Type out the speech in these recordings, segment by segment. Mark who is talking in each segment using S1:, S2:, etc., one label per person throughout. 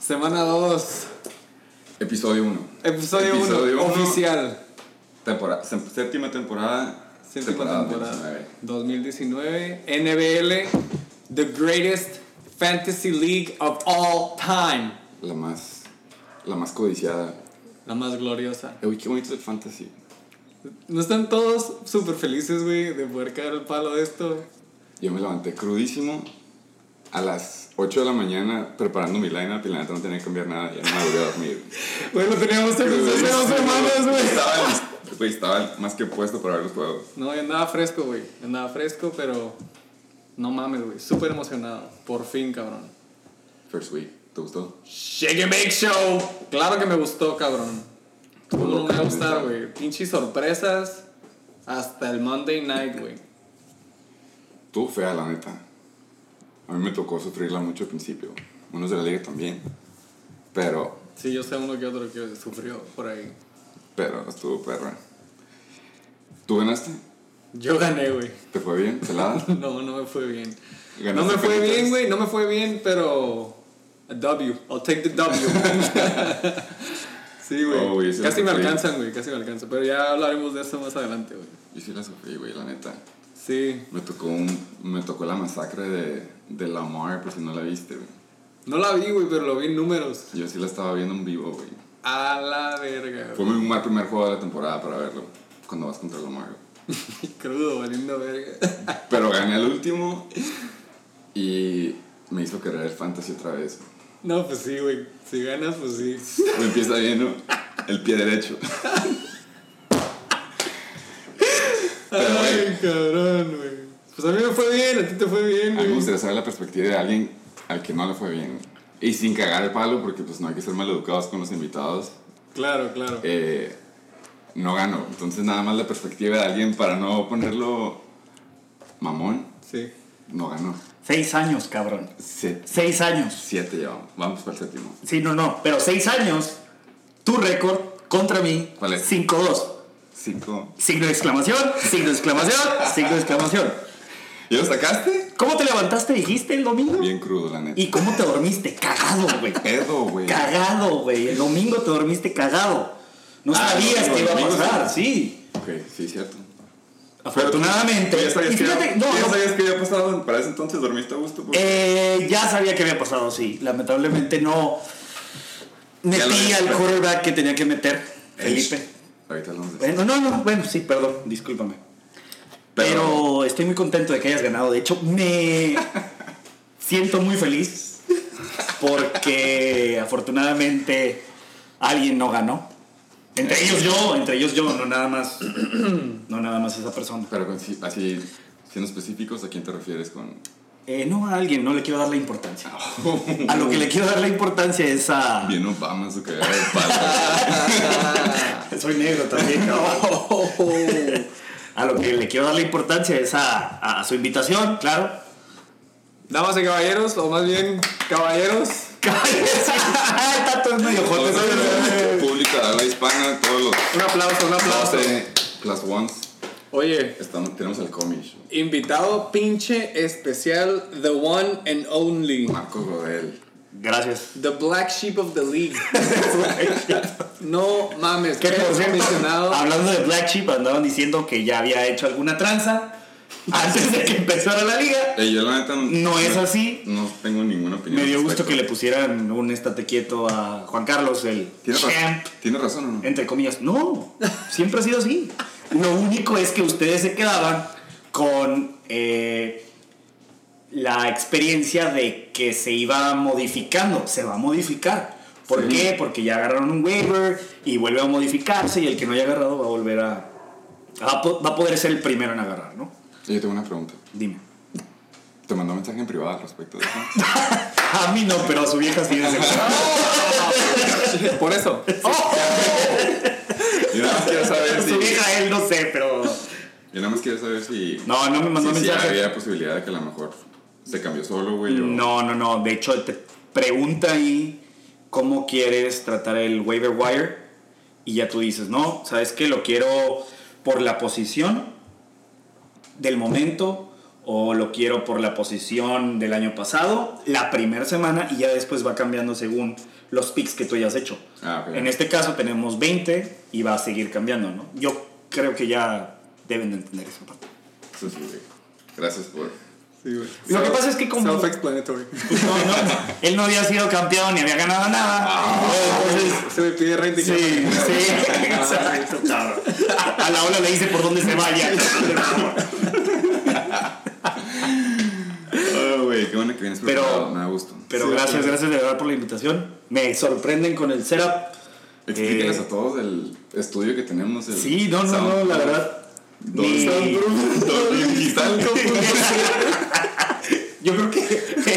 S1: Semana 2,
S2: Episodio 1.
S1: episodio 1,
S2: Episodio uno.
S1: oficial.
S2: Temporada, sem- séptima temporada.
S1: Séptima temporada.
S2: 19.
S1: 2019, NBL, The Greatest Fantasy League of All Time.
S2: La más, la más codiciada.
S1: La más gloriosa.
S2: Eh, Uy, qué bonito es el fantasy.
S1: ¿No están todos súper felices, güey, de poder caer al palo de esto?
S2: Yo me levanté crudísimo a las 8 de la mañana preparando mi lineup y la neta no tenía que cambiar nada. Ya no me volví a dormir.
S1: Güey, lo teníamos hace hace dos semanas, güey.
S2: Estaba, lis- güey, estaba más que puesto para ver los juegos.
S1: No, yo andaba fresco, güey. Yo Andaba fresco, pero no mames, güey. Súper emocionado. Por fin, cabrón.
S2: First week. ¿Te gustó?
S1: Shake and Bake Show. Claro que me gustó, cabrón. ¿Cómo no me va a gustar, güey? Pinches sorpresas hasta el Monday night, güey.
S2: Estuvo fea, la neta. A mí me tocó sufrirla mucho al principio. Unos de la liga también. Pero,
S1: Sí, yo sé uno que otro que sufrió por ahí.
S2: pero, estuvo perra. ¿Tú ganaste?
S1: Yo gané, güey.
S2: ¿Te fue bien? ¿Celada?
S1: No, no me fue bien. No
S2: Ganaste
S1: me fue
S2: penitas.
S1: bien, güey. No me fue bien, pero. A W. I'll take the W. sí, güey.
S2: Oh, güey, ese
S1: casi
S2: es
S1: me
S2: el fin.
S1: alcanzan, güey. Casi me alcanzan. Pero ya hablaremos de eso más adelante, güey.
S2: Yo sí la sufrí, güey, la neta.
S1: Sí.
S2: Me tocó, un- me tocó la masacre de, de Lamar, por si no la viste, güey.
S1: No la vi, güey, pero lo vi en números.
S2: Yo sí la estaba viendo en vivo, güey.
S1: A la verga,
S2: Fue mi mal primer juego de la temporada para verlo, cuando vas contra Lamar, güey.
S1: güey. Crudo, valiendo verga.
S2: Pero gané al último y me hizo querer el fantasy otra vez.
S1: No, pues sí, güey. Si ganas, pues sí.
S2: Me empieza bien, ¿no? El pie derecho. Pero, güey.
S1: Ay, cabrón, güey. Pues a mí me fue bien, a ti te fue bien,
S2: A mí me
S1: güey.
S2: gustaría saber la perspectiva de alguien al que no le fue bien. Y sin cagar el palo, porque pues no hay que ser maleducados con los invitados.
S1: Claro, claro.
S2: eh, no ganó. Entonces nada más la perspectiva de alguien para no ponerlo mamón,
S1: Sí.
S2: no ganó.
S3: Seis años, cabrón.
S2: Se-
S3: Seis años.
S2: siete llevamos. Vamos para el séptimo.
S3: Sí, no, no. Pero seis años. Tu récord contra mí.
S2: ¿Cuál es?
S3: 5-2.
S2: Cinco.
S3: Signo de exclamación. Signo de exclamación. signo de exclamación.
S2: ¿Ya lo sacaste?
S3: ¿Cómo te levantaste, dijiste, el domingo?
S2: Bien crudo, la neta.
S3: ¿Y cómo te dormiste? Cagado, güey.
S2: Pedo, güey.
S3: Cagado, güey. El domingo te dormiste cagado. No
S2: Ah,
S3: sabías
S2: no,
S3: que iba a
S2: domingo
S3: pasar,
S2: sí.
S3: sí.
S2: Ok, sí, cierto.
S3: Afortunadamente.
S2: ¿Tú ya sabías,
S3: Y
S2: que,
S3: fíjate,
S2: había-
S3: no,
S2: tú ya
S3: no,
S2: sabías que había pasado? Para ese entonces dormiste a gusto. porque-
S3: Eh, ya sabía que había pasado, sí. Lamentablemente no
S2: Ya lo
S3: metí
S2: habías
S3: al
S2: hecho.
S3: quarterback que tenía que meter, Felipe.
S2: Ahorita hablamos de eso.
S3: Bueno, no, no, bueno, sí, perdón, discúlpame. Pero, estoy muy contento de que hayas ganado. De hecho, me siento muy feliz porque afortunadamente alguien no ganó. Entre ellos yo, entre ellos yo, no nada más, no nada más esa persona.
S2: Pero con- sí, así, siendo específicos, ¿a quién te refieres con...?
S3: Eh, no a alguien, no le quiero dar la importancia. A lo que le quiero dar la importancia es a...
S2: Bien Obama en su cagada de palo.
S3: Soy negro también, cabrón. A lo que le quiero dar la importancia es a, a- a su invitación, claro.
S1: Damas y caballeros, o más bien, caballeros.
S3: Está todo medio
S2: Todo
S3: jote,
S2: eso
S3: ¿sabes?
S2: que ve Público de habla hispana, todos los...
S1: Un aplauso, un aplauso.
S2: 12 plus ones.
S1: Oye,
S2: Estamos, tenemos al comish.
S1: invitado pinche especial, the one and only,
S2: Marcos Godel.
S3: Gracias.
S1: the black sheep of the league. No mames,
S3: que por
S1: eres
S3: cierto,
S1: aficionado.
S3: hablando de Black Sheep, andaban diciendo que ya había hecho alguna tranza antes de que empezara la liga.
S2: Ey, yo la neta
S3: No es así.
S2: No tengo ninguna opinión.
S3: Me dio
S2: al
S3: gusto que le
S2: respecto.
S3: pusieran un estate quieto a Juan Carlos, el
S2: ¿Tiene razón,
S3: champ.
S2: ¿Tiene razón o no?
S3: entre comillas. No, siempre ha sido así. Lo único es que ustedes se quedaban con eh, la experiencia de que se iba modificando, se va a modificar. ¿Por
S2: Sí.
S3: qué? Porque ya agarraron un waiver y vuelve a modificarse y el que no haya agarrado va a volver a... Va a, po- va a poder ser el primero en agarrar, ¿no?
S2: Yo tengo una pregunta.
S3: Dime.
S2: ¿Te mandó mensaje en privado al respecto de eso?
S3: A mí no, pero a su vieja sí. seguro.
S1: Por eso.
S2: Yo nada más quiero saber
S3: A su
S2: si...
S3: vieja él no sé, pero...
S2: Yo nada más quiero saber si...
S3: No, no me mandó
S2: si, si
S3: mensaje.
S2: había posibilidad de que a lo mejor se cambió solo, güey. o-
S3: No, no, no. De hecho, te pregunta ahí cómo quieres tratar el waiver wire. Y ya tú dices, no, sabes que lo quiero por la posición del momento o lo quiero por la posición del año pasado, la primera semana y ya después va cambiando según los picks que tú hayas hecho.
S2: Ah, ok.
S3: En este caso tenemos 20 y va a seguir cambiando, ¿no? Yo creo que ya deben de entender esa parte.
S2: Eso sí, güey. Gracias por.
S1: Sí, güey.
S3: Lo que pasa es que como-
S1: Self-explanatory.
S3: Pues no, no, él no había sido campeón ni había ganado nada. Entonces,
S1: Se me pide rating.
S3: Sí, sí, exacto, cabrón. A la ola le dice por dónde se vaya.
S2: Oh, güey, qué bueno que vienes
S3: Pero-
S2: preparado, Me da gusto.
S3: Pero
S1: Sí,
S3: gracias,
S1: sí.
S3: gracias de verdad por la invitación. Me sorprenden con el setup.
S2: Explíquenles
S3: Eh,
S2: a todos el estudio que tenemos. El
S3: Sí, no, no, no,
S2: sound-
S3: la verdad.
S2: Dos
S3: ni-
S2: soundproof, dos digital.
S3: Yo creo que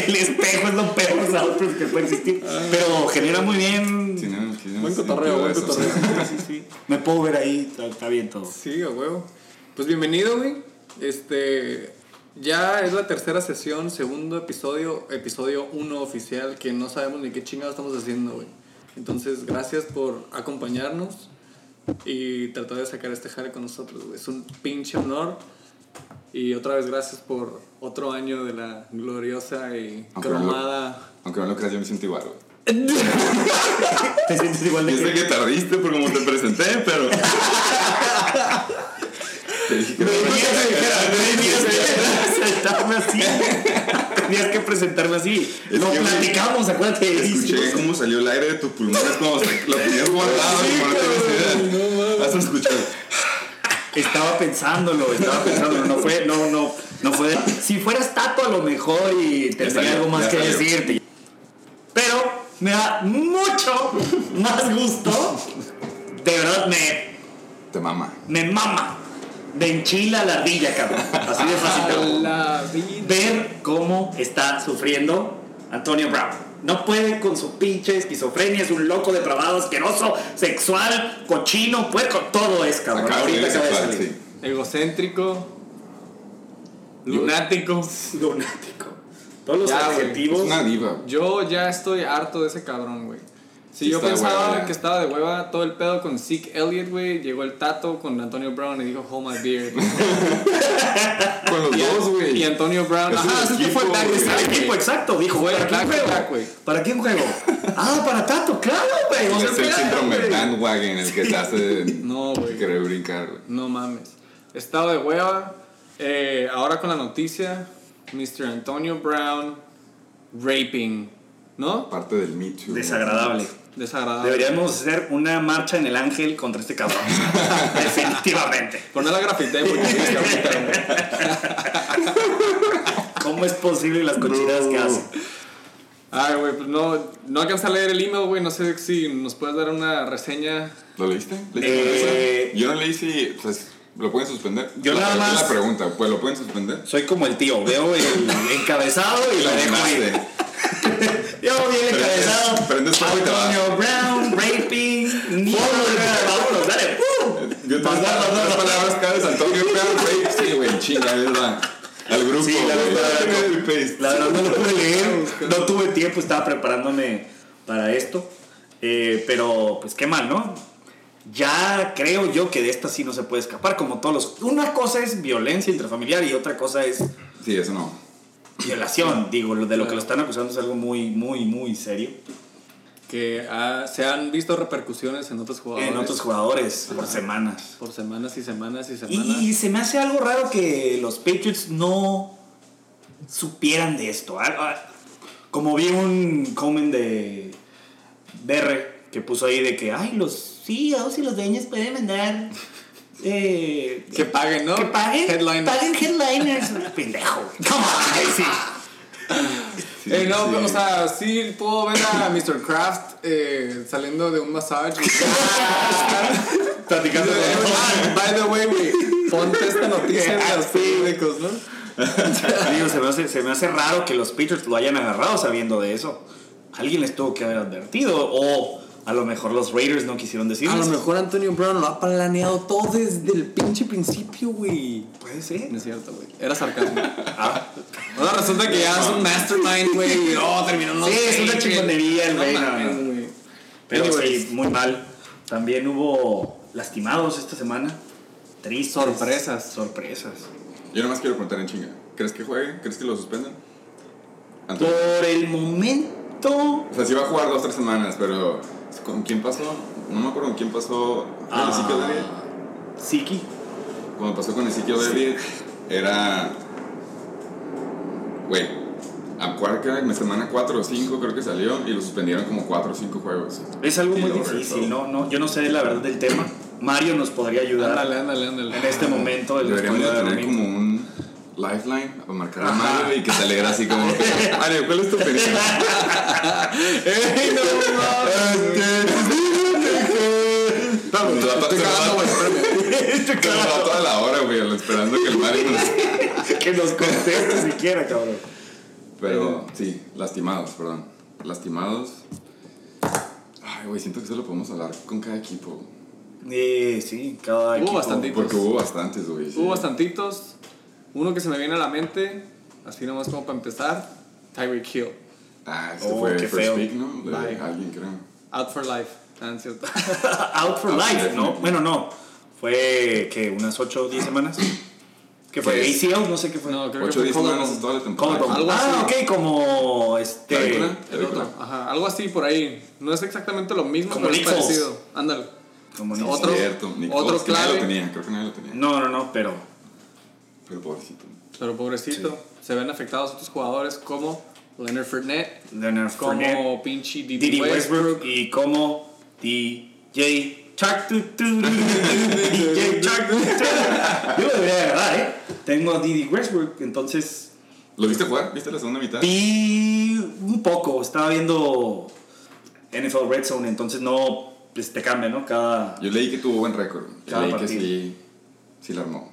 S3: el espejo es lo peor soundproof que puede existir. Pero genera muy bien.
S2: Sí, no, que no
S1: Buen
S2: sé,
S1: cotorreo, buen
S2: eso, o sea,
S1: cotorreo.
S3: Sí, sí. Me puedo ver ahí, está, está bien todo.
S1: Sí, a huevo. Pues bienvenido, güey. Este. Ya es la tercera sesión, segundo episodio, episodio 1 oficial, que no sabemos ni qué chingado estamos haciendo, güey. Entonces, gracias por acompañarnos y tratar de sacar este jale con nosotros, güey. Es un pinche honor. Y otra vez, gracias por otro año de la gloriosa y
S2: Aunque no lo-
S1: cromada.
S2: Aunque no lo creas, yo me siento igual, güey.
S3: Te sientes igual de
S2: Yo sé
S3: que.
S2: que tardiste por como te presenté, pero. Te dije que.
S3: Tenías que presentarme así. Tenías que presentarme así.
S2: Es
S3: Lo
S2: que, güey,
S3: platicamos, acuérdate.
S2: Escuché cómo salió el aire de tus pulmones cuando se- lo tenías guardado, como no tienes idea. Has escuchado.
S3: Estaba pensándolo, estaba pensándolo, no fue, no, no, no fue. Si fueras tato a lo mejor y tendría
S2: salió,
S3: algo más
S2: ya
S3: que
S2: salió.
S3: decirte. Pero me da mucho más gusto. De verdad me,
S2: Te mama.
S3: me mama. De enchila la ardilla, cabrón. Así de fácil. te lo pongo.
S1: la vida.
S3: ver cómo está sufriendo Antonio Brown. No puede con su pinche esquizofrenia, es un loco depravado, asqueroso, sexual, cochino, puerco, todo es cabrón.
S2: Acá
S3: Ahorita
S2: viene
S3: acaba de
S2: sexual,
S3: salir.
S2: sí.
S1: Egocéntrico. Lunático.
S3: Lunático. Todos los
S1: Ya, güey.
S2: Es
S3: adjetivos.
S2: una diva. güey.
S1: Yo ya estoy harto de ese cabrón, güey. Si
S2: Sí
S1: yo
S2: está de
S1: pensaba
S2: hueva, ¿eh? ya.
S1: que estaba de hueva todo el pedo con Zeke Elliott, güey, llegó el Tato con Antonio Brown y dijo, hold my beer.
S2: Con los
S1: Y,
S2: dos, güey.
S1: y Antonio Brown,
S2: Es
S1: ajá,
S2: un
S1: eso sí fue el
S2: equipo,
S1: tag
S2: güey.
S1: de
S3: Ah,
S1: Zeke,
S3: equipo,
S1: güey.
S3: exacto, dijo.
S1: Fue
S3: ¿Para quién
S1: ataque,
S3: juego?
S1: ataque, güey.
S3: ¿Para quién juego? Ah, para Tato, claro, güey. o sea,
S2: Es el
S3: claro,
S2: síndrome
S3: güey.
S2: bandwagon el que te hace
S1: No, güey.
S2: querer brincar, güey.
S1: No mames. Estado de hueva. Eh, ahora con la noticia, Mr. Antonio Brown raping, ¿no?
S2: Parte del Me Too.
S3: Desagradable.
S1: Desagradable.
S3: Deberíamos hacer una marcha en el ángel contra este cabrón. Definitivamente.
S1: Poner la grafité porque tienes que ahorita, güey.
S3: ¿Cómo es posible las cochinadas que hace?
S1: Ay, güey, pues no, no alcancé a leer el email, güey. No sé si nos puedes dar una reseña.
S2: ¿Lo leíste?
S3: Eh,
S2: ¿Leíste la Yo no leí si. Pues, ¿Lo pueden suspender?
S3: Yo
S2: La-
S3: nada
S2: esa es
S3: más-
S2: la pregunta, pues, ¿lo pueden suspender?
S3: Soy como el tío, veo el encabezado y lo dejo
S2: animaste.
S3: ir. Yo vi el
S2: Prendes-
S3: encabezado.
S2: prendes fuego y te vas.
S3: Antonio Brown, raping, niño, vámonos, dale. ¡pum!
S2: Yo te voy a
S3: Pasar,
S2: dar
S3: pasar,
S2: las
S3: pasar.
S2: palabras caras Antonio Brown, güey. Sí, güey, chinga, es verdad. Al grupo,
S3: Sí, la verdad,
S2: güey. Copy paste.
S3: La verdad no lo pude leer, no tuve tiempo, estaba preparándome para esto. Eh, pero pues qué mal, ¿no? Ya creo yo que de esta sí no se puede escapar, como todos los... Una cosa es violencia intrafamiliar y otra cosa es
S2: Sí, eso no.
S3: violación. Digo, lo de lo que lo están acusando es algo muy, muy, muy serio.
S1: Que ah, se han visto repercusiones en otros jugadores.
S3: En otros jugadores por semanas.
S1: Por semanas y semanas y
S3: Y,
S1: semanas.
S3: y se me hace algo raro que los Patriots no supieran de esto. Al- al- Como vi un comment de BR que puso ahí de que, ay, los CEOs y los dueños pueden mandar. eh,
S1: Que paguen, ¿no?
S3: Que paguen.
S1: Headliners.
S3: Paguen headliners. Pendejo. güey. Come on, ay, sí.
S2: Sí,
S1: Eh, no,
S2: sí.
S1: o sea, sí puedo ver a Mr. Kraft eh, saliendo de un massage.
S3: Platicando con
S1: Eh, güey, By the way, güey, ponte esta noticia
S3: Eh,
S1: de los periódicos, ¿no?
S3: Digo, se me, hace, se me hace raro que los Patriots lo hayan agarrado sabiendo de eso. Alguien les tuvo que haber advertido. O a lo mejor los Raiders no quisieron decirlo.
S1: A lo mejor Antonio Brown lo ha planeado todo desde el pinche principio, güey.
S3: Puede ser.
S1: No es cierto, güey. Era sarcasmo.
S3: Ah,
S1: Ahora resulta que ya es un mastermind, güey. y, Oh, terminó no
S3: Sí,
S1: sé
S3: es una
S1: qué.
S3: chingonería el güey, no,
S1: mames,
S3: no.
S1: güey.
S3: pero
S1: Anyways,
S3: sí, muy mal. También hubo lastimados esta semana. Tristes.
S1: Sorpresas.
S3: Sorpresas.
S2: Yo nomás quiero preguntar en chinga. ¿Crees que juegue? ¿Crees que lo suspendan? Antonio.
S3: Por el momento. tanto.
S2: O sea, sí va a jugar dos tres semanas, pero ¿con quién pasó? No me acuerdo con quién pasó
S3: Ah.
S2: el Ezequiel Elliott.
S3: Siki.
S2: Cuando pasó con Ezequiel Elliott, era. Güey, a cuarta, en la semana 4 o 5 creo que salió y lo suspendieron como 4 o 5 juegos.
S3: Es algo
S2: Y
S3: muy
S2: lo regresó.
S3: difícil, ¿no? no Yo no sé la verdad del tema. Mario nos podría ayudar
S1: Ándale, ándale, ándale.
S3: en este momento. Él nos
S2: Deberíamos de
S3: podría dar
S2: tener
S3: un-
S2: como un lifeline a marcar a
S3: Ajá.
S2: Mario y que se alegra así como que, Mario, ¿cuál es tu opinión?
S1: ¡Ey, no mames!
S2: No, pues, te la-
S1: Estoy
S2: te la-
S1: cagando, güey, espérame.
S3: Este,
S2: te la- toda la hora, güey, esperando que el Mario nos...
S3: que nos conteste siquiera, cabrón.
S2: Pero sí, lastimados, perdón. Lastimados. Ay, güey, siento que eso lo podemos hablar con cada equipo.
S3: Eh, sí, cada equipo.
S1: bastante-
S2: Porque hubo bastantes, güey. sí.
S1: Hubo bastantitos. Uno que se me viene a la mente, así nomás como para empezar, Tyreek Hill.
S2: Ah, este
S3: Oh,
S2: fue
S3: qué
S2: First
S3: feo.
S2: Pick, ¿no? De
S1: Bye.
S2: alguien, creo.
S1: Out for life. Ah, no es cierto.
S3: Out for
S2: Ah,
S3: life, ¿no?
S2: definitivamente.
S3: Bueno, no. Fue que unas 8 o 10 semanas. ¿Qué fue?
S2: Pues-
S3: ACL, no sé qué fue.
S1: No, creo
S2: 8
S1: que fue
S2: 10 semanas
S1: Cologne.
S2: en toda la
S3: Como-
S2: temporada.
S1: Algo
S3: ah,
S1: así.
S3: ok, como
S2: ¿Película?
S3: este.
S1: El otro.
S2: ¿Película?
S1: Ajá, algo así por ahí. No es exactamente lo mismo,
S3: Como
S1: pero es
S3: Nick Foles.
S1: parecido. Ándale.
S3: como
S1: No,
S3: ni-
S1: otro-
S2: Cierto, Nick
S1: otro
S2: Foles, que nadie
S1: clave.
S2: lo tenía, creo que nadie lo tenía.
S3: No, no, no, pero
S2: Pero pobrecito.
S1: Pero pobrecito,
S3: Sí.
S1: se ven afectados otros jugadores como Leonard Fournette,
S3: Leonard
S1: como
S3: Fournette,
S1: pinche
S3: Didi
S1: D.D.
S3: Westbrook
S1: Westbrook.
S3: y como DJ Chuck tu, tu, tu, DJ Chuck tu, tu. Yo lo debería agarrar, ¿eh? Tengo a Didi Westbrook, entonces
S2: ¿Lo viste jugar? ¿Viste la segunda mitad?
S3: Vi un poco, estaba viendo NFL Red Zone, entonces no pues, te cambia, ¿no? Cada.
S2: Yo leí que tuvo buen récord. Yo
S3: Cada
S2: leí que
S3: partido.
S2: sí, sí la armó.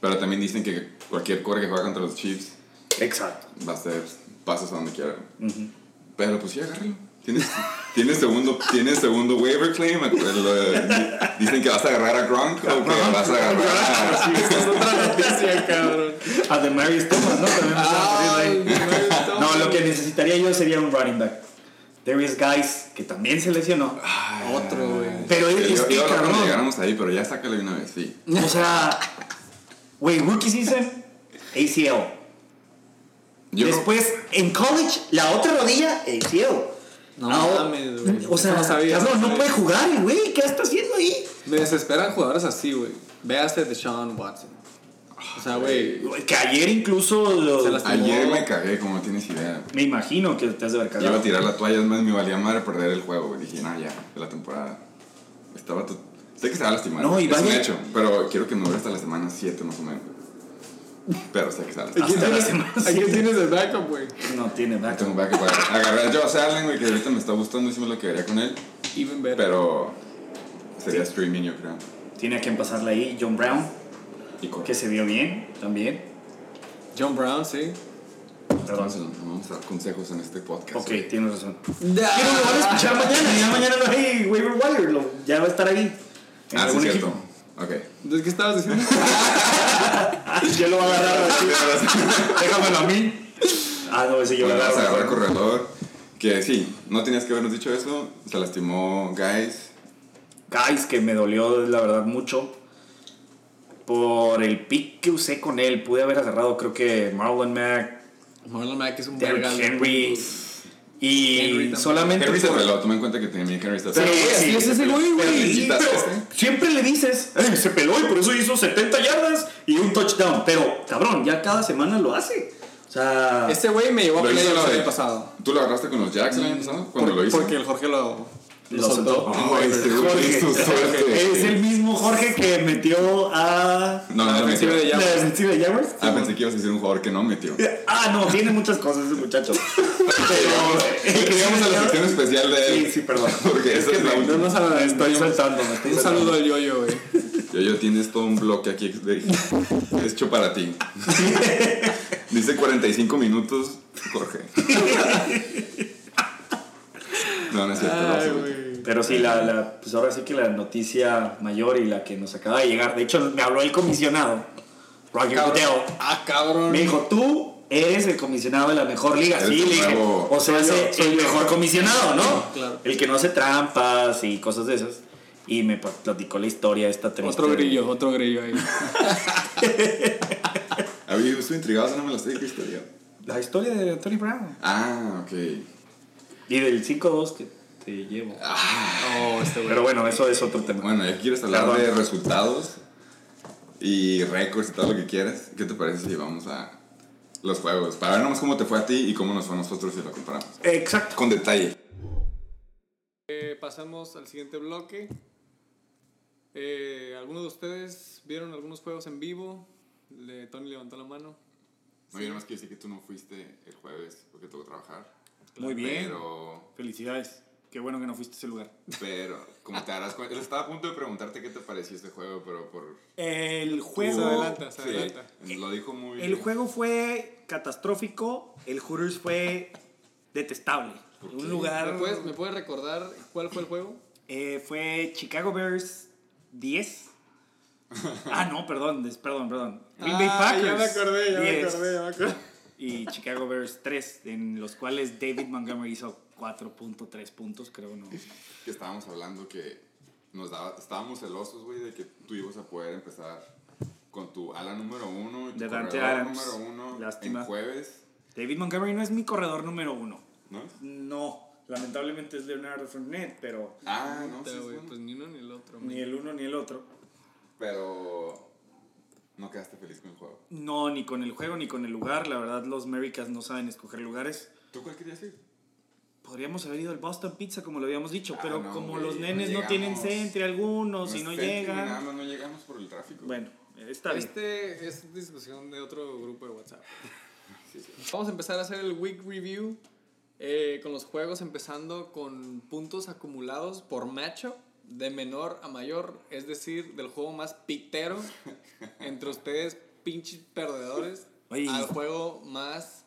S2: Pero también dicen que cualquier core que juega contra los Chiefs
S3: Exacto.
S2: va a ser pasos a donde quiera. Pero pues sí, agárralo. Tienes, tienes segundo, tienes segundo waiver claim. Lo- Dicen que vas a agarrar a Gronk o que vas a agarrar a...
S1: Ah, Es otra noticia, cabrón. Ah,
S3: A de Mary Thomas, ¿no? También me estaba
S1: Ay,
S3: perdiendo ahí.
S1: no,
S3: No, lo que necesitaría yo sería un running back. Darius Guys, que también se lesionó.
S1: Otro, güey.
S3: Pero
S2: Yo,
S3: es,
S2: yo,
S3: es que, este
S2: yo ahora cuando
S3: cabrón.
S2: llegáramos ahí, pero ya sácale de una vez, sí.
S3: O sea, güey, rookie season, ACL.
S2: Yo creo-
S3: Después, en college, la otra rodilla, el ciego.
S1: No
S3: Ahora-
S1: mames, güey.
S3: O sea,
S1: No sabía,
S3: cabrón,
S1: no
S3: no
S1: sabía.
S3: puede jugar, el güey. ¿Qué está haciendo ahí?
S1: Me desesperan jugadores así, güey. Véase de Sean Watson. O sea, güey.
S3: Que ayer incluso. lo-
S1: Se las-
S2: ayer me cagué, como no tienes idea.
S3: Me imagino que te has de haber
S2: Yo iba a
S3: cagado.
S2: tirar la toalla, es más, me valía madre perder el juego. güey. Dije, no, ya, de la temporada. Estaba tu... Sé que estaba lastimado.
S3: No, y
S2: es
S3: vaya-
S2: un hecho, pero quiero que me dure hasta la semana 7 más o menos. güey. Pero sé que
S1: ¿A
S2: estaba lastimado.
S1: quién
S3: Hasta la
S1: tienes-
S3: semana
S1: ¿A quién tienes de backup, güey?
S3: No tiene back.
S2: Tengo back para agarrar a Josh Allen, güey, que ahorita me está gustando y sí me lo quedaría con él.
S1: Even better.
S2: Pero sería streaming, yo creo.
S3: Tiene a quien pasarla ahí. John Brown,
S2: Y con
S3: que se vio bien también.
S1: John Brown, sí.
S2: Vamos a-
S3: Perdón.
S2: vamos a dar consejos en este podcast.
S3: Ok,
S2: güey.
S3: tienes razón. Pero lo van a
S1: Ah,
S3: escuchar mañana. Ya mañana no hay waiver wire. lo- ya va a estar ahí. En
S2: Ah, sí,
S3: algún
S2: cierto.
S3: equipo.
S2: Ok.
S1: ¿De ¿Qué estabas diciendo?
S3: Ah, ya lo va a agarrar así. Déjamelo a mí. Ah, no, ese yo lo
S2: Bueno, vas a agarrar
S3: agarro.
S2: corredor. Que sí, no tenías que habernos dicho eso. Se lastimó Guys.
S3: Guys, que me dolió la verdad mucho. Por el pick que usé con él, pude haber agarrado, creo que Marlon Mack,
S1: Marlon Mack es un
S3: Derrick
S1: vergal.
S3: Henry. Y
S1: Henry también.
S3: solamente.
S2: Henry se
S3: por-
S2: peló, toma en cuenta que tenía Henry está
S3: Pero,
S1: Sí,
S3: güey,
S1: sí,
S3: sí,
S1: es ese
S3: pero-
S1: güey,
S3: pero- ¿eh?
S1: güey.
S3: sí,
S2: Quitas
S3: pero
S2: este.
S3: siempre le dices, "Ey, se peló y por eso hizo 70 yardas y un touchdown. Pero, cabrón, ya cada semana lo hace. O sea,
S1: Este güey me llevó a
S2: Lo hizo
S1: playoffs
S2: la
S1: el
S2: de-
S1: año pasado.
S2: ¿Tú lo agarraste con los Jacks el año pasado? Cuando
S1: Por-
S2: lo hizo.
S1: Porque el Jorge lo,
S3: Lo soltó.
S1: Ah,
S2: Ay, este güey,
S3: Jorge.
S2: su suerte.
S3: es el mismo Jorge que metió a
S2: No, no,
S1: La
S2: no metió.
S1: ofensiva de
S3: la
S1: Jaguars.
S3: defensiva de Jaguars.
S2: Ah, pensé que ibas a decir un jugador que no metió.
S3: Ah, no, tiene muchas cosas ese muchacho. Pero
S2: Llegamos eh, a la sección especial de él.
S3: Sí, sí, perdón.
S2: Porque esa es la
S1: No
S2: última.
S1: nos
S3: Estoy
S1: adelantamos.
S3: saltando, me estoy
S1: Un
S3: saltando.
S1: saludo al yo-yo, güey.
S2: Yo, yo tienes todo un bloque aquí de- hecho para ti. Dice 45 minutos, Jorge. No, no es cierto. no,
S1: Ay,
S2: sí.
S1: güey.
S3: Pero sí, la, la- pues ahora sí que la noticia mayor y la que nos acaba de llegar. De hecho, me habló el comisionado, Roger
S1: Cabrón.
S3: Goodell.
S1: Ah, cabrón.
S3: Me dijo, tú eres el comisionado de la mejor liga.
S2: Eres
S3: Sí,
S2: el
S3: le dije.
S2: nuevo-
S3: O sea,
S1: Soy yo,
S3: ese-
S1: soy
S3: el
S1: yo".
S3: mejor comisionado, ¿no?
S1: Claro.
S3: El que no hace trampas y cosas de esas. Y me pl- platicó la historia esta triste.
S1: Otro grillo, otro grillo ahí.
S2: A ver, yo estoy intrigado, no me lo estoy Cristo,
S3: La historia de Tony Brown.
S2: Ah, ok.
S3: Y del 5-2 que te llevo.
S1: Oh, este güey.
S3: Pero bueno, eso es otro tema.
S2: Ah. Bueno, ya quieres hablar
S3: Perdón.
S2: de resultados y récords y todo lo que quieras. ¿Qué te parece si vamos a los juegos? Para ver nomás cómo te fue a ti y cómo nos fue a nosotros si lo comparamos.
S3: Exacto.
S2: Con detalle.
S1: Eh, pasamos al siguiente bloque. Eh, ¿Alguno de ustedes vieron algunos juegos en vivo? Le- Tony levantó la mano.
S2: No, yo nomás quiero decir que tú no fuiste el jueves porque tuvo que trabajar.
S3: Muy bien.
S2: Pero,
S3: Felicidades. Qué bueno que no fuiste a ese lugar.
S2: pero, como te darás cuenta, estaba a punto de preguntarte qué te pareció este juego, pero por...
S3: El
S1: Se
S3: juego.
S1: adelanta, se
S2: Sí, eh,
S1: adelanta.
S2: Lo dijo muy
S3: Pues, El juego fue catastrófico. El Hooters fue detestable.
S2: ¿Por qué?
S3: Un lugar.
S1: ¿Me puedes, pues, me puedes recordar cuál fue el juego?
S3: eh, fue Chicago Bears 10. ah, no, perdón, des- perdón, perdón. Green Bay
S1: Ah,
S3: Packers.
S1: Ya me acordé, ya me
S3: 10.
S1: acordé, ya me acordé.
S3: y Chicago Bears 3, en los cuales David Montgomery hizo 4.3 puntos, creo, ¿no?
S2: que estábamos hablando que nos daba, estábamos celosos, güey, de que tú ibas a poder empezar con tu ala número uno, y tu
S3: De Dante
S2: corredor
S3: Adams.
S2: número uno
S3: Lástima.
S2: en jueves,
S3: David Montgomery no es mi corredor número uno.
S2: ¿no?
S3: No, lamentablemente es Leonardo Fournette, pero
S2: Ah, no,
S1: Puta,
S2: sí, es
S1: güey,
S2: bueno.
S1: Pues ni uno ni el otro.
S3: ni
S1: man.
S3: el uno ni el otro.
S2: pero no quedaste feliz con el juego.
S3: No, ni con el juego ni con el lugar. La verdad, los Americas no saben escoger lugares.
S2: ¿Tú cuál querías ir?
S3: Podríamos haber ido al Boston Pizza, como lo habíamos dicho,
S2: Ah,
S3: pero
S2: no,
S3: como
S2: güey,
S3: los
S2: no
S3: nenes no,
S2: llegamos.
S3: tienen centre algunos y no
S2: está entre- Nada
S3: llegan.
S2: más no llegamos por el tráfico.
S3: Bueno, está bien.
S1: Este es discusión de otro grupo de WhatsApp. Vamos a empezar a hacer el week review eh, con los juegos, empezando con puntos acumulados por matchup de menor a mayor, es decir, del juego más pitero entre ustedes, pinches perdedores,
S3: Oye,
S1: al
S3: y-
S1: juego más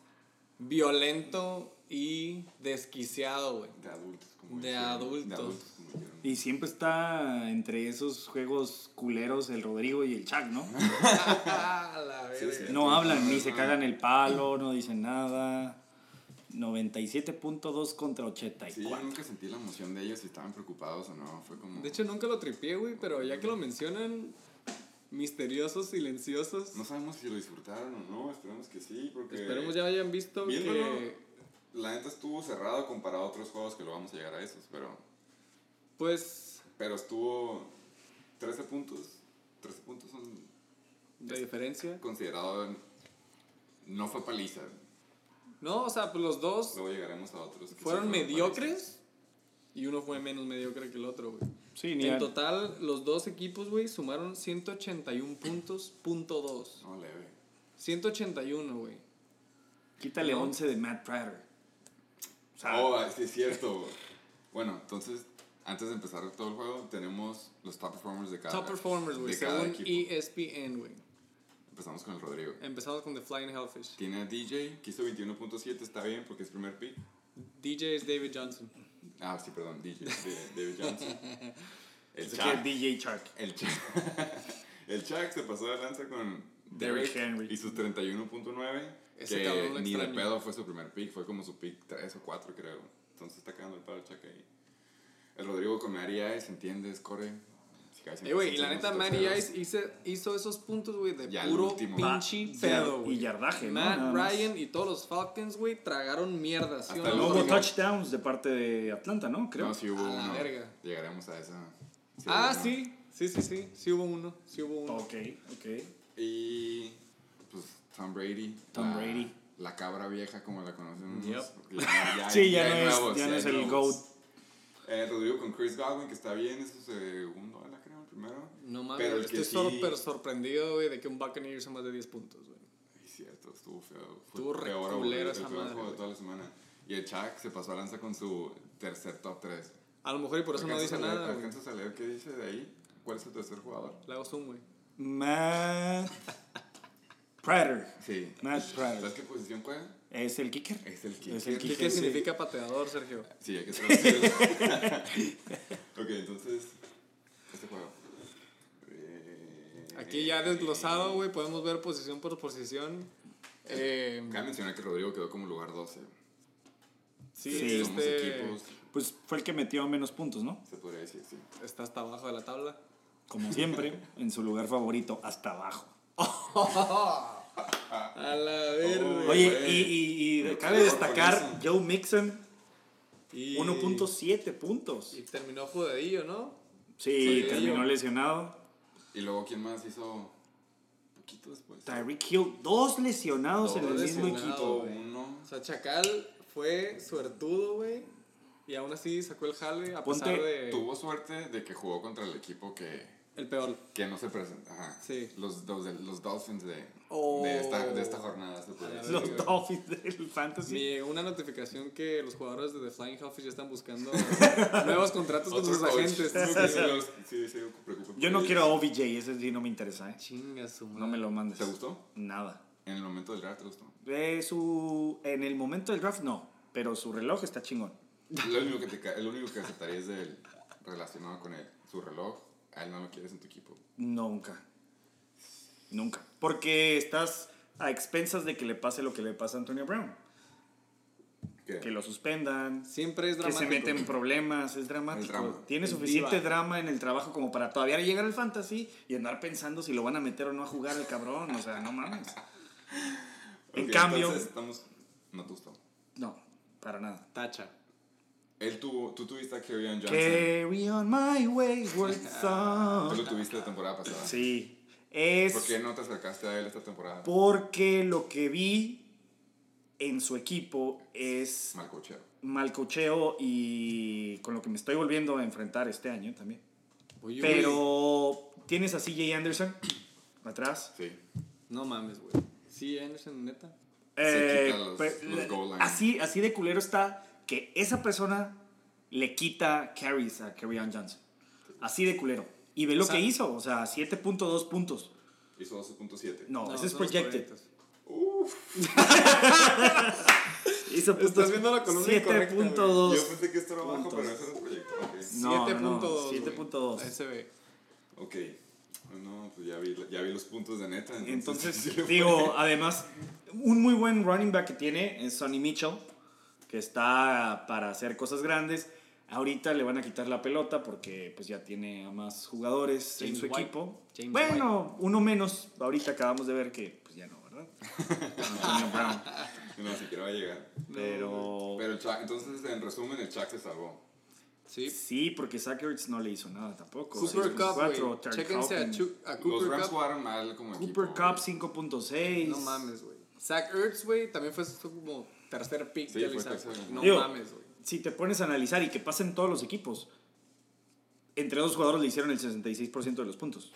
S1: violento y desquiciado, güey.
S2: De adultos. Como
S1: De
S2: dijeron,
S1: adultos.
S2: De adultos, como dijeron.
S3: Y siempre está entre esos juegos culeros el Rodrigo y el Chuck, ¿no?
S1: Ah, la verga.
S2: sí. Ah.
S3: No hablan, ni se cagan el palo, no dicen nada. 97.2 contra
S2: Sí, yo
S3: 84.
S2: nunca sentí la emoción de ellos si estaban preocupados o no. Fue como...
S1: De hecho, nunca lo tripié, güey, pero ya que lo mencionan, misteriosos, silenciosos.
S2: no sabemos si lo disfrutaron o no. Esperemos que sí, porque...
S1: Esperemos ya hayan visto
S2: Viéndolo,
S1: que.
S2: la neta estuvo cerrado comparado a otros juegos que lo vamos a llegar a esos, pero,
S1: Pues.
S2: pero estuvo 13 puntos. 13 puntos son
S1: La diferencia.
S2: considerado. en- No fue paliza.
S1: No, o sea, pues los dos
S2: Luego llegaremos a otros. que sí
S1: fueron
S2: palizas.
S1: mediocres y uno fue menos mediocre que el otro, güey.
S3: Sí, ni
S1: En
S3: a-
S1: total, los dos equipos, güey, sumaron 181 puntos, punto 2.
S2: No, leve.
S1: 181, güey.
S3: Quítale
S1: No.
S3: 11 de Matt Prater. O sea,
S2: Oh, ah, sí, es cierto. Bueno, entonces, antes de empezar todo el juego, tenemos los top performers de cada
S1: Top performers, güey,
S2: de cada
S1: según E
S2: equipo.
S1: ESPN, güey.
S2: Empezamos con el Rodrigo.
S1: Empezamos con The Flying Hellfish.
S2: Tiene a DJ, que hizo 21.7, está bien porque es primer pick.
S1: DJ es David Johnson.
S2: Ah, sí, perdón, DJ, de- David Johnson. El
S3: es que
S2: Chuck.
S3: DJ Chuck.
S2: El Chuck. el Chuck se pasó de lanza con
S3: Derrick
S2: Derrick
S3: Henry.
S2: y sus 31.9.
S1: Ese cabrón lo
S2: Que ni de
S1: extraño.
S2: pedo fue su primer pick, fue como su pick 3 o 4, creo. Entonces está quedando el palo el Chuck ahí. El Rodrigo con Mary Ice, ¿entiendes? Corre. Si cae
S1: Eh, güey, y la
S2: 100%
S1: neta,
S2: en los
S1: Matty
S2: terceros.
S1: Ice hizo, hizo esos puntos, güey, de
S2: Ya, el
S1: puro
S2: último.
S1: pinche
S3: Pa-
S1: pedo,
S3: Ah, y
S1: güey.
S3: yardaje, ¿no?
S1: Matt
S3: Nada más.
S1: Ryan y todos los Falcons, güey, tragaron mierda, ¿sí o no?
S2: Hasta
S3: No hubo
S2: luego,
S1: Porque-
S3: touchdowns de parte de Atlanta, ¿no? Creo.
S2: No, sí hubo
S1: A la
S2: uno.
S1: verga.
S2: Llegaremos a esa. Sí
S1: Ah,
S2: hubo uno.
S1: sí, sí, sí, sí, sí hubo uno, sí hubo uno.
S3: Ok, ok.
S2: Y pues Tom Brady.
S3: Tom
S2: la,
S3: Brady.
S2: La cabra vieja como la conocemos.
S1: Yep.
S2: porque Ya, ya-
S3: Sí,
S2: ya
S3: ya,
S2: hay
S3: no,
S2: nuevos,
S3: es, ya
S2: ya
S3: no
S2: hay
S3: es el
S2: nuevos.
S3: GOAT.
S2: Eh, Rodrigo con Chris Godwin, que está bien, es su segundo ala, creo, el primero.
S1: No mames, este
S2: Pero el que
S1: estoy sor-
S2: sí-
S1: pero sorprendido, güey, de que un Buccaneer hizo más de 10 puntos, güey.
S2: Ay, cierto, estuvo feo.
S1: Estuvo
S2: Fue
S1: re
S2: peor,
S1: culero
S2: aburrido,
S1: esa
S2: el peor
S1: madre,
S2: juego
S1: güey.
S2: de toda la semana. Y el Chuck se pasó a lanza con su tercer top 3.
S1: A lo mejor y por eso no dice nada, güey.
S2: ¿Alcanzas a leer qué dice de ahí? ¿Cuál es el tercer jugador?
S1: Le hago zoom, güey.
S3: Matt Prater
S2: Sí.
S3: Matt Prater.
S2: ¿Sabes qué posición juega?
S3: es el kicker.
S2: Es el
S3: Es el
S2: kicker.
S1: ¿Qué,
S3: kicker.
S1: qué
S3: sí.
S1: significa pateador, Sergio?
S2: Sí, hay que traducirlo. ok, entonces, este juego. Eh,
S1: Aquí ya desglosado, güey, podemos ver posición por posición. Eh,
S2: Cabe mencionar que Rodrigo quedó como lugar 12.
S1: sí,
S3: Sí.
S2: Somos
S1: este
S2: equipos,
S3: Pues fue el que metió menos puntos, ¿no?
S2: se podría decir, sí.
S1: está hasta abajo de la tabla.
S3: Como siempre, en su lugar favorito, hasta abajo.
S1: A la verga.
S3: Oye,
S2: güey.
S3: y, y, y
S2: Me
S3: cabe
S2: quedo con
S3: destacar
S2: eso.
S3: Joe Mixon
S1: Y-
S3: 1.7 puntos.
S1: Y terminó jodadillo, ¿no?
S3: Sí,
S2: Sí,
S3: terminó
S1: yo-
S3: lesionado.
S2: Y luego, ¿quién más hizo poquito después?
S3: Tyreek Hill, dos lesionados
S1: Dos
S3: en el mismo
S1: lesionados.
S3: equipo.
S2: Quito
S1: güey.
S2: uno.
S1: O sea, Chacal fue suertudo, güey. Y aún así sacó el jale a
S3: Ponte-
S1: pesar de...
S2: Tuvo suerte de que jugó contra el equipo que,
S1: El peor.
S2: que no se presenta. Ajá.
S1: Sí.
S2: Los, los, de- los Dolphins de,
S1: Oh.
S2: de, esta, de esta jornada. Se puede
S1: A la
S2: decir,
S3: Los
S2: güey.
S3: Dolphins del Fantasy.
S1: Me llegó una notificación que los jugadores de The Flying Hawks ya están buscando nuevos contratos con
S2: Otros
S1: sus agentes.
S2: coaches.
S1: Sí, güey.
S2: Sí, sí, sí, preocupa.
S3: Yo no quiero a OBJ, ese sí no me interesa. eh.
S1: Chinga su
S3: No me
S1: madre.
S3: lo mandes.
S2: ¿Te gustó?
S3: Nada.
S2: En el momento del draft te gustó.
S3: Eh, su, en el momento del draft no, pero su reloj está chingón.
S2: Lo único que, te, ca- lo único que aceptaría es el relacionado con él. Su reloj, a él no lo quieres en tu equipo.
S3: Nunca. Nunca. Porque estás a expensas de que le pase lo que le pasa a Antonio Brown.
S2: ¿Qué?
S3: Que lo suspendan,
S1: Siempre es
S3: que se
S1: dramático.
S3: mete en problemas, es dramático.
S2: El drama.
S3: Tiene
S1: Es
S3: suficiente
S1: diva.
S3: drama en el trabajo como para todavía llegar al fantasy y andar pensando si lo van a meter o no a jugar el cabrón. O sea, no mames. en
S2: Ok,
S3: cambio,
S2: Entonces estamos... No te gustó.
S3: no, para nada.
S1: Tacha.
S2: Él tuvo... Tú tuviste a Kerryon Johnson.
S3: Carry on my wayward
S2: Tú lo
S3: son.
S2: tuviste la temporada pasada.
S3: Sí. Es
S2: ¿Por qué no te acercaste a él esta temporada?
S3: porque lo que vi en su equipo es
S2: Mal cochero.
S3: mal cocheo y con lo que me estoy volviendo a enfrentar este año también.
S1: Oye, güey,
S3: Pero tienes a CJ Anderson atrás.
S2: Sí.
S1: No mames, güey. Sí, Anderson, neta.
S2: Se
S3: Eh,
S2: quita los-
S3: pe-
S2: los goal line.
S3: así, así de culero está que esa persona le quita carries a Kerryon Johnson. Así de culero. Y ve lo
S1: sea-
S3: que hizo, o sea, 7.2 puntos.
S2: Hizo 12.7.
S3: No,
S1: No,
S3: ese es
S1: son los
S3: projected.
S1: proyectos.
S3: Hizo
S1: Estás viendo la columna incorrecta, güey.
S3: 7.2.
S2: Yo pensé que esto era bajo,
S3: puntos.
S2: pero eso era un proyecto. Ok.
S3: No, no, no,
S1: 7.2. güey.
S3: 7.2.
S1: Ahí se ve.
S2: Ok. No, pues ya vi, ya vi los puntos de neta.
S3: Entonces,
S2: sí le fue.
S3: digo, además, un muy buen running back que tiene es Sonny Mitchell, que está para hacer cosas grandes. Ahorita le van a quitar la pelota porque pues ya tiene a más jugadores en
S1: James
S3: su
S1: White.
S3: equipo.
S1: James
S3: bueno, uno menos. Ahorita acabamos de ver que pues ya no, ¿verdad? Antonio Brown.
S2: No, siquiera va a llegar.
S3: Pero
S2: Pero el Chuck, entonces en resumen, el Chuck se salvó.
S1: Sí.
S3: sí, porque Sackers no le hizo nada tampoco.
S1: Cooper Cup,
S3: 6.4,
S1: güey.
S3: Tark
S1: Chéquense a,
S3: Hawkins.
S1: Chu- a
S2: Los
S1: Cooper
S2: Rams
S1: Cup.
S2: jugaron mal como
S3: Cooper
S2: equipo.
S3: Cup 5.6.
S1: No mames, güey. Zach Ertz, güey, también fue su como tercer pick
S2: Sí,
S1: de
S2: fue
S1: Isaac.
S2: tercero.
S1: No
S3: Digo,
S1: mames, güey.
S3: si te pones a analizar y que pasa en todos los equipos, entre dos jugadores le hicieron el 66% de los puntos.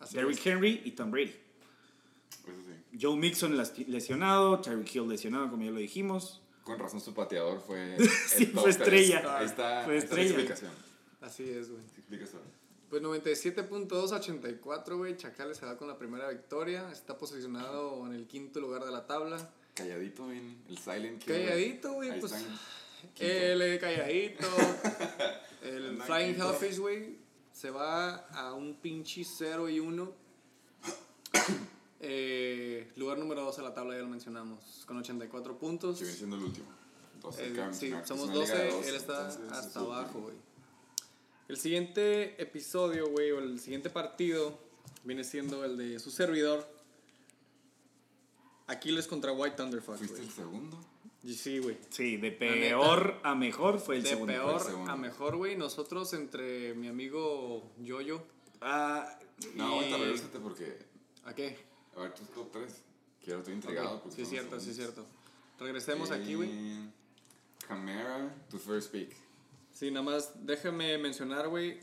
S1: Así
S3: Derrick Henry y Tom Brady.
S2: Eso sí.
S3: Joe Mixon las- lesionado, Tyreek Hill lesionado, como ya lo dijimos.
S2: Con razón su pateador fue.
S3: Sí,
S2: el top
S3: fue
S2: tres.
S3: estrella.
S2: Ahí está,
S3: Fue
S2: ahí está la
S3: estrella.
S2: explicación.
S1: es. Así es, güey.
S2: Se explica eso.
S1: Pues 97.2 a 84, güey. Chacales se da con la primera victoria. Está posicionado en el quinto lugar de la tabla.
S2: Calladito, bien. El silent killer.
S1: Calladito, güey.
S2: Ahí
S1: Pues,
S2: están. Quinto.
S1: el calladito. el
S2: Anda
S1: Flying
S2: quinto.
S1: Hellfish, güey. Se va a un pinche 0 y 1. Eh, lugar número 2 a la tabla, ya lo mencionamos. Con 84 puntos.
S2: Que viene siendo el último. 12
S1: El-
S2: cabe
S1: Eh, sí,
S2: mencionar que es
S1: somos
S2: una liga de
S1: 12,
S2: 12,
S1: él está
S2: entonces, es
S1: hasta
S2: último.
S1: abajo, güey. El siguiente episodio, güey, o el siguiente partido viene siendo el de su servidor. Aquiles contra White Thunderfuck,
S2: ¿Fuiste
S1: güey.
S2: el segundo?
S1: Y sí, güey.
S3: Sí, de
S1: La neta.
S3: peor a mejor fue el
S1: De
S3: segundo.
S1: peor
S2: el segundo.
S1: a mejor, güey. Nosotros entre mi amigo Yoyo.
S3: Ah,
S2: No,
S1: Y-
S2: ahorita regresate porque.
S1: ¿A qué?
S2: A ver, tus top 3. Quiero, estoy intrigado.
S3: pues,
S2: porque
S1: Sí, es
S2: son
S1: cierto,
S2: los
S1: sí, es
S2: segundos.
S1: cierto. Regresemos aquí, güey.
S2: Eh, Camara, tu first pick.
S1: Sí, nada más déjame mencionar, güey,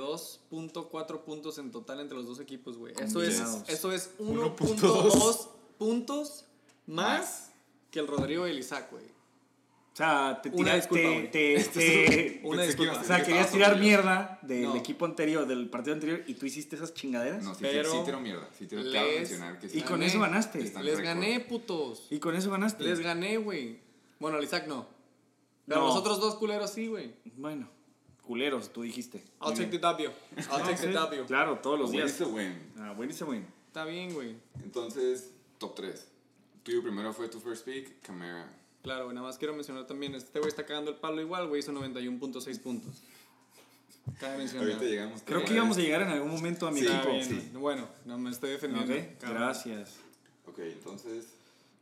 S1: 182.4 puntos en total entre los dos equipos, güey. Eso es,
S3: Combinados.
S1: eso es
S2: 1.2
S1: 1.2 puntos más
S2: Más.
S1: que el Rodrigo y el Isaac, güey.
S3: o sea, te
S1: Una
S3: tiraste.
S1: disculpa, güey.
S3: te- te-
S1: Una
S2: Pensé
S1: disculpa.
S2: que ibas a
S3: o
S2: decir
S3: sea,
S2: que
S3: querías
S2: estabas
S3: tirar
S2: orgulloso.
S3: mierda del
S1: No.
S3: equipo anterior, del partido anterior, y tú hiciste esas chingaderas.
S2: No, sí,
S1: Pero
S2: sí, sí, tiro mierda. Sí, tiro claro
S1: les-
S2: mencionar que
S1: y
S3: y
S2: sí.
S3: con
S1: gané.
S3: eso ganaste.
S2: Está- Tan
S1: Les
S2: récord.
S1: gané, putos.
S3: Y con eso ganaste.
S1: Les gané, güey. Bueno, el Isaac no. Pero
S3: No.
S1: los otros dos culeros sí, güey.
S3: Bueno, culeros, tú dijiste. Ah,
S1: I'll take the W.
S2: Ah,
S1: I'll take the W.
S3: Claro, todos los
S2: Win
S3: días.
S2: is a win.
S3: Ah, buenísimo, güey.
S1: Está bien, güey.
S2: Entonces, top 3. Tuyo primero fue tu first pick, Camara.
S1: Claro, güey, nada más quiero mencionar también, este güey está cagando el palo igual, güey, hizo 91.6 puntos. Cabe mencionar.
S2: Ahorita llegamos.
S3: Creo que íbamos a llegar en algún momento a mi
S2: Sí,
S1: Está
S3: equipo.
S1: bien, Bueno, no me estoy defendiendo.
S3: Ok,
S1: cabrón.
S3: gracias.
S2: Ok, entonces.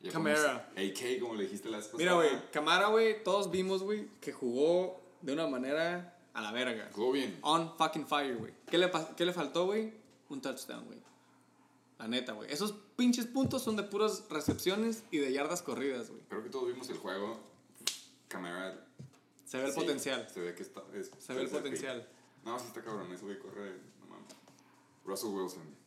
S2: Ya
S1: Camara.
S2: como- AK, como le dijiste las
S1: Mira, güey, Camara, güey, todos vimos, güey, que jugó de una manera a la verga.
S2: Jugó bien.
S1: On fucking fire, güey. ¿Qué le, pas- ¿Qué le faltó, güey? Un touchdown, güey. La neta, güey. Esos pinches puntos son de puras recepciones y de yardas corridas, güey.
S2: Creo que todos vimos el juego. Camara.
S1: Se ve el
S2: sí,
S1: potencial.
S2: Se ve que está. es-
S1: Se ve el
S2: tercer
S1: potencial.
S2: pick. No, sí está cabrón. Ese güey corre. No mames. Russell Wilson.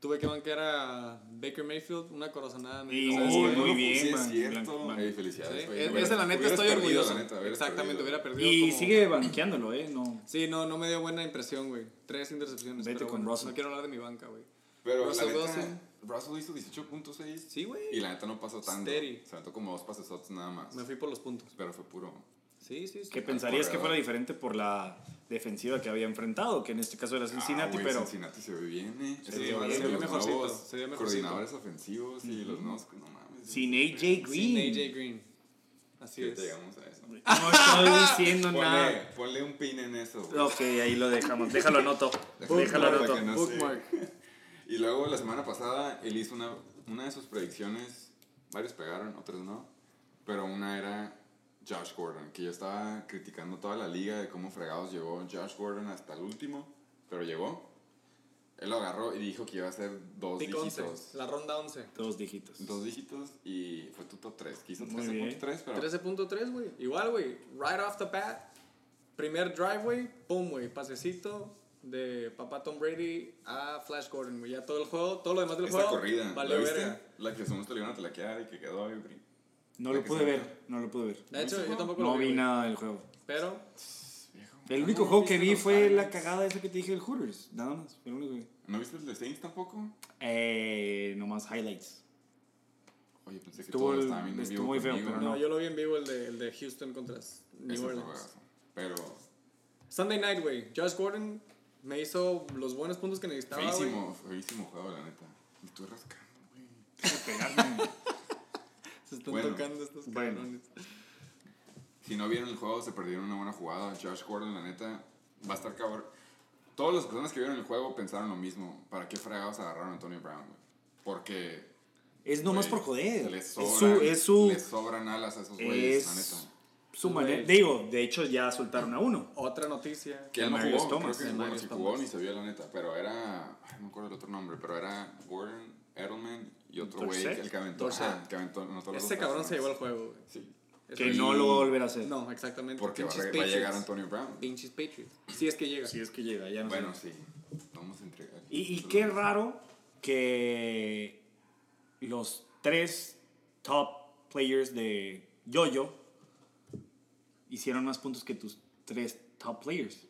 S1: Tuve que banquear a Baker Mayfield, una corazonada.
S3: Y-
S1: ¿sabes
S3: Uy,
S1: qué?
S3: muy
S2: Sí,
S3: bien,
S2: es
S3: man.
S2: cierto.
S3: Blan-
S2: Ey,
S1: Sí,
S2: felicidades, güey.
S1: es-
S2: Hubieras-
S1: esa, la neta,
S2: hubieras
S1: estoy
S2: perdido,
S1: orgulloso.
S2: la neta, hubieras
S1: Exactamente,
S2: perdido.
S1: hubiera perdido.
S3: Y
S1: como-
S3: sigue banqueándolo, ¿eh? No.
S1: Sí, no, no me dio buena impresión, güey. Tres intercepciones.
S3: Vete
S1: pero
S3: con
S1: bueno,
S3: Russell.
S1: No quiero hablar de mi banca, güey.
S2: Pero
S1: Russell
S2: la neta,
S1: Wilson.
S2: Russell hizo 18.6.
S1: Sí, güey.
S2: Y la neta no pasó tanto.
S1: Steady.
S2: Se aventó como dos pasesotes nada más.
S1: Me fui por los puntos.
S2: Pero fue puro.
S1: Sí, sí, sí.
S3: Que pensarías que fuera diferente por la defensiva que había enfrentado, que en este caso era Cincinnati,
S2: Ah, güey,
S3: pero
S2: Cincinnati se ve bien, eh.
S1: se
S2: Esos
S1: ve
S2: vatos,
S1: bien,
S2: los
S1: mejorcito,
S2: nuevos
S1: se ve mejorcito.
S2: Coordinadores ofensivos y los nuevos. No mames.
S3: sin AJ Green.
S1: Sin AJ Green. Así
S2: Sí,
S1: es.
S2: llegamos a eso.
S3: No estoy diciendo
S2: Ponle,
S3: nada.
S2: ponle un pin en eso. güey.
S3: Ok, ahí lo dejamos. Déjalo anoto. Déjalo
S2: Para
S3: anoto.
S2: que no se-
S1: Bookmark.
S2: Y luego la semana pasada él hizo una, una de sus predicciones. Varios pegaron, otros no. Pero una era Josh Gordon, que yo estaba criticando toda la liga de cómo fregados llegó Josh Gordon hasta el último. Pero llegó. Él lo agarró y dijo que iba a ser dos
S1: Pick 11.
S2: dígitos.
S1: La ronda 11.
S3: Dos dígitos.
S2: Dos dígitos y fue tu top 3. Que hizo
S3: Muy bien.
S2: 13.3, pero
S1: 13.3, güey. Igual, güey. Right off the bat. Primer drive, güey. Pum, güey. Pasecito de papá Tom Brady a Flash Gordon, güey. Ya todo el juego, todo lo demás del
S2: esta
S1: juego.
S2: corrida,
S1: Valió
S2: ¿la viste?
S1: verga.
S2: La que somos telegrama te la queda y que quedó ahí. güey.
S3: No lo pude ver, no lo pude ver.
S1: De hecho, yo tampoco
S3: No
S1: lo vi. Ah,
S3: vi
S1: güey.
S3: nada del juego.
S1: Pero,
S2: Viejo,
S3: El
S2: ¿cómo
S3: único
S2: no
S3: juego que
S2: viste
S3: vi
S2: los
S3: fue la
S2: highlights?
S3: cagada esa que te dije del Hooters. Nada más. fue El único que vi.
S2: ¿No viste el de Saints tampoco?
S3: Eh, nomás highlights.
S2: Oye, pensé que
S3: Estuvo
S2: todo
S3: el-
S2: estaba bien en
S3: estuvo
S2: vivo
S3: muy feo,
S2: conmigo,
S3: pero
S1: no,
S3: No.
S1: yo lo vi en vivo el de, el de Houston contra
S2: Ese
S1: New
S2: fue
S1: Orleans.
S2: juegazo. Pero
S1: Sunday night, güey. Josh Gordon me hizo los buenos puntos que necesitaba. güey.
S2: feísimo, feísimo juego, la neta. Me estuve rascando, güey.
S1: Se están
S2: Bueno.
S1: tocando estos
S3: Bueno.
S1: cabrones.
S2: Si no vieron el juego, se perdieron una buena jugada. Josh Gordon, la neta, va a estar cabrón. Todas las personas que vieron el juego pensaron lo mismo. ¿Para qué fregados agarraron a Antonio Brown, güey? Porque...
S3: Es nomás
S2: güey,
S3: por joder.
S2: les
S3: Es
S2: sobran-
S3: su. Es su.
S2: Les sobran alas a esos güeyes, la
S3: Es
S2: neta.
S3: su manera. Digo, de hecho ya soltaron a uno.
S1: Otra noticia.
S2: Que él no
S3: Demarius
S2: jugó, creo
S3: Thomas.
S2: que bueno,
S1: Demarius
S2: si jugó
S1: Thomas.
S2: ni se vio la neta, pero era, ay, no me acuerdo el otro nombre, pero era Gordon, Edelman y otro güey,
S3: Dorset.
S2: el que aventó,
S1: Dorset.
S2: ajá, que aventó anotó los
S1: Ese
S2: dos
S1: cabrón se llevó el
S2: touchdowns.
S1: juego, güey.
S2: Sí,
S1: Ese
S3: Que
S1: güey-
S3: no lo va a volver a hacer.
S1: No, exactamente.
S2: porque va, a
S1: Pinches
S2: re- va a llegar
S1: Patriots.
S2: Antonio Brown.
S1: Pinches Patriots. Si es que llega.
S3: Si es que llega, ya no sé.
S2: Bueno, sí, vamos a entregar.
S3: Y, y qué raro que los tres top players de Yoyo hicieron más puntos que tus tres top players.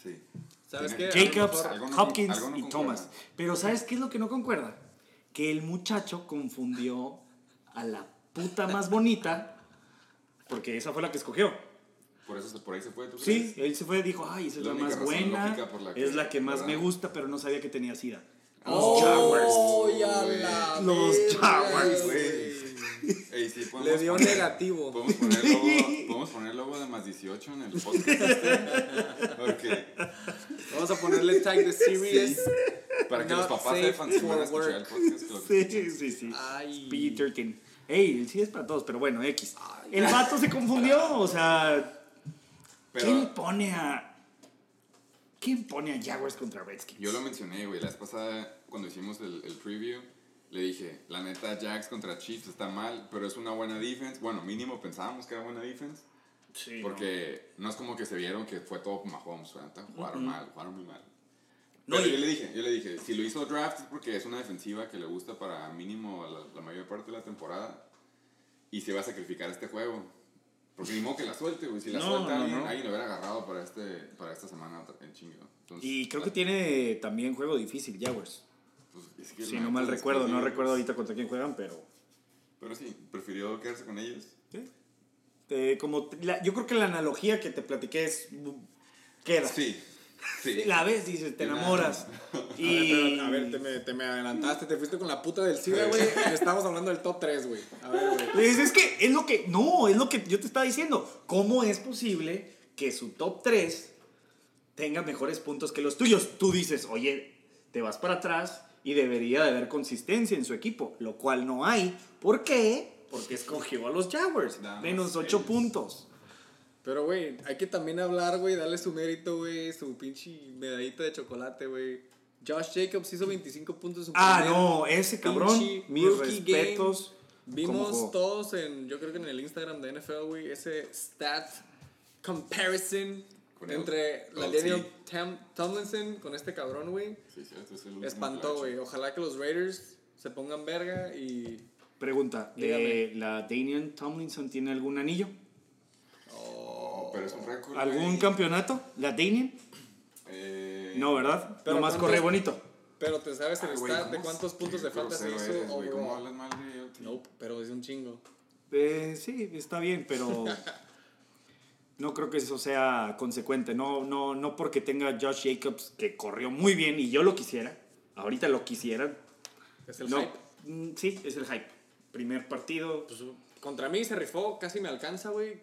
S2: Sí.
S1: ¿Sabes
S2: Tiene-
S1: qué? A lo
S3: Jacobs,
S1: mejor-
S2: Algo no-
S3: Hopkins
S2: algo no
S3: y
S2: concuerda.
S3: Thomas. Pero ¿sabes qué es lo que no concuerda? Que el muchacho confundió a la puta más bonita, porque esa fue la que escogió.
S2: Por eso, se- por ahí se fue, ¿tú
S3: Sí,
S2: crees?
S3: él se fue y dijo, ay, esa es
S2: La
S3: la,
S2: única
S3: más
S2: razón
S3: buena,
S2: lógica por la que-
S3: es la que más
S2: ¿verdad?
S3: me gusta, pero no sabía que tenía sida.
S1: ¡Oh,
S2: Jaguars.
S1: ya la
S3: Los
S1: verga,
S3: Jaguars,
S1: güey.
S2: Ey, sí, podemos
S1: Le dio
S2: poner-
S1: negativo.
S2: Podemos poner, logo, podemos poner logo de más 18 en el podcast. este? Porque
S1: Vamos a ponerle tag de
S2: Sí.
S1: serious.
S2: Para que
S1: Not
S2: los papás
S1: safe
S2: sepan si van a
S1: for
S2: escuchar el
S1: work.
S2: podcast. que lo
S3: Sí,
S2: escuchen.
S3: sí, sí.
S1: Ay.
S3: PG-13. Ey, el sí es para todos, pero bueno, X. El vato se confundió, o sea, ¿quién
S2: Pero
S3: pone a... ¿Quién pone a Jaguars contra Redskins?
S2: yo lo mencioné, güey. La vez pasada, cuando hicimos el, el preview, le dije: La neta, Jax contra Chiefs está mal, pero es una buena defense. Bueno, mínimo pensábamos que era buena defense.
S3: Sí, no.
S2: Porque no es como que se vieron que fue todo Mahomes, ¿verdad? Jugaron mal, jugaron muy mal.
S3: No,
S2: Pero
S3: y-
S2: yo le dije, yo le dije, si lo hizo draft es porque es una defensiva que le gusta para mínimo la, la mayor parte de la temporada y se va a sacrificar este juego. Porque ni modo que la suelte, güey. Si la
S3: No,
S2: suelta
S3: no,
S2: alguien,
S3: no.
S2: alguien lo hubiera agarrado para, este, para esta semana en chingo. Entonces,
S3: Y creo que
S2: la-
S3: tiene también juego difícil Jaguars.
S2: pues, es que
S3: Si
S2: la
S3: no
S2: neta,
S3: mal
S2: los
S3: recuerdo, no
S2: Patriots-
S3: recuerdo ahorita contra quién juegan, pero...
S2: Pero sí, prefirió quedarse con ellos.
S3: Eh, como t- la- yo creo que la analogía que te platiqué es... bu- Queda.
S2: Sí, sí.
S3: La ves, dices, te
S2: Queda.
S3: enamoras.
S1: Y...
S3: y...
S1: A ver, te me, te me adelantaste, te fuiste con la puta del SIDA, güey. Estamos hablando del top 3, güey. A ver, güey.
S3: Pues es que es lo que. No, es lo que yo te estaba diciendo. ¿Cómo es posible que su top 3 tenga mejores puntos que los tuyos? Tú dices, oye, te vas para atrás y debería de haber consistencia en su equipo, lo cual no hay. ¿Por qué? Porque escogió a los Jaguars.
S2: Nada más
S3: Menos 8
S2: ellos.
S3: puntos.
S1: Pero, güey, hay que también hablar, güey, darle su mérito, güey, su pinche medallita de chocolate, güey. Josh Jacobs hizo 25 puntos en su
S3: Ah,
S1: primer
S3: no, ese cabrón.
S1: pinche
S3: Mis
S1: rookie game.
S3: respetos. ¿Cómo jugó?
S1: Vimos todos en, yo creo que en el Instagram de NFL, güey, ese stat comparison
S2: Con el-
S1: entre
S2: con
S1: la
S2: el
S1: Daniel
S2: sí.
S1: Tam- Tomlinson con este cabrón, güey.
S2: Sí, sí, este es el último
S1: Espantó,
S2: clutch.
S1: güey. Ojalá que los Raiders se pongan verga y...
S3: Pregunta,
S1: Dígame.
S3: ¿de ¿la Daniel Tomlinson tiene algún anillo?
S2: Oh, pero es un récord.
S3: ¿Algún
S2: güey.
S3: campeonato? ¿La Daniel?
S2: Eh,
S3: No, ¿verdad?
S1: Pero
S3: Nomás
S1: ¿cuántos-
S3: corre bonito.
S1: Pero te sabes el
S2: ah, güey,
S1: stat
S2: ¿cómo
S1: de cuántos
S2: es-
S1: puntos
S2: qué
S1: de falta se
S2: grosero
S1: hizo.
S2: eres, güey? ¿Cómo
S1: overall.
S2: hablas mal de él, tío?
S1: Nope, pero es un chingo.
S3: Eh, sí, está bien, pero no creo que eso sea consecuente. No, no, no porque tenga Josh Jacobs, que corrió muy bien y yo lo quisiera. Ahorita lo quisiera.
S1: Es el
S3: no.
S1: hype.
S3: Mm, Sí, es el hype. Primer partido.
S1: Pues, contra mí se rifó, casi me alcanza, güey.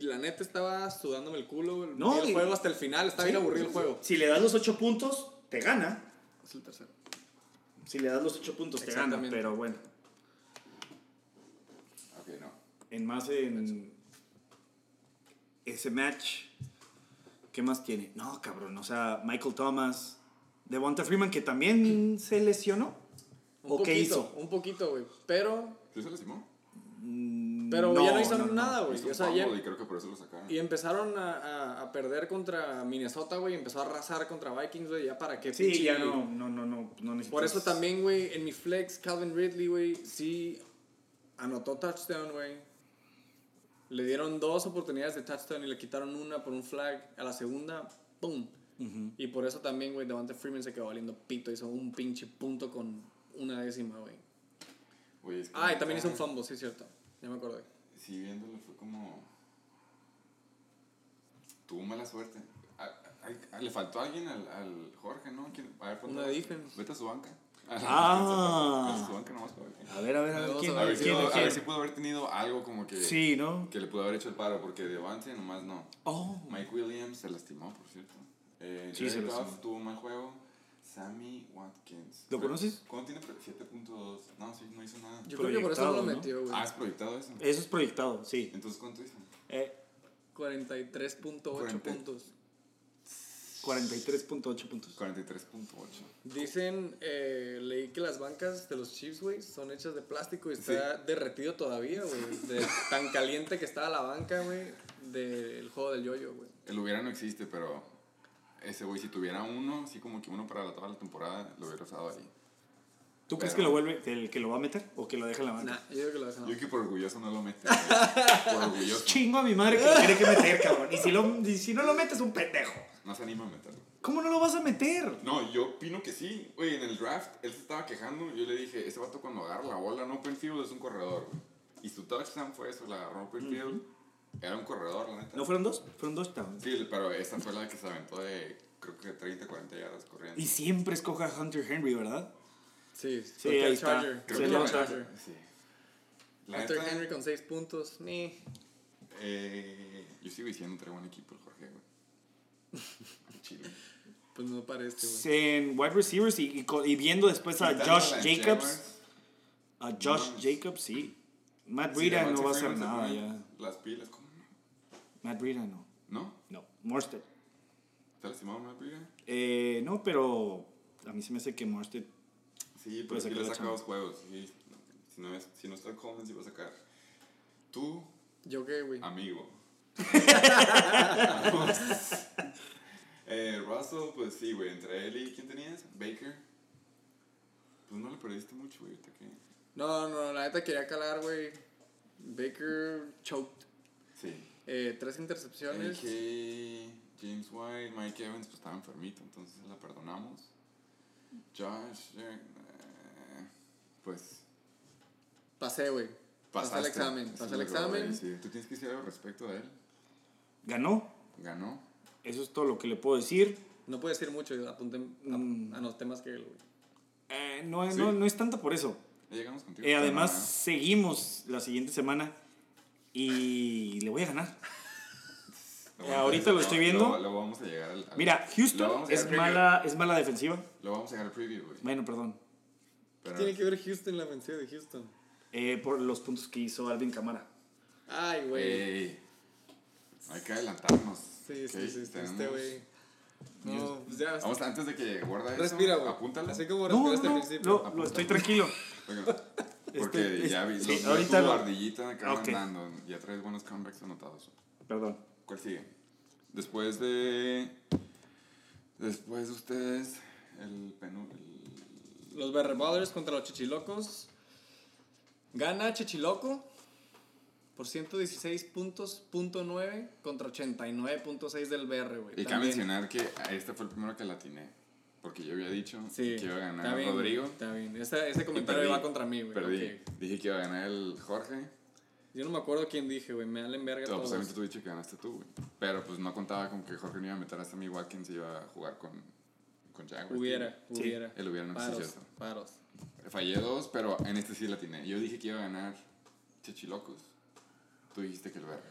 S1: La neta estaba sudándome el culo, güey.
S3: No,
S1: Vi el
S3: y-
S1: juego hasta el final, está bien aburrido el juego.
S3: Si le das los ocho puntos, te gana.
S1: Es el tercero.
S3: Si le das los ocho puntos, te gana.
S1: Exactamente.
S3: Pero bueno,
S2: Ok, no.
S3: en más en ese match, ¿qué más tiene? No, cabrón, o sea, Michael Thomas, Devonta Freeman, que también se lesionó.
S1: Un
S3: ¿O
S1: poquito,
S3: qué hizo?
S1: Un poquito, güey. Pero,
S2: ¿Sí se lastimó?
S1: pero
S3: No,
S1: ya no hicieron
S3: no, no.
S1: nada, Ah, güey.
S2: Hizo un
S1: O sea,
S2: fumble
S1: ya-
S2: y creo que por eso lo sacaron.
S1: y empezaron a, a- a perder contra Minnesota, güey. Empezó a arrasar contra Vikings, güey. Ya para qué
S3: Sí,
S1: pinche-
S3: ya no, no, no, no, no necesitas.
S1: Por eso también, güey, en mi flex, Calvin Ridley, güey, sí anotó touchdown, güey. Le dieron dos oportunidades de touchdown y le quitaron una por un flag. A la segunda, ¡pum! Y por eso también, güey, Devante Freeman se quedó valiendo pito. Hizo un pinche punto con una décima, güey.
S2: Güey, es que
S1: Ah, y
S2: neta,
S1: también hizo un fumble, sí, cierto. Ya me acordé.
S2: Sí, viéndolo fue como. Tuvo mala suerte. A- a- a- le faltó alguien al, al Jorge, ¿no? ¿Quién? A ver, ponte-
S1: Una defense.
S2: Vete a su banca.
S3: Ah.
S2: Vete a su banca nomás para ver.
S3: A ver, a ver, a ver.
S1: Vamos
S3: ¿Quién,
S1: a
S2: A ver,
S1: ver
S2: si,
S3: quién,
S2: pudo- a
S3: quién?
S2: ver si pudo haber tenido algo como que,
S3: Sí, ¿no?
S2: que le pudo haber hecho el paro, porque de avance nomás no.
S3: Oh,
S2: Mike Williams se lastimó, por cierto. Eh,
S3: Sí, se
S2: Jared Goff
S3: lastimó.
S2: tuvo un mal juego. Sammy Watkins.
S3: ¿Lo
S2: Pero,
S3: conoces?
S2: ¿Cuánto tiene? pre- 7.2. No, sí, no hizo nada.
S1: Yo creo que por eso no lo
S3: Proyectado, ¿no?
S1: metió, güey.
S2: Ah, ¿Has proyectado eso?
S3: eso es proyectado, sí.
S2: Entonces, ¿cuánto hizo?
S3: Eh,
S1: 43.8
S2: 40.
S1: puntos.
S3: 43.8 puntos.
S2: 43.8.
S1: Dicen, eh, leí que las bancas de los chips, güey, son hechas de plástico y está derretido todavía, güey. De tan caliente que estaba la banca, güey, del juego del yoyo, güey.
S2: El hubiera no existe, pero ese güey, si tuviera uno, así como que uno para la, toda la temporada, lo hubiera usado ahí.
S3: ¿Tú crees
S2: Pero-
S3: que lo vuelve, el que lo va a meter o que lo deja en la banca?
S1: Nah, yo digo que lo dejan.
S2: Yo que por orgulloso no lo mete. güey. Por orgulloso.
S3: Chingo a mi madre que lo tiene que meter, cabrón. Y si, lo, y si no lo metes, un pendejo.
S2: No se anima a meterlo.
S3: ¿Cómo no lo vas a meter?
S2: No, yo opino que sí. Oye, en el draft, él se estaba quejando. Yo le dije, ese vato cuando agarra la bola, no open field, es un corredor. güey". Y su touchdown fue eso, la agarró open field. Era un corredor, la neta.
S3: ¿No fueron dos? Fueron dos towns.
S2: Sí, pero esa fue la que se aventó de, creo que 30, 40 yardas corriendo.
S3: Y siempre escoja a Hunter Henry, ¿verdad?
S1: Sí,
S3: Sí,
S1: porque
S3: ahí
S1: el
S3: está.
S1: Charger.
S3: Creo
S2: que
S1: porque
S3: lo
S1: el
S3: nota.
S1: Charger.
S2: Sí. La
S1: Hunter
S2: neta,
S1: Henry con 6 puntos. Ni.
S2: eh, yo sigo diciendo, trae buen equipo el Jorge, güey. Chile.
S1: Pues no parece, güey.
S3: En wide receivers y, y co- y viendo después a
S2: Quitando
S3: Josh
S2: las
S3: Jacobs.
S2: Jaguars,
S3: A Josh
S2: No.
S3: Jacobs, sí. Matt
S2: si
S3: Breida no
S2: Devontae
S3: va a hacer
S2: Freeman se
S3: nada
S2: pone
S3: ya.
S2: Las pilas, ¿cómo no?
S3: Matt Breida no.
S2: ¿No?
S3: No. Morstead.
S2: ¿Está lastimado una pila?
S3: Eh, no, pero a mí se me hace que Morstead.
S2: Sí, pero
S3: Puede
S2: si
S3: sacar
S2: le
S3: la
S2: saca
S3: chamba.
S2: dos juegos. sí. si, no es, si no está Coleman, si va a sacar. Tú,
S1: Yo qué, güey.
S3: Ah.
S2: amigo. eh, Russell, pues sí, güey. Entre él y quién tenías? Baker. Pues no le perdiste mucho, güey. ahorita que-
S1: No, no, la neta quería calar, güey. Baker choked.
S2: Sí.
S1: Eh, tres intercepciones.
S2: AK, James White, Mike Evans, pues estaba enfermito, entonces la perdonamos. Josh, eh, pues
S1: Pasé, güey. Pasé el
S2: pasaste.
S1: examen.
S2: Eso
S1: Pasé
S2: es
S1: el
S2: lo que voy a
S1: examen.
S2: decir. Tú tienes que decir algo respecto a él.
S3: Ganó.
S2: Ganó.
S3: Eso es todo lo que le puedo decir.
S1: No puedo decir mucho, yo apunté a,
S3: Mm.
S1: anoté más que él, güey.
S3: Eh, no, es-
S2: Sí.
S3: no, no es tanto por eso.
S2: Ya llegamos contigo.
S3: Eh,
S2: Pero
S3: además,
S2: no, Ah,
S3: seguimos la siguiente semana y le voy a ganar. Eh, ahorita lo estoy viendo.
S2: Lo, vamos a llegar al. al-
S3: Mira,
S2: luego
S3: Houston
S2: vamos a llegar
S3: es
S2: al preview.
S3: mala, es mala defensiva.
S2: Lo vamos a llegar al preview, güey.
S3: Bueno, perdón.
S2: Pero-
S1: Tiene que ver Houston la vencida de Houston.
S3: Eh, por los puntos que hizo Alvin Camara.
S1: Ay, güey.
S2: Ey, hay que adelantarnos.
S1: Sí,
S2: Eh, Ok,
S1: sí, sí, sí, este
S2: tenemos-
S1: güey. No, pues ya.
S2: Vamos, antes de que guarda eso,
S1: Respira, güey.
S2: apúntalo.
S1: Así como
S3: No,
S1: respiraste al
S3: no, no,
S1: principio.
S3: no, lo estoy tranquilo.
S2: Oiga, Porque
S3: Este, es-
S2: ya vi,
S3: sí,
S2: los veo
S3: ahorita
S2: como
S3: lo- Ah,
S2: ardillita acá
S3: Ok.
S2: andando. Ya traes buenos comebacks anotados.
S3: Perdón.
S2: ¿Cuál sigue? Después de... Después de ustedes, el penú... el-
S1: Los Barre Brothers contra los Chichilocos. Gana Chichiloco por 116 puntos, punto 9 contra 89.6 del BR, güey.
S2: Y cabe
S1: También.
S2: mencionar que a este fue el primero que la atiné. Porque yo había dicho
S1: Sí,
S2: que iba a ganar
S1: está bien,
S2: Rodrigo.
S1: Está bien, Esa- ese
S2: y
S1: comentario
S2: perdí.
S1: va contra mí, güey.
S2: Perdí.
S1: ok.
S2: Dije que iba a ganar el Jorge.
S1: Yo no me acuerdo quién dije, güey. Me valen verga
S2: No, pues
S1: todos.
S2: obviamente tú dijiste que ganaste tú, güey. Pero pues no contaba con que Jorge no iba a meter a Sammy Watkins y iba a jugar con, con Jaguars. güey.
S1: Hubiera,
S3: Sí,
S1: hubiera.
S2: él hubiera, no
S1: paros,
S2: existió eso.
S1: paros.
S2: Fallé dos, pero en este sí la atiné. Yo dije que iba a ganar Chichilocos. Tú dijiste que el verga.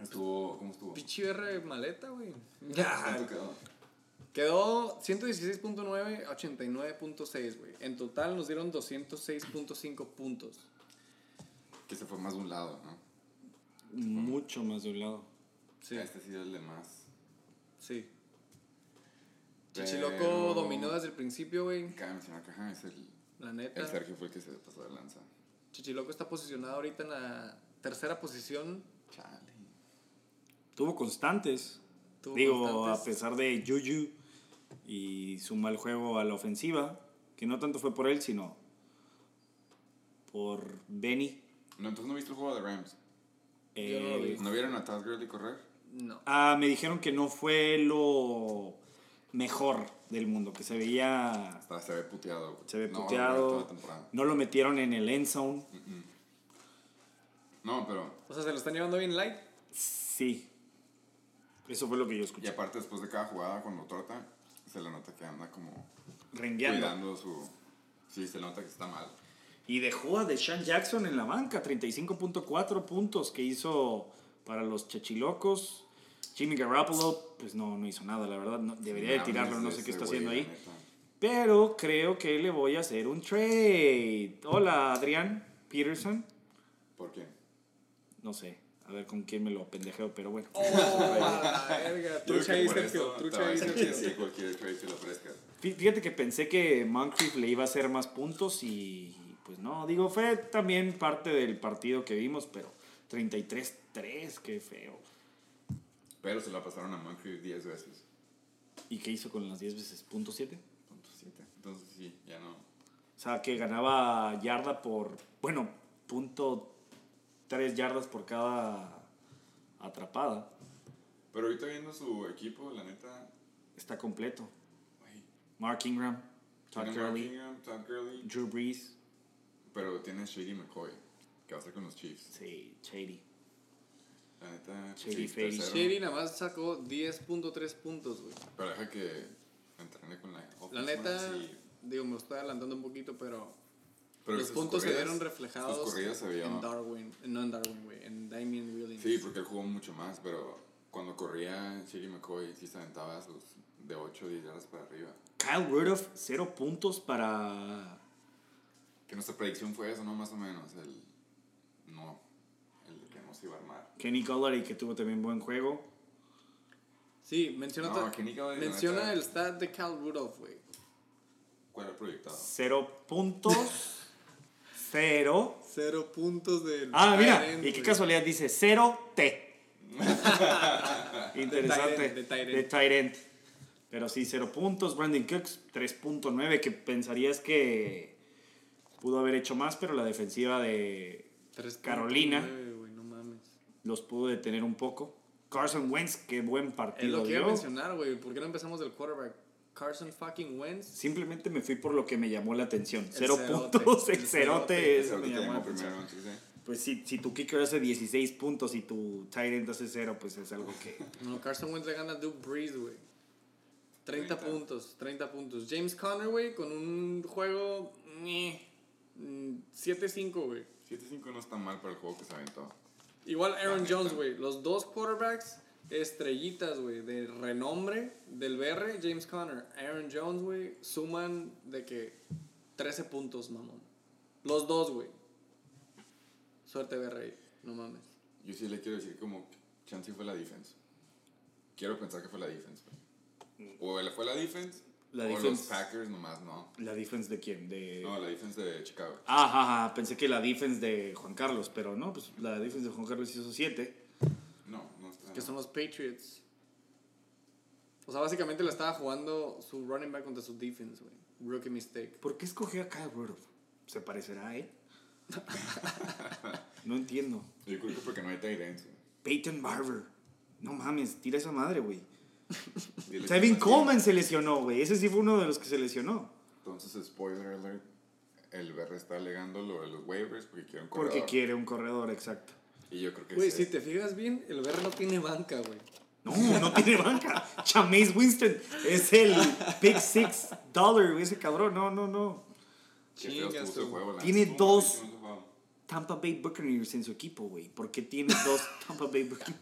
S2: Estuvo, ¿cómo estuvo?
S1: Pichi BR maleta, güey.
S2: ¿Cuánto quedó?
S1: Quedó 116.9, 89.6, güey. En total nos dieron 206.5 puntos.
S2: Que se fue más de un lado, ¿no?
S3: Mucho más de un lado.
S1: Sí,
S2: Este sí es el de más.
S1: sí.
S2: Pero-
S1: Chichiloco dominó desde el principio, güey.
S2: Cabe mencionar que ajá, es el,
S1: La neta.
S2: el Sergio fue el que se pasó de lanza.
S1: Chichiloco está posicionado ahorita en la tercera posición.
S2: Chale.
S3: Tuvo constantes.
S1: Tuvo
S3: Digo,
S1: constantes.
S3: a pesar de Juju y su mal juego a la ofensiva, que no tanto fue por él, sino por Benny.
S2: No, entonces no viste el juego de Rams.
S1: Yo no lo
S3: Eh,
S1: vi.
S2: ¿No vieron a Taz Gurley correr?
S1: No.
S3: ah, me dijeron que no fue lo mejor del mundo, que se veía...
S2: Hasta se ve puteado, güey.
S3: Se ve
S2: No va a jugar toda la
S3: puteado.
S2: temporada. Mm.
S3: No lo metieron en el end zone.
S2: No, pero
S1: O sea, se lo están llevando bien light.
S3: Sí. Eso fue lo que yo
S2: Y
S3: escuché.
S2: aparte, después de cada jugada, cuando trota, se le nota que anda como
S3: Rengueando.
S2: cuidando su. Sí, se le nota que está mal.
S3: Y dejó a Deshaun Jackson en la banca. 35.4 puntos que hizo para los chachilocos. Jimmy Garoppolo, pues no, no hizo nada, la verdad. No, debería de
S2: Mames,
S3: tirarlo, no sé
S2: ese
S3: qué está
S2: güey,
S3: haciendo
S2: la
S3: ahí.
S2: neta.
S3: Pero creo que le voy a hacer un trade. Hola, Adrián Peterson.
S2: ¿Por qué?
S3: No sé, a ver con quién me lo pendejeo, pero bueno.
S1: Oh, la verga.
S2: Yo creo
S1: Trucha
S2: que
S1: ahí,
S2: por
S1: Sergio.
S2: eso te
S1: Trucha
S2: va a
S1: ahí,
S2: decir que
S1: Sergio.
S2: sí, cualquier trade que lo ofrezcas.
S3: Fí- Fíjate que pensé que Moncrief le iba a hacer más puntos y pues no, digo, fue también parte del partido que vimos, pero 33-3, qué feo.
S2: Pero se la pasaron a Moncrief 10 veces.
S3: ¿Y qué hizo con las 10 veces? ¿Punto 7?
S2: Punto siete. Entonces, sí, ya no.
S3: O sea, que ganaba yarda por, bueno, punto 3 yardas por cada atrapada.
S2: Pero ahorita viendo su equipo, la neta.
S3: Está completo.
S2: güey,
S3: Mark Ingram, Todd
S2: tiene
S3: Gurley,
S2: Markingham, Todd Gurley.
S3: Drew Brees,
S2: Pero tiene Shady McCoy, que va a estar con los Chiefs.
S3: sí, Shady.
S2: La neta.
S3: Shady
S2: Chiefs
S3: Face.
S2: tercero.
S1: Shady nada más sacó 10.3 puntos, güey.
S2: Pero deja que entrene con la.
S1: La
S2: offense,
S1: neta,
S2: sí.
S1: digo, me estoy adelantando un poquito, pero
S2: Pero
S1: los
S2: sus
S1: puntos se
S2: corridas-
S1: vieron
S2: sus
S1: reflejados
S2: corridas se vio.
S1: en Darwin, no en Darwin, güey, en Damien Williams.
S2: Sí, porque él jugó mucho más, pero cuando corría Shady McCoy sí se aventaba sus de 8 o 10 yardas para arriba.
S3: Kyle Rudolph, 0 puntos para
S2: Que nuestra predicción fue eso, ¿no? Más o menos, el no, el de que no se iba a armar.
S3: Kenny Golladay, que tuvo también buen juego.
S1: Sí, menciona,
S2: No,
S1: otra-
S2: que ni cabe de
S1: menciona
S2: neta.
S1: el stat de Cal Rudolph, güey.
S2: ¿Cuál era el proyectado?
S3: Cero puntos. cero.
S1: Cero puntos de...
S3: Ah, mira. Y qué casualidad dice cero T.
S1: De
S3: Interesante.
S1: tight end, de tight end.
S3: De tight end. Pero sí, cero puntos. Brandon Cooks, 3.9, que pensarías que pudo haber hecho más, pero la defensiva de Carolina.
S1: güey, no mames.
S3: los pudo detener un poco. Carson Wentz, qué buen partido.
S1: Es lo que iba a
S3: dio.
S1: mencionar, güey, ¿por qué no empezamos del quarterback? Carson fucking Wentz.
S3: Simplemente me fui por lo que me llamó la atención. Cero
S1: cerote,
S3: puntos,
S1: el cerote.
S3: el cerote.
S2: Ese
S3: eso me
S2: ahorita
S3: llamó la
S2: llamó
S3: atención.
S2: primero antes de.
S3: Pues si, si tu kicker hace 16 puntos y tu tight end hace 0, pues es algo que...
S1: No, Carson Wentz le gana a Duke Breeze, güey. 30,
S2: 30.
S1: puntos, 30 puntos. James Conner, güey, con un juego... meh, mm, 7-5, güey.
S2: 7-5 no está mal para el juego que se aventó.
S1: Igual Aaron
S2: neta.
S1: Jones, güey. Los dos quarterbacks estrellitas, güey, de renombre del BR, James Conner, Aaron Jones, güey, suman de que 13 puntos, mamón. Los dos, güey. Suerte, BR, no mames.
S2: Yo sí le quiero decir como Chance fue la defense. Quiero pensar que fue la defense. güey. O él fue la defense.
S3: Mm. La
S2: o los
S3: defense.
S2: Packers nomás no.
S3: ¿La defense de quién? De...
S2: No, la defense de Chicago.
S3: Ajá, ajá, pensé que la defense de Juan Carlos, pero no, pues la defense de Juan Carlos hizo 7.
S2: No, no está.
S1: Que son los Patriots. O sea, básicamente la estaba jugando su running back contra su defense, güey. Rookie mistake.
S3: ¿Por qué escogió a Kyle Rudolph? ¿Se parecerá a él? no entiendo.
S2: Yo creo que porque no hay tight ends, güey.
S3: Peyton Barber. No mames, tira esa madre, güey.
S2: Dile que
S3: Tevin
S2: más bien.
S3: Coleman se lesionó, güey. Ese sí fue uno de los que se lesionó.
S2: Entonces, spoiler alert. El BR está alegando lo de los waivers porque quiere un corredor.
S3: Porque quiere un corredor, exacto.
S2: Y yo creo que
S1: Güey,
S2: sí.
S1: si te fijas bien, el BR no tiene banca, güey.
S3: No, no tiene banca. Jameis Winston es el Big Six Dollar, güey, ese cabrón. No, no, no.
S2: Qué feo estuvo ese
S1: Chingas,
S2: juego, la
S3: Tiene
S2: neta, estuvo
S3: dos-
S2: malísimo ese juego.
S3: Tampa Bay Buccaneers en su equipo, güey. ¿Por qué tiene dos Tampa Bay Buccaneers?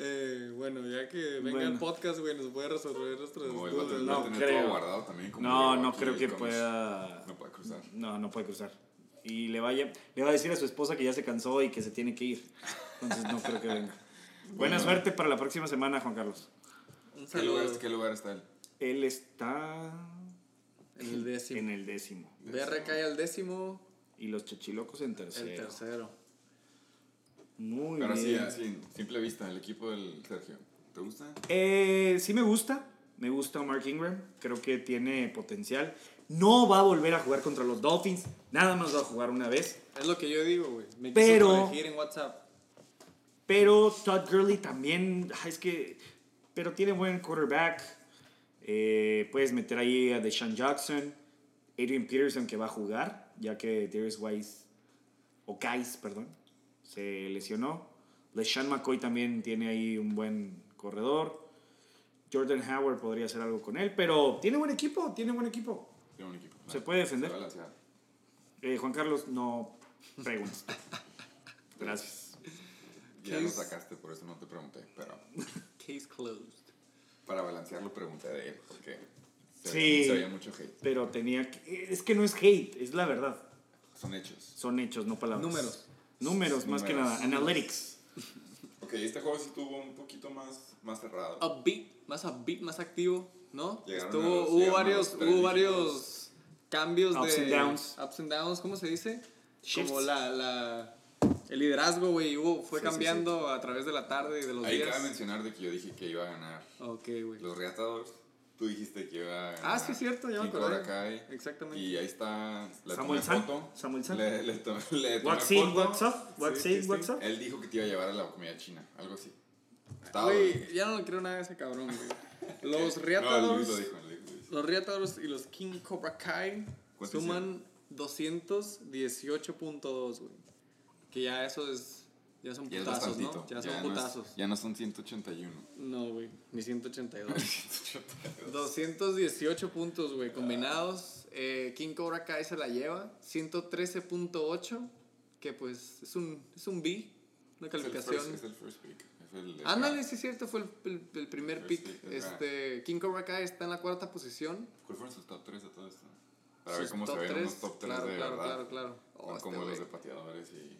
S1: Eh, bueno, ya que venga
S3: Bueno.
S1: el podcast, güey, nos puede resolver nuestras
S2: No, el vato
S1: dudas.
S2: debe
S3: No
S2: tener
S3: creo.
S2: todo guardado también. como
S3: No,
S2: llegó
S3: no
S2: aquí
S3: creo que
S2: con-
S3: pueda.
S2: No puede cruzar.
S3: No, no puede cruzar. Y le, vaya, le va a decir a su esposa que ya se cansó y que se tiene que ir. Entonces no creo que venga. Buena
S2: Bueno.
S3: suerte para la próxima semana, Juan Carlos.
S1: Un
S2: ¿Qué lugar,
S1: saludo.
S2: ¿Qué lugar está él?
S3: Él está
S1: En el
S3: en
S1: décimo.
S3: el décimo.
S1: BR cae al décimo,
S3: Y los chechilocos en
S1: el
S3: tercero.
S1: tercero.
S3: Muy
S2: Pero sí,
S3: bien.
S2: así, simple vista, el equipo del Sergio. ¿Te gusta?
S3: Eh, sí me gusta. Me gusta Mark Ingram. Creo que tiene potencial. No va a volver a jugar contra los Dolphins. Nada más va a jugar una vez.
S1: Es lo que yo digo, güey. Me
S3: Pero-
S1: quiso corregir en WhatsApp.
S3: Pero Todd Gurley también, ah, es que, pero tiene buen quarterback. Eh, puedes meter ahí a Deshaun Jackson, Adrian Peterson que va a jugar, ya que Darius Wise, o Guys, perdón, se lesionó. Deshaun McCoy también tiene ahí un buen corredor. Jordan Howard podría hacer algo con él, pero tiene buen equipo, tiene buen equipo.
S2: Tiene un equipo.
S3: Se puede defender.
S2: Está balanceado.
S3: Eh, Juan Carlos, no preguntes. Gracias.
S2: Ya
S1: ¿Qué
S2: lo
S1: es?
S2: sacaste, por eso no te pregunté. Pero
S1: Case closed.
S2: para balancearlo pregunté de él, porque se,
S3: Sí.
S2: se veía mucho hate.
S3: Pero tenía que, es que no es hate, es la verdad.
S2: Son hechos.
S3: Son hechos, no palabras.
S1: Números.
S3: Números, más que
S2: Números.
S3: nada. Analytics.
S2: Ok, este juego sí estuvo un poquito más, más cerrado.
S1: upbeat, más upbeat, más activo, ¿no?
S2: Llegaron
S1: Estuvo,
S2: a los-
S1: hubo
S2: llegaron a
S1: varios,
S2: los tres
S1: hubo
S2: dígitos.
S1: varios cambios
S3: Ups
S1: de
S3: and downs.
S1: ups and downs, ¿cómo se dice?
S3: Shifts.
S1: Como la, la el liderazgo, güey, hubo- fue
S2: Sí, sí,
S1: cambiando a través de la tarde y de los
S2: Ahí
S1: días.
S2: cabe mencionar de que yo dije que iba a ganar
S1: Ok, güey.
S2: los reatadores. Tú dijiste que iba a ganar.
S1: Ah, sí, es cierto, ya me
S2: King
S1: acordé.
S2: Cobra Kai.
S1: Exactamente.
S2: Y ahí está. Le
S3: Samuel
S2: tomé
S3: San.
S2: foto.
S3: Samuel San.
S2: Le, le tomé, le tomé
S3: What's in,
S2: foto.
S3: what's up, what's
S1: Sí,
S3: in,
S1: sí,
S3: what's
S1: sí.
S3: up.
S2: Él dijo que te iba a llevar a la comida china, algo así. Estaba.
S1: Güey, ya no le quiero nada a ese cabrón, güey. Los
S2: No,
S1: Reatadores,
S2: Luis lo dijo, Luis lo dijo.
S1: los Reatadores y los King Cobra Kai
S2: ¿Cuánto
S1: suman 218.2, güey. Que ya eso es ya son
S2: Y es
S1: putazos,
S2: bastantito.
S1: ¿no? Ya son
S2: no es-
S1: putazos.
S2: ya no son 181.
S1: No, güey, ni 182. 218 puntos, güey, combinados. Eh, King Cobra Kai se la lleva. 113.8, que pues es un, es un B, una
S2: Es el
S1: calificación.
S2: first- Es el first pick. Es el-
S1: Ándale, sí es cierto, fue el, el- el primer
S2: First
S1: pick.
S2: pick, ajá.
S1: Este, King Cobra Kai está en la cuarta posición.
S2: ¿Cuál fueron sus top 3 de todo esto? Para
S1: Sus
S2: ver cómo se
S1: top
S2: ven
S1: tres,
S2: unos top 3
S1: claro,
S2: de
S1: claro,
S2: verdad.
S1: claro, claro. Oh,
S2: No
S1: este
S2: como los
S1: güey.
S2: de pateadores y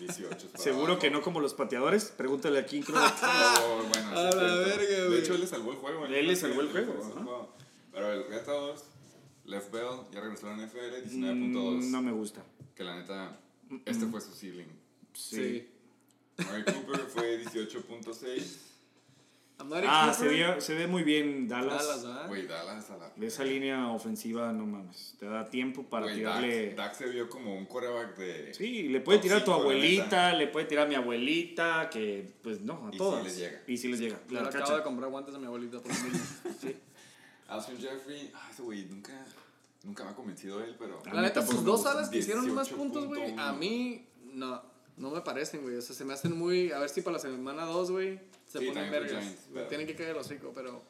S2: 18. para
S3: Seguro
S2: abajo.
S3: que no como los pateadores. Pregúntale a King Crow.
S2: Oh, bueno, sí,
S1: A
S2: es
S1: la
S2: cierto.
S1: verga,
S2: De
S1: güey.
S2: hecho, él le salvó el juego.
S3: Él le salvó el juego,
S2: salvó el
S3: ajá.
S2: juego. Pero el Reatadores, Left Bell, ya regresó a la NFL, 19.2.
S3: Mm, no me gusta.
S2: Que la neta, este fue su ceiling.
S3: Sí.
S2: Mary Cooper fue 18.6.
S1: I'm not a
S3: Ah, se
S1: keeper.
S3: ve, se ve muy bien Dallas.
S1: Dallas, ¿verdad?
S2: Güey, Dallas a la.
S3: Esa línea ofensiva, no mames. Te da tiempo para
S2: Güey,
S3: tirarle.
S2: Dak, Dak se vio como un quarterback de.
S3: Sí, le puede
S2: Top
S3: tirar a tu
S2: cinco, la
S3: abuelita, le puede tirar a mi abuelita, que pues no, a
S2: Y sí
S3: todas.
S2: les llega.
S3: Y sí les llega.
S1: Le
S3: La
S1: acabo de
S3: cacha.
S1: comprar guantes a mi abuelita por lo mismo.
S2: Alshon Jeffrey, ah, ese güey nunca, nunca me ha convencido él, pero.
S3: Ah,
S1: La neta,
S3: tampoco
S1: sus
S3: me
S1: dos
S3: gustan.
S1: alas que hicieron más puntos, güey,
S2: 18.1.
S1: a mí no, no me parecen, güey. O sea, se me hacen muy. A ver si para la semana 2, güey, se
S2: Sí,
S1: ponen
S2: también fue
S1: vergas.
S2: Giants,
S1: Me
S2: pero-
S1: Tienen que caer el hocico, pero.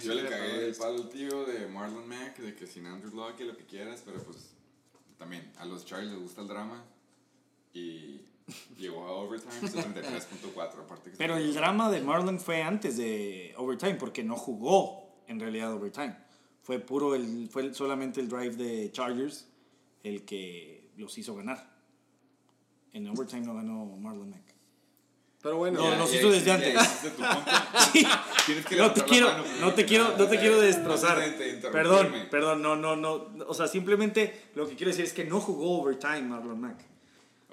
S2: Yo le cagué el
S1: Libertadores.
S2: palo al tío de Marlon Mack, de que sin Andrew Luck y lo que quieras, pero pues. También, a los Chargers les gusta el drama. Y Llegó a overtime 73.4, aparte que
S3: Pero el drama de Marlon fue antes de overtime, porque no jugó en realidad overtime. Fue puro, el, fue el- solamente el drive de Chargers el que los hizo ganar. En overtime no ganó Marlon Mack.
S1: Pero bueno,
S3: No,
S2: Ya,
S3: nos
S2: ya
S3: hizo desde
S2: ya
S3: antes.
S2: hiciste tu punto. Tienes que
S3: No
S2: levantar
S3: te
S2: la
S3: quiero,
S2: mano, pues,
S3: no te quiero, no te quiero
S2: eh,
S3: destrozar.
S2: antes de interrumpirme.
S3: Perdón, perdón, no, no, no. O sea, simplemente lo que quiero decir es que no jugó overtime Marlon Mack.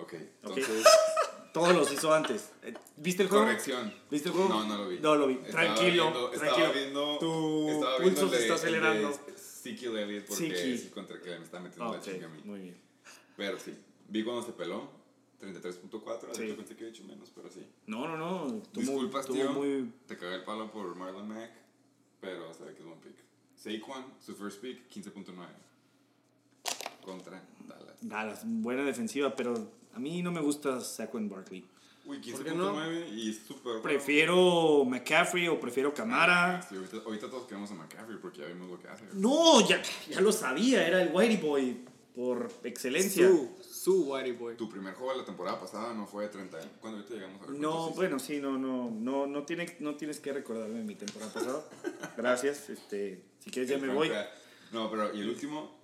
S2: Ok,
S3: Ok.
S2: entonces,
S3: Todos los hizo antes. Eh, ¿Viste el juego?
S2: corrección.
S3: ¿Viste el juego?
S2: No, no lo vi.
S3: No lo vi.
S2: Estaba
S3: Tranquilo,
S2: viendo-
S3: tranquilo.
S2: Estaba viendo.
S3: Tu
S2: estaba
S3: pulso
S2: viendo
S3: se
S2: el de-
S3: está
S2: el de
S3: acelerando.
S2: Ezekiel Elliott porque
S3: Siki.
S2: es el contra que me está metiendo la
S3: Ah, Ok,
S2: chinga a mí.
S3: muy bien.
S2: Pero sí, vi cuando se peló. 33.4,
S3: Sí.
S2: yo pensé que había hecho menos, pero sí.
S3: No, no, no. Tuvo,
S2: Disculpas,
S3: tuvo
S2: tío.
S3: muy-
S2: Te cagué el palo por Marlon Mack, pero sabe que es buen pick. Saquon, su first pick, 15.9. Contra Dallas.
S3: Dallas, buena defensiva, pero a mí no me gusta Saquon Barkley.
S2: Uy,
S1: ¿Por qué no?
S2: 15.9 y súper.
S3: Prefiero McCaffrey o prefiero Camara.
S2: Sí, ahorita, ahorita todos queremos a McCaffrey porque ya vimos lo que hace. güey.
S3: No, ya, ya lo sabía, era el Whitey Boy por excelencia.
S1: su, su Whitey Boy.
S2: Tu primer juego de la temporada pasada no fue de 30. Cuando ahorita llegamos a ver
S3: No,
S2: cuántos
S3: bueno, sí, no, no, no, no, tiene, no tienes que recordarme mi temporada pasada. Gracias, este, si quieres
S2: hizo.
S3: ya me voy.
S2: No, pero y el último,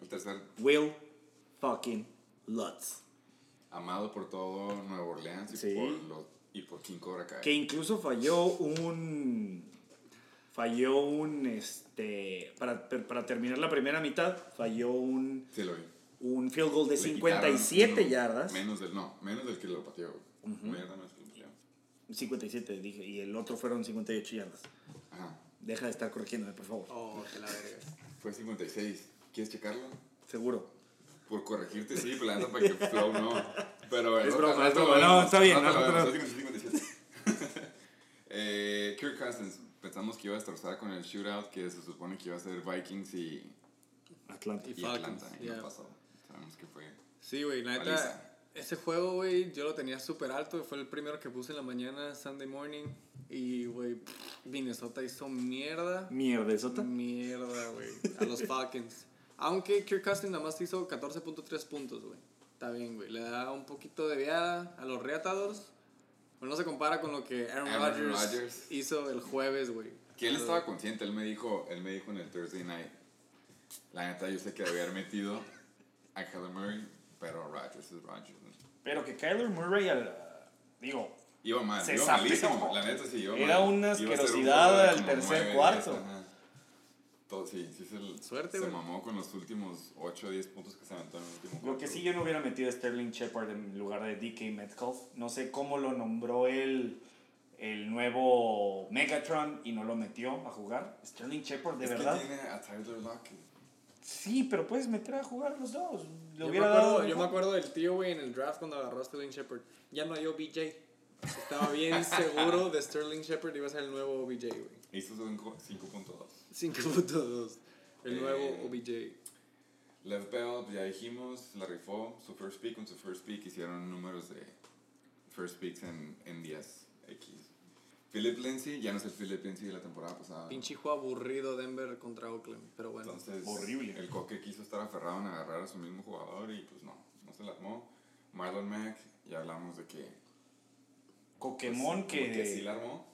S2: el tercer,
S3: Will fucking Lutz.
S2: amado por todo Nueva Orleans y,
S3: Sí.
S2: por, los, y por King Cobra Kai.
S3: Que incluso falló un. Falló un. Este. Para, para terminar la primera mitad, falló un.
S2: Sí, lo vi.
S3: Un field goal de
S2: Le
S3: 57
S2: quitaron, no,
S3: yardas.
S2: Menos del, no, menos del que lo pateó. güey. Una yarda menos que lo pateó.
S3: 57, dije. Y el otro fueron 58 yardas.
S2: Ajá,
S3: Deja de estar corrigiéndome, por favor.
S1: Oh, que la verga.
S2: fue 56. ¿Quieres checarlo?
S3: Seguro.
S2: Por corregirte, sí, pero la neta para que Flow no. Pero el
S3: Es
S2: otro-
S3: broma, es
S2: otro
S3: broma.
S2: lo
S3: No,
S2: vemos,
S3: está bien,
S2: otro
S3: no,
S2: lo
S3: no,
S2: vemos, 57. eh, Kirk Cousins, pensamos que iba a destrozar con el shootout que se supone que iba a ser Vikings y,
S3: Atlanta.
S2: y
S1: Vikings,
S2: Atlanta. Y
S1: yeah.
S2: no pasó. Sabemos que fue.
S1: Sí, güey, la
S2: Paliza.
S1: neta, ese juego, güey, yo lo tenía súper alto. Fue el primero que puse en la mañana, Sunday morning. Y, güey, Minnesota hizo mierda.
S3: Mierda, Sota.
S1: Mierda, güey. A los Falcons. Aunque Kirk Cousins nada más hizo 14.3 puntos, güey. Está bien, güey. Le da un poquito de viada a los Reatadores. Pero no se compara con lo que Aaron
S2: Aaron
S1: Rodgers
S2: Rodgers.
S1: hizo el jueves, güey.
S2: Que él
S1: Pero-
S2: estaba consciente, él me dijo, él me dijo en el Thursday night. La neta, yo sé que debía haber metido a Kyler Murray, pero Rodgers es Rodgers. ¿no?
S3: Pero que Kyler Murray. al- digo,
S2: Iba mal,
S3: Se
S2: iba
S3: sapeó.
S2: malísimo. La neta sí, iba
S3: Era
S2: mal.
S3: una
S2: Iba a ser un
S3: asquerosidad
S2: juego de
S3: al
S2: como
S3: tercer
S2: nueve,
S3: cuarto.
S2: diez, ajá. Todo, sí, sí se, l-
S1: Suerte,
S2: se
S1: güey.
S2: mamó con los últimos 8 o 10 puntos que se aventó en el último cuarto.
S3: Lo que sí yo no hubiera metido a Sterling Shepard en lugar de DK Metcalf. No sé cómo lo nombró el, el nuevo Megatron y no lo metió a jugar. Sterling Shepard, de
S2: Es que
S3: verdad.
S2: tiene a Tyler Lockett.
S3: Sí, pero puedes meter a jugar los dos. Le
S1: Yo me,
S3: hubiera
S1: acuerdo,
S3: dado-
S1: yo me acuerdo del tío, güey, en el draft cuando agarró a Sterling Shepard. Ya no hay OBJ. Estaba bien seguro de Sterling Shepard iba a ser el nuevo OBJ, güey.
S2: Hizo cinco- 5.2.
S1: 5.2. El
S2: Eh.
S1: nuevo OBJ.
S2: Lev Bell, pues ya dijimos, la rifó. Su first pick, con su first pick hicieron números de first picks en, en 10 X. Philip Lindsay, ya no es el Philip Lindsay de la temporada pasada.
S1: Pinche juego aburrido Denver contra Oakland. Pero bueno.
S2: Entonces,
S3: Horrible.
S2: El coque quiso estar aferrado en agarrar a su mismo jugador y pues no, no se la armó. Marlon Mack, ya hablamos de que.
S3: Coquemón
S2: pues,
S3: que,
S2: como sí la armó.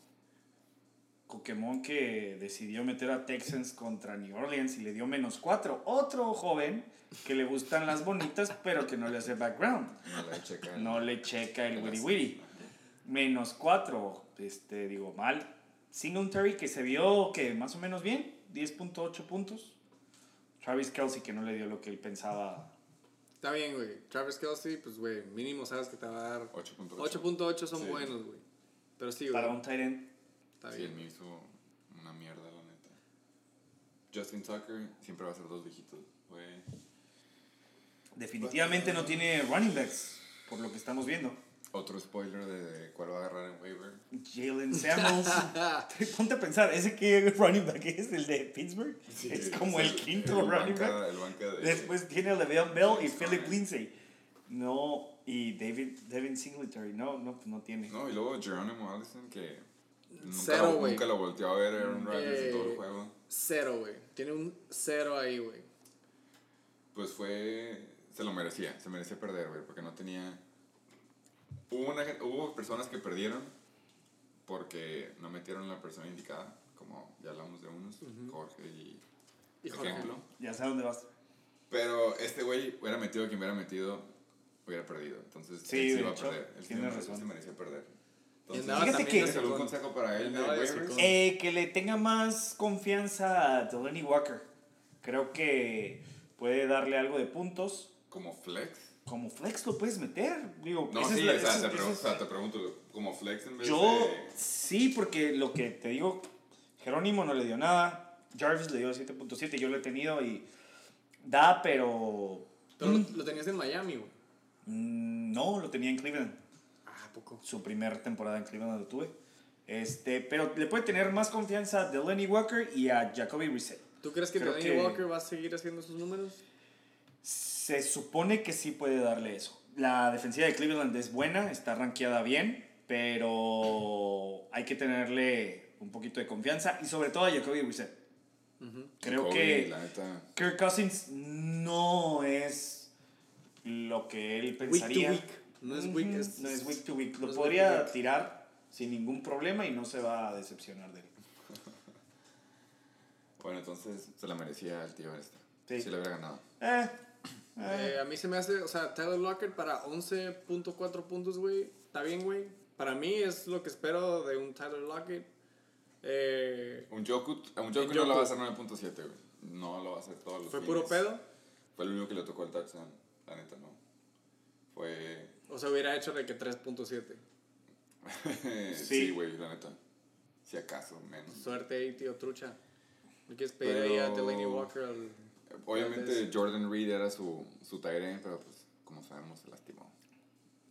S3: Coquemón que decidió meter a Texans contra New Orleans y le dio menos cuatro. Otro joven que le gustan las bonitas, pero que no le hace background.
S2: No la checa.
S3: No le checa el
S2: Las-
S3: wiri wiri. Menos 4, este, digo, mal. Singletary que se vio que más o menos bien, 10.8 puntos. Travis Kelsey que no le dio lo que él pensaba.
S1: Está bien, güey. Travis Kelsey, pues, güey, mínimo sabes que te va a dar.
S2: 8.8.
S1: 8.8 son
S2: Sí.
S1: buenos, güey. Pero sí,
S3: Para
S1: güey.
S3: un tight end,
S1: Está
S2: Sí,
S1: bien.
S2: me hizo una mierda, la neta. Justin Tucker siempre va a ser dos dígitos. Fue
S3: definitivamente no tiene running backs, por lo que estamos viendo.
S2: otro spoiler de cuál va a agarrar en waiver.
S3: Jalen Samuels. Ponte a pensar, ¿ese que running back es? ¿El de Pittsburgh? es como el, quinto running
S2: banca-
S3: back.
S2: El banca de.
S3: Después tiene a Le'Veon Bell y
S2: Sí,
S3: Philip
S2: sí.
S3: Lindsay. No, y David, Devin Singletary. No, no, pues no tiene.
S2: No, y luego Geronimo Allison que. Nunca,
S1: Cero,
S2: lo,
S1: güey.
S2: nunca lo volteó a ver Aaron Rodgers en todo el
S1: Eh,
S2: juego.
S1: Cero, güey. Tiene un cero ahí, güey.
S2: Pues fue. Se lo merecía, se merecía perder, güey, porque no tenía Hubo, una gen- hubo personas que perdieron porque no metieron la persona indicada, como ya hablamos de unos, Jorge y,
S1: Y Jorge.
S2: ejemplo.
S3: Ya sé a dónde vas.
S2: Pero este güey hubiera metido quien hubiera metido, hubiera perdido. Entonces,
S3: Sí,
S2: él
S3: de
S2: iba a
S3: hecho,
S2: perder. Él sí
S3: tienes
S2: me-
S3: razón.
S2: sí merecía perder. Entonces,
S1: andaba
S3: Fíjate también que- de
S2: algún
S1: hocicón.
S2: consejo para él de
S1: Andaba de
S2: waivers?
S1: hocicón.
S3: Eh, que le tenga más confianza a Delaney Walker. Creo que puede darle algo de puntos.
S2: como flex.
S3: Como flex lo puedes meter. Digo,
S2: No,
S3: esa es
S2: sí,
S3: la-
S2: o, sea,
S3: esa-
S2: te pre-
S3: esa
S2: o
S3: es-
S2: sea, te pregunto, como flex en vez
S3: Yo
S2: de...
S3: sí, porque lo que te digo, Jerónimo no le dio nada. Jarvis le dio 7.7, yo lo he tenido y da, pero
S1: Pero lo, lo tenías en Miami, güey.
S3: mm, no, lo tenía en Cleveland.
S1: Ah, ¿a poco.
S3: Su primera temporada en Cleveland lo tuve. Este, pero le puede tener más confianza a Delaney Walker y a Jacoby Brissett.
S1: ¿Tú crees que
S3: Creo
S1: Delaney
S3: que-
S1: Walker va a seguir haciendo sus números?
S3: Se supone que sí puede darle eso. La defensiva de Cleveland es buena, está rankeada bien, pero hay que tenerle un poquito de confianza y sobre todo a Jacoby Brissett. Creo
S2: Kobe,
S3: que
S2: La neta,
S3: Kirk Cousins no es lo que él pensaría.
S1: week. No es week,
S3: Ujú,
S1: es-
S3: no es week to week. Lo
S1: no es
S3: podría
S1: week to week.
S3: tirar sin ningún problema y no se va a decepcionar de él.
S2: bueno, entonces se la merecía el tío este.
S3: Sí.
S2: Sí. le hubiera ganado.
S3: Eh,
S1: Eh, a mí se me hace, o sea, Tyler Lockett para 11.4 puntos, güey. Está bien, güey. Para mí es lo que espero de un Tyler Lockett. Eh,
S2: Un Joku, a un Joku no
S1: Joku.
S2: lo va a hacer 9.7, güey. No lo va a hacer todos los
S1: fue
S2: fines.
S1: puro pedo.
S2: Fue el único que le tocó el touchdown. La neta, no. Fue...
S1: O sea, hubiera hecho de que 3.7.
S2: sí, güey, la neta. Si acaso, menos.
S1: Suerte ahí, tío Trucha. ¿No quieres pedir ahí a
S2: Pero-
S1: Delaney Walker al...
S2: Obviamente
S1: Entonces-
S2: Jordan Reed era su, su tight end, pero pues como sabemos se lastimó.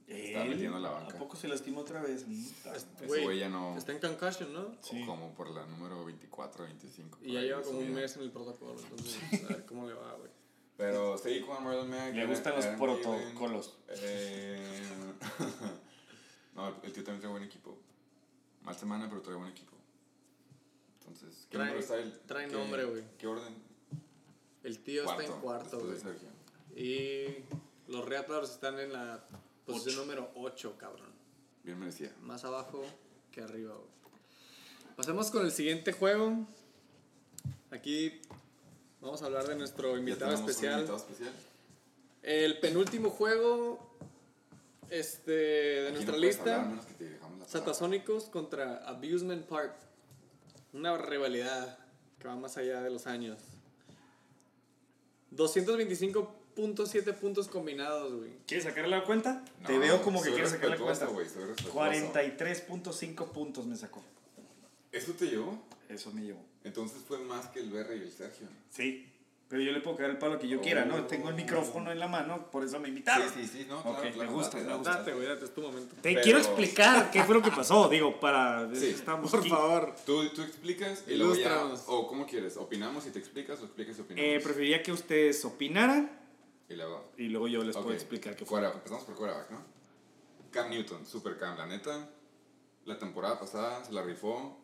S2: Estaba
S3: él,
S2: metiendo la banca.
S3: eh, ¿A poco se lastimó otra vez? Mm, está-
S1: Este,
S2: Ese güey ya no...
S1: Está en concussion, ¿no?
S3: Sí.
S2: Como por la número 24, 25. por
S1: Y ya
S2: ahí
S1: lleva
S2: de su
S1: como un
S2: vida.
S1: mes en el protocolo. Entonces, a ver cómo le va, güey.
S2: Pero sí, Juan Marlon Mack.
S3: Le
S2: Aaron-
S3: gustan los
S2: Aaron Gordon,
S3: protocolos.
S2: eh, no, el, el tío también trae buen equipo. Mal semana, pero trae buen equipo. Entonces, ¿qué
S1: Trae-
S2: número está él?
S1: trae
S2: ¿Qué-
S1: nombre, güey.
S2: ¿Qué orden?
S1: El tío está en cuarto,
S2: después
S1: güey.
S2: de Sergio.
S1: Y los Rattlers están en la posición número 8, cabrón.
S2: Bien merecida.
S1: Más abajo que arriba, güey. Pasemos con el siguiente juego. Aquí vamos a hablar de nuestro
S2: Ya
S1: invitado
S2: tenemos un
S1: especial.
S2: invitado especial.
S1: El penúltimo juego este, de
S2: Aquí
S1: nuestra
S2: no puedes
S1: lista.
S2: hablar a menos que te dejamos la palabra.
S1: Satasónicos contra Abusement Park. Una rivalidad que va más allá de los años. 225.7 puntos combinados, güey.
S3: ¿Quieres sacar la cuenta?
S2: No,
S3: Te veo como que
S2: soy
S3: quieres sacar la
S2: respetuoso,
S3: cuenta.
S2: güey, soy respetuoso.
S3: 43.5 puntos me sacó.
S2: ¿Eso te llevó?
S3: Eso me llevó.
S2: Entonces fue más que el Berry y el Sergio.
S3: Sí. Pero yo le puedo caer el palo que yo quiera, ¿no? Tengo el micrófono en la mano, por eso me invitaron.
S2: Oh. Sí, sí, sí, no,
S3: Ok,
S2: claro,
S3: me
S2: claro,
S3: gusta,
S2: date,
S3: me
S2: date.
S3: gusta.
S1: Date, güey, date, es tu momento.
S3: Te
S2: Pero-
S3: quiero explicar qué fue lo que pasó, digo, para...
S2: Sí,
S3: estamos
S1: Por
S3: aquí.
S1: favor.
S2: Tú, tú explicas y luego ya,
S1: Ilústranos.
S2: o cómo quieres, opinamos y te explicas o explicas y opinamos.
S3: Eh, preferiría que ustedes opinaran
S2: Y luego,
S3: y luego yo les
S2: ok.
S3: puedo explicar qué fue.
S2: Quarterback, Empezamos por quarterback, ¿no? Cam Newton, super Cam, la neta. La temporada pasada se la rifó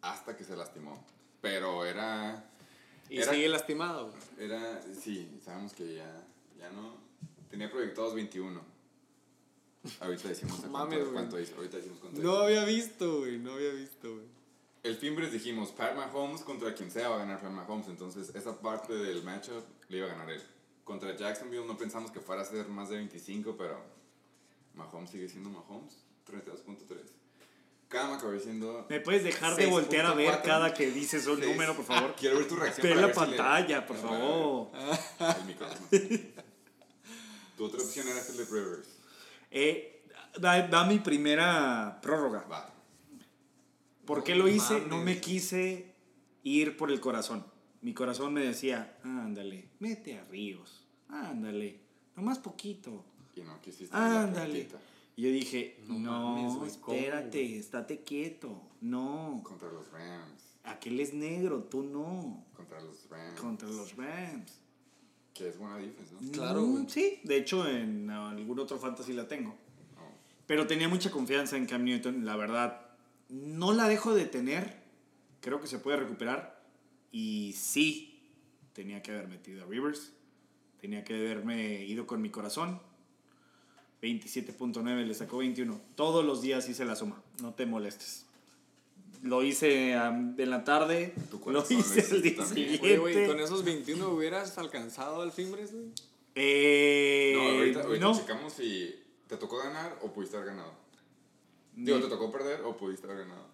S2: hasta que se lastimó. Pero era,
S1: Y
S2: Era-
S1: sigue lastimado, güey.
S2: era, sí, sabemos que ya, ya no, tenía proyectados 21. Ahorita decimos a
S1: Mames,
S2: cuánto,
S1: güey.
S2: cuánto hizo, ahorita decimos cuánto hizo.
S1: No había visto, güey, no había visto, güey.
S2: El Fimbres dijimos, Pat Mahomes contra quien sea va a ganar Pat Mahomes, entonces esa parte del matchup le iba a ganar él. Contra Jacksonville no pensamos que fuera a ser más de 25, pero Mahomes sigue siendo Mahomes, 32.3. Cam acabó siendo...
S3: ¿Me puedes dejar de voltear a ver
S2: 6.4?
S3: cada que dices un
S2: Seis.
S3: número, por favor?
S2: Quiero ver tu reacción.
S3: Ve
S2: para
S3: la
S2: ver si le-
S3: pantalla, por
S2: Ah,
S3: favor.
S2: El micrófono. tu otra opción era Philip Rivers.
S3: Eh, va, va mi primera prórroga.
S2: Va.
S3: ¿Por qué
S1: No
S3: lo hice? No
S1: mames.
S3: me quise ir por el corazón. Mi corazón me decía, ándale, mete a Ríos, ándale, nomás poquito,
S2: Y no quisiste. la
S3: ándale.
S2: pelotita
S3: Y yo dije,
S1: No
S3: no,
S1: mames, güey, ¿cómo,
S3: espérate,
S1: güey?
S3: estate quieto, no,
S2: Contra los Rams.
S3: aquel es negro, tú no,
S2: Contra los Rams.
S3: contra los Rams.
S2: Que es buena defensa, ¿no?
S1: Claro,
S3: Mm,
S1: güey.
S3: Sí, de hecho en algún otro fantasy la tengo.
S2: No.
S3: Pero tenía mucha confianza en Cam Newton, la verdad. No la dejo de tener. Creo que se puede recuperar. Y sí, tenía que haber metido a Rivers. Tenía que haberme ido con mi corazón. 27.9, le sacó 21. Todos los días hice la suma, no te molestes. Lo hice am, en la tarde,
S2: Tu
S3: lo
S2: corazón
S3: hice el
S2: existe
S3: día
S2: también.
S1: Oye,
S3: siguiente.
S1: güey, ¿con esos 21 hubieras alcanzado al Fimbres, güey?
S3: Eh,
S2: No, ahorita, ahorita
S3: no.
S2: checamos si te tocó ganar o pudiste haber ganado. Digo, te tocó perder o pudiste haber ganado.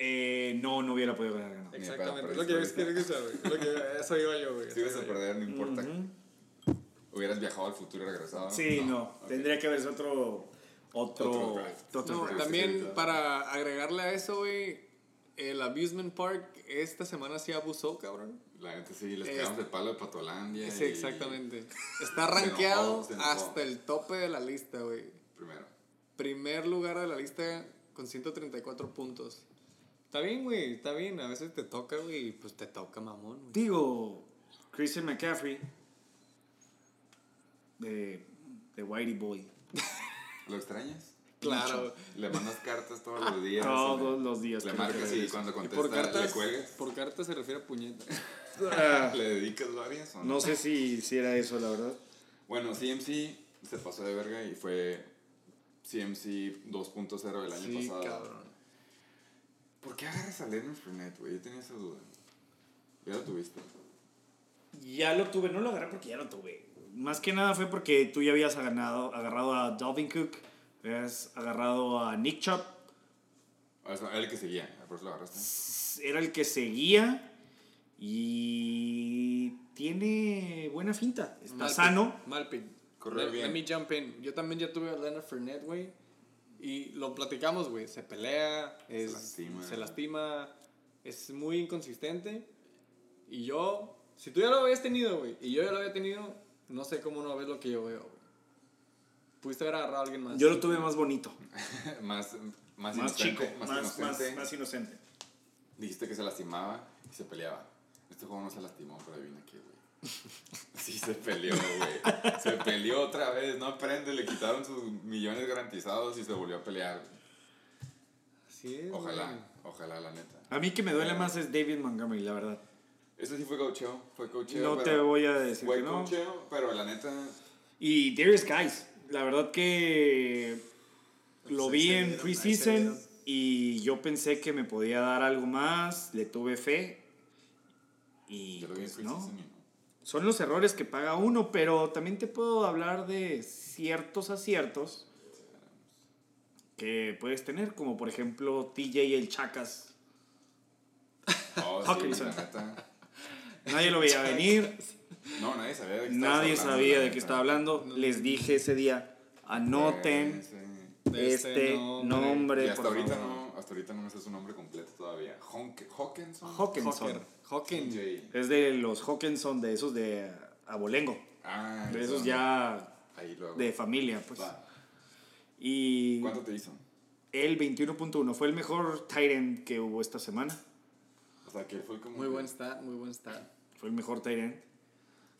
S3: Eh, no, no hubiera podido ganar. ganado.
S2: Ni de pedo
S1: Exactamente, es lo
S2: perdiste
S1: que yo
S2: ahorita.
S1: quiero escuchar, güey. Lo que- Eso iba yo, güey.
S2: Si ibas a
S1: eso iba yo.
S2: perder, no importa. Hubieras viajado al futuro y regresado.
S3: Sí, Ah, no.
S2: Ok.
S3: Tendría que haberse otro. Otro.
S2: Otro draft.
S3: otro
S1: No,
S3: draft.
S1: también para agregarle a eso, güey, el Abusement Park esta semana sí abusó, cabrón.
S2: La gente sí, les
S1: Eh,
S3: Este-
S2: pegamos el palo de Patolandia.
S1: Sí,
S2: y-
S1: exactamente. Está
S2: enojó,
S1: rankeado
S2: se enojó.
S1: hasta el tope de la lista, güey.
S2: Primero.
S1: Primer lugar de la lista con 134 puntos. Está bien, güey, está bien. A veces te toca, güey, y pues te toca, mamón, güey.
S3: Digo, Christian McCaffrey. De. De Whitey Boy.
S2: ¿Lo extrañas?
S1: Claro.
S2: Le mandas cartas todos los días.
S3: Todos
S2: le-
S3: los días.
S2: Le
S3: que
S2: marcas y
S3: regresa.
S2: cuando
S1: Y por
S2: contesta le
S1: cartas,
S2: cuelgas.
S1: por cartas se refiere a puñetas.
S3: Ah,
S2: ¿Le dedicas varias o no?
S3: No sé si hiciera eso, la verdad.
S2: Bueno, CMC se pasó de verga y fue CMC 2.0 del año
S1: Sí,
S2: pasado.
S1: cabrón.
S2: ¿Por qué agarras a Leonard Fournette, güey? Yo tenía esa duda. Ya lo tuviste.
S3: Ya lo tuve, no lo agarré porque ya lo tuve. Más que nada fue porque tú ya habías agarrado, agarrado a Dalvin Cook, habías agarrado a Nick Chubb,
S2: O sea, era el que seguía, por eso lo agarraste.
S3: era el que seguía y tiene buena finta. Está
S1: Mal pick,
S3: sano.
S1: Mal pick.
S2: Corre
S1: Let-
S2: bien.
S1: Let me jump in. Yo también ya tuve a Leonard Fournette, güey. Y lo platicamos, güey. Se pelea, es-
S2: lastima.
S1: se lastima, es muy inconsistente. Y yo, si tú ya lo habías tenido, güey, y yo ya lo había tenido, no sé cómo no ves lo que yo veo, güey. Pudiste haber agarrado a alguien más.
S3: Yo lo tuve más bonito,
S2: más, más,
S3: más,
S2: inocente,
S3: chico,
S2: más,
S3: más, más,
S2: inocente.
S3: más inocente.
S2: Dijiste que se lastimaba y se peleaba. Este juego no se lastimó, pero adivina qué, güey. Sí, se peleó, güey. Se peleó otra vez, no aprende, le quitaron sus millones garantizados y se volvió a pelear.
S1: Así es, güey.
S2: Ojalá, ojalá, la neta.
S3: A mí que me duele más es David Montgomery, la verdad.
S2: Eso sí fue cocheo, fue cocheo.
S3: No te voy a decir
S2: Fue
S3: que no.
S2: cocheo, pero la neta.
S3: Y Darius Guys, la verdad que lo
S1: Ahí
S3: vi
S1: se
S3: en
S1: vieron, ahí se
S3: preseason
S1: vieron.
S3: y yo pensé que me podía dar algo más, le tuve fe y
S2: Yo lo vi en
S3: pues no.
S2: preseason y no.
S3: Son los errores que paga uno, pero también te puedo hablar de ciertos aciertos que puedes tener, como por ejemplo TJ el Chacas.
S2: Oh, sí,
S3: Hawkinson.
S2: la neta.
S3: Nadie lo veía venir,
S2: No, nadie sabía de qué estabas
S3: nadie
S2: hablando,
S3: sabía
S2: la
S3: de qué
S2: neta.
S3: estaba hablando. Les dije ese día, anoten
S2: Sí, sí.
S1: De
S3: este, nombre,
S2: Y hasta
S3: por
S2: ahorita,
S3: favor.
S2: no, hasta ahorita no me sé su nombre completo todavía. Honk, Hawkinson.
S3: Hawkinson.
S1: Hawker. Hawking.
S2: J.
S3: Es de los Hawkinson, de esos de abolengo.
S2: Ah,
S3: De
S2: eso,
S3: esos ya
S2: Ahí luego.
S3: de familia, pues.
S2: Va.
S3: Y
S2: ¿Cuánto te hizo?
S3: el 21.1 fue el mejor Tyrant que hubo esta semana.
S2: O sea, que fue como.
S1: Muy
S2: que-
S1: buen stat, muy buen stat.
S3: Fue el mejor Tyrant.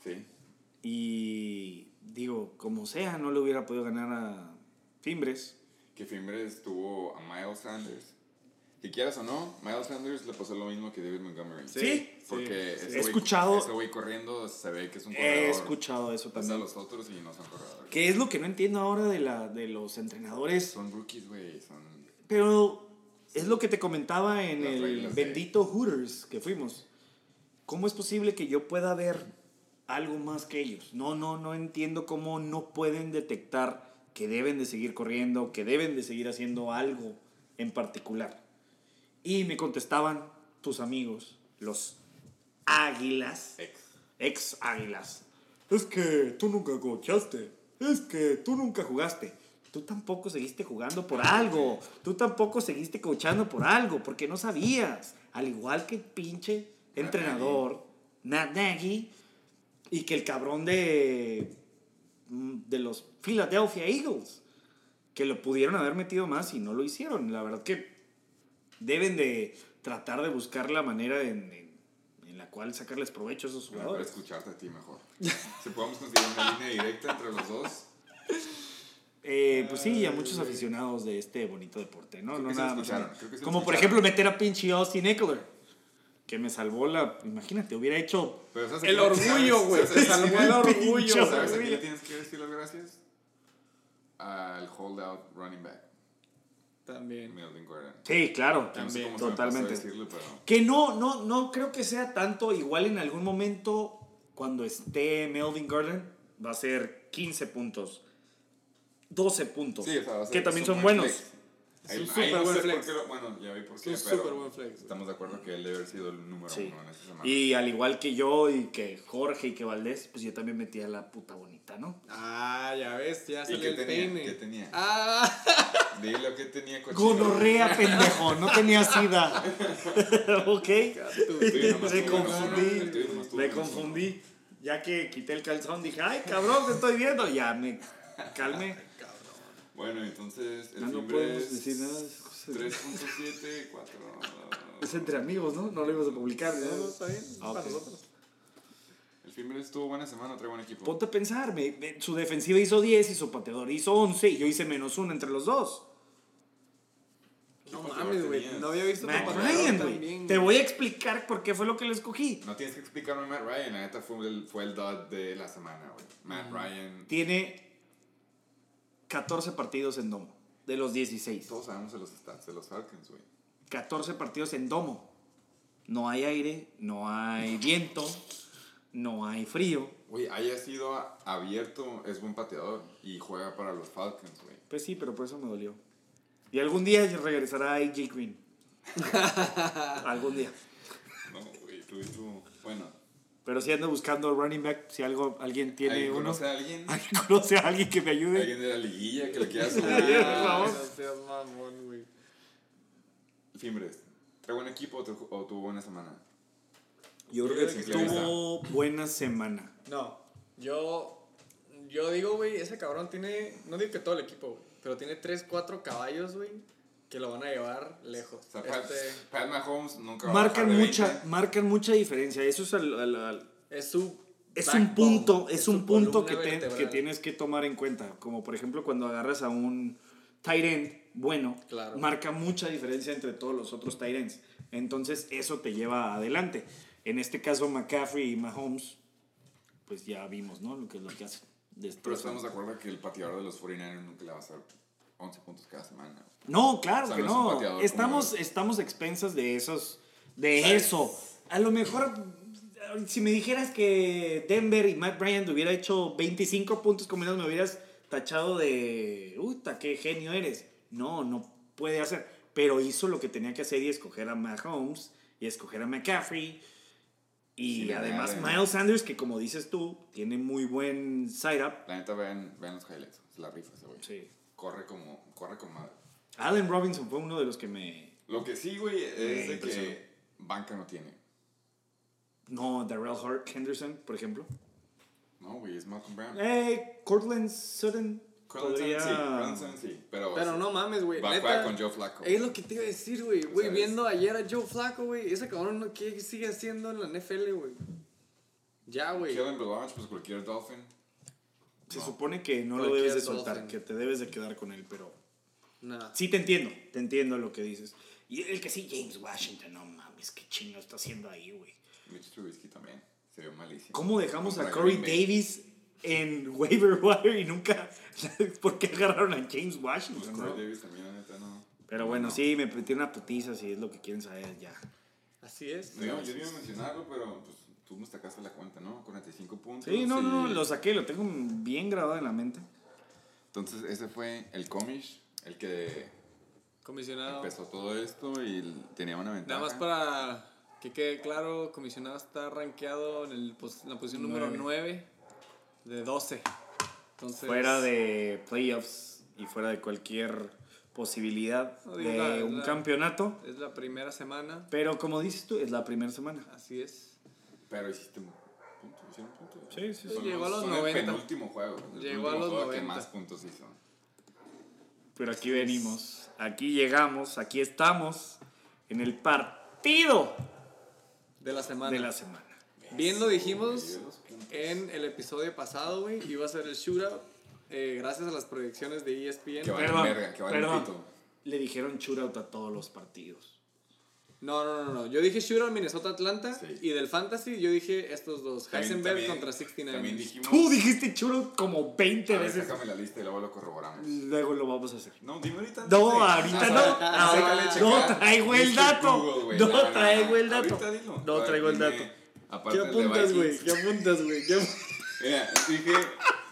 S2: Sí.
S3: Y digo, como sea, no le hubiera podido ganar a Fimbres.
S2: Que Fimbres tuvo a Miles Sanders. Que quieras o no, Miles Sanders le pasó lo mismo que David Montgomery.
S3: Sí.
S2: Porque ese
S3: He
S2: güey-
S3: escuchado-
S2: Ese güey corriendo se ve que es un corredor.
S3: He escuchado eso
S2: Pasa a
S3: también.
S2: los otros y no son corredores.
S3: Que es lo que no entiendo ahora de, la, de los entrenadores.
S2: Son rookies, güey. Son.
S3: Pero es lo que te comentaba en
S2: Las
S3: el
S2: reglas de-
S3: bendito Hooters que fuimos. ¿Cómo es posible que yo pueda ver algo más que ellos? No, no, no entiendo cómo no pueden detectar que deben de seguir corriendo, que deben de seguir haciendo algo en particular. Y me contestaban tus amigos, los águilas,
S2: Ex.
S3: ex águilas. Es que tú nunca cochaste. Es que tú nunca jugaste. Tú tampoco seguiste jugando por algo. Tú tampoco seguiste coachando por algo. Porque no sabías. Al igual que el pinche
S2: Matt
S3: entrenador, Matt Nagy. Y que el cabrón de. mm, de los Philadelphia Eagles. Que lo pudieron haber metido más y no lo hicieron. La verdad que deben de tratar de buscar la manera en, en- en la cual sacarles provecho a esos
S2: Para
S3: jugadores.
S2: escucharte a ti mejor. Si podemos conseguir una línea directa entre los dos.
S3: Eh, pues sí, y a muchos aficionados de este bonito deporte, ¿no?
S2: Creo
S3: No
S2: que sí
S3: nada
S2: lo
S3: más.
S2: escucharon, creo que sí lo
S3: Como por
S2: escucharon.
S3: ejemplo meter a pinche Austin Eckler, que me salvó la. Imagínate, hubiera hecho.
S2: Pero, ¿sabes a
S1: El
S2: quién le-
S1: orgullo,
S2: sabes-
S1: güey.
S2: ¿sabes a
S1: Se
S2: quién-
S1: salvó el orgullo,
S2: ¿Sabes a quién le
S1: güey.
S2: tienes que decir las gracias? al holdout running back,
S1: También.
S2: Melvin Gordon.
S3: Sí, claro.
S2: Que no sé
S1: También,
S2: cómo se me pasó
S3: totalmente.
S2: decirlo, pero
S3: Que no, no, no creo que sea tanto. Igual en algún momento, cuando esté Melvin Gordon, va a ser 15 puntos. 12 puntos.
S2: Sí, o sea, va a ser-
S3: que
S2: es
S3: también
S2: un
S3: son
S2: buen
S3: buenos.
S2: flex. Ahí-
S1: un
S2: ahí
S1: súper
S2: no
S1: buen
S2: sé por
S1: flex.
S2: qué lo- bueno, ya vi por qué,
S1: un
S2: pero
S1: súper buen flex.
S2: estamos de acuerdo que él debe haber sido el número
S3: Sí.
S2: uno en esta semana.
S3: Y al igual que yo y que Jorge y que Valdés, pues yo también metí a la puta bonita, ¿no?
S1: Ah, ya ves, ya
S2: ¿Y
S1: salió
S2: qué
S1: el
S2: tenía?
S1: peine.
S2: ¿Qué tenía?
S1: Ah,
S2: Dile lo que tenía cochino.
S3: Gonorrea, pendejo, no tenía sida. ok.
S1: tú,
S2: El tuyo nomás tuvo
S3: Me
S2: menos uno,
S3: confundí.
S2: el tuyo nomás tuvo
S3: Me
S2: menos uno.
S3: confundí. Ya que quité el calzón, dije, ay, cabrón, te estoy viendo. Ya me calmé.
S2: Bueno, entonces el
S3: Ya no
S2: timbre
S3: podemos
S2: es
S3: decir nada de esas cosas.
S2: 3.7, 4.
S3: Es entre amigos, ¿no? No lo ibas a publicar.
S1: no, no,
S3: ¿no?
S1: está bien.
S3: Ah,
S1: Para
S3: ok.
S1: nosotros.
S2: El Fimbres estuvo buena semana, trae buen equipo.
S3: Ponte a pensar, me- me- su defensiva hizo 10 y su pateador hizo 11 y yo hice menos uno entre los dos.
S1: Pues No
S2: ¿Qué
S1: mames, güey.
S2: tenías?
S1: No había visto tu
S3: Matt
S1: Este pateador
S3: Ryan, güey.
S1: también,
S3: Te voy a explicar por qué fue lo que le escogí.
S2: No tienes que explicarme a Matt Ryan, la neta fue el, fue el dot de la semana, güey.
S3: Mm.
S2: Matt Ryan,
S3: Tiene 14 partidos en domo, de los 16.
S2: todos sabemos de los stats de los Falcons, güey.
S3: 14 partidos en domo. No hay aire, no hay viento, no hay frío.
S2: Güey, haya sido a- abierto, es buen pateador y juega para los Falcons, güey.
S3: Pues sí, pero por eso me dolió. Y algún día regresará AJ Green. algún día.
S2: No, güey, tú y tú. Bueno,
S3: Pero si ando buscando running back, si algo, alguien tiene
S2: ¿alguien
S3: uno.
S2: conoce a alguien?
S3: ¿Alguien conoce a alguien que me ayude?
S2: ¿Alguien de la liguilla que le quiera
S3: Por
S2: subir?
S3: favor.
S1: No seas mamón, güey.
S2: Fimbres, ¿trae buen equipo o tu- o tuvo buena semana?
S3: Yo creo que tuvo buena semana.
S1: No, yo, yo digo, güey, ese cabrón tiene, no digo que todo el equipo, güey, pero tiene 3, 4 caballos, güey, que lo van a llevar lejos.
S2: O sea, Pat,
S1: Este,
S2: Pat Mahomes nunca va a
S3: Marcan
S2: bajar de
S3: mucha,
S2: 20.
S3: marcan mucha diferencia. Eso es al- al- al-
S1: es su...
S3: es
S1: backbone,
S3: un punto, es
S1: su
S3: un punto que,
S1: columna
S3: te-
S1: vertebral.
S3: que tienes que tomar en cuenta. Como por ejemplo cuando agarras a un tight end bueno,
S1: Claro.
S3: marca mucha diferencia entre todos los otros tight ends. Entonces eso te lleva adelante. En este caso McCaffrey y Mahomes, pues ya vimos, ¿no? Lo que es lo que hacen.
S2: Pero
S3: Destrozan.
S2: estamos de acuerdo que el pateador de los 49ers nunca le va a hacer 11 puntos cada semana.
S3: No, claro
S2: O sea,
S3: que
S2: no es un
S3: no.
S2: pateador
S3: Estamos,
S2: como-
S3: estamos a expensas de esos. De
S2: ¿Sabes?
S3: eso. A lo mejor, si me dijeras que Denver y Matt Bryant hubiera hecho 25 puntos combinados, me hubieras tachado de. Uta, qué genio eres. No, no puede hacer. Pero hizo lo que tenía que hacer y escoger a Mahomes y escoger a McCaffrey. Y
S2: Sí,
S3: además,
S2: nada, ¿no?
S3: Miles Sanders, que como dices tú, tiene muy buen side up.
S2: La neta, vean, vean los highlights. Se la rifa ese güey.
S3: Sí.
S2: Corre como, corre como madre.
S3: Allen Robinson fue uno de los que me.
S2: Lo que sí, güey, es
S3: Eh,
S2: de
S3: impresionante.
S2: que banca no tiene.
S3: No, Darrell Hart Henderson, por ejemplo.
S2: No, güey, es Malcolm Brown.
S3: Eh, Cortland Sutton
S2: Cortland Sutton
S3: podría...
S2: sí, Cortland Sutton sí. Pero,
S1: Pero no mames, güey.
S2: Va a
S1: neta,
S2: jugar con Joe Flacco.
S1: Es lo que te iba a decir, güey. Güey,
S2: sabes.
S1: viendo ayer a Joe Flaco, güey. Ese cabrón, no- ¿qué sigue haciendo en la NFL, güey? Ya, güey.
S2: Kellen Belange, pues cualquier Dolphin.
S3: Se supone que no lo
S1: Cualquier
S3: debes de soltar,
S1: Dolphin.
S3: que te debes de quedar con él, pero...
S1: Nah.
S3: Sí te entiendo, te entiendo lo que dices. Y el que sí, James Washington, no mames, qué chingo está haciendo ahí, güey.
S2: Mitch Trubisky también. Se vio malísimo.
S3: ¿Cómo dejamos a
S2: Contra
S3: Corey
S2: Green Bay.
S3: Davis en waiver wire y nunca... ¿Por qué agarraron a James
S2: Pues
S3: Washington? no?
S2: Corey Davis también, la neta, no.
S3: Pero bueno, sí, me metí una putiza, si es lo que quieren saber ya.
S1: Así es.
S2: No, yo no iba a mencionarlo, pero pues, tú me sacaste la cuenta, ¿no? 45 puntos.
S3: Sí, no, no, no,
S2: y-
S3: lo saqué, lo tengo bien grabado en la mente.
S2: Entonces, ese fue el comish, el que
S1: Comisionado.
S2: empezó todo esto y l- tenía una ventaja.
S1: Nada más para que quede claro, comisionado está rankeado en, el pos- en la posición número
S3: Nueve.
S1: 9 de 12. Entonces,
S3: fuera de playoffs y fuera de cualquier posibilidad
S1: No digo
S3: de
S1: nada,
S3: un
S1: nada.
S3: campeonato.
S1: Es la primera semana,
S3: Pero como dices tú, es la primera semana.
S1: así es.
S2: Pero hiciste un punto, hicieron punto.
S3: Sí, sí, sí.
S2: Son
S1: Pues Llegó a los
S2: son
S1: 90.
S2: El penúltimo juego. el
S1: Llegó a
S2: penúltimo
S1: los
S2: juego que
S1: 90.
S2: más puntos hizo.
S3: Pero aquí venimos, aquí llegamos, aquí estamos en el partido
S1: De la semana.
S3: de la semana.
S1: Bien lo dijimos
S2: Llegó a los puntos.
S1: en el episodio pasado, güey. Iba a ser el shootout. eh, gracias a las proyecciones de E ESPN.
S2: Que vale
S3: Perdón,
S2: verga, que vale
S3: perdón.
S2: pito.
S3: Le dijeron shootout a todos los partidos.
S1: No, no, no, no. Yo dije Shooter Minnesota Atlanta
S2: Sí.
S1: y del Fantasy yo dije estos dos,
S2: También-
S1: Heisenberg
S2: también-
S1: contra 69.
S2: También dijimos.
S3: Tú dijiste churro como 20
S2: A ver, Eh,
S3: veces.
S2: sácame la lista y luego lo corroboramos. Ah,
S3: Luego lo vamos a hacer.
S2: No, dime ahorita.
S3: No,
S2: Sí.
S3: ahorita no.
S2: se vale
S3: Ahora-
S2: checar.
S3: no traigo el
S2: Mr.
S3: dato.
S2: Google, güey.
S3: No
S2: La verdad.
S3: traigo el dato.
S2: Ahorita dilo.
S3: No
S2: A ver,
S3: traigo el
S2: dime,
S3: dato.
S1: ¿Qué
S2: Aparte del de
S1: apuntas, güey?
S2: Vikings.
S1: ¿Qué apuntas, güey? ¿Qué apuntas?
S2: Mira, dije,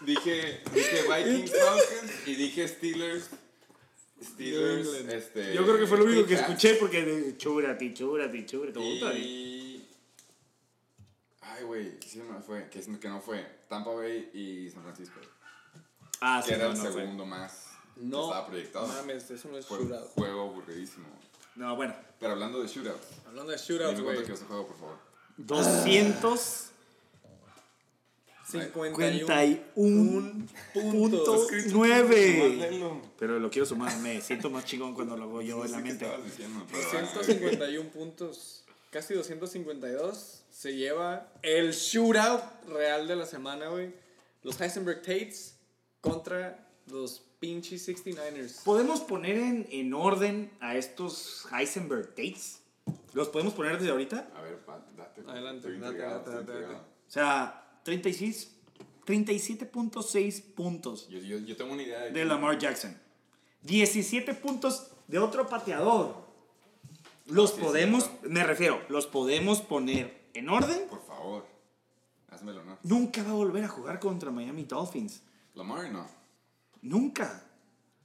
S2: dije, dije Vikings Falcons y dije Steelers. Steelers,
S1: New England.
S2: este.
S3: Yo creo que fue lo único que
S2: Texans.
S3: escuché porque de chúrate, chúrate, chúrate.
S2: Y. Ay, güey, sí me fue. Que, es- que no fue. Tampa Bay y San Francisco.
S3: Ah,
S2: Que
S3: sí,
S2: era
S3: no,
S2: el
S3: no fue.
S2: segundo más que
S1: No.
S2: estaba proyectado.
S1: Mames, eso no es
S2: Fue un
S1: shootout.
S2: juego aburridísimo.
S3: No, bueno.
S2: Pero hablando de shootouts,
S1: Hablando de shootout,
S2: dime cuánto
S1: güey.
S2: quedó ese juego, por favor.
S3: 200.
S1: 51 puntos.
S3: Pero lo quiero sumar, me siento más chingón cuando lo hago yo
S2: No
S3: en la
S2: sé qué
S3: mente.
S2: estabas diciendo, pero, ah,
S1: 251 puntos. Casi 252. Se lleva el shootout real de la semana, güey. Los Heisenberg Tates contra los pinches 69ers.
S3: ¿Podemos poner en, en orden a estos Heisenberg Tates? ¿Los podemos poner desde ahorita?
S2: A ver, pa, date. güey.
S1: Adelante,
S2: Estoy
S1: date,
S2: intrigado,
S1: date,
S2: estoy
S1: date,
S2: intrigado.
S3: O sea, 36, 37.6 puntos
S2: Yo, yo, yo tengo una idea de.
S3: de Lamar Jackson. 17 puntos de otro pateador. Los
S2: Sí,
S3: podemos,
S2: sí,
S3: me refiero, los podemos poner en orden.
S2: Por favor, házmelo, ¿no?
S3: Nunca va a volver a jugar contra Miami Dolphins.
S2: Lamar no. Oh,
S3: Nunca.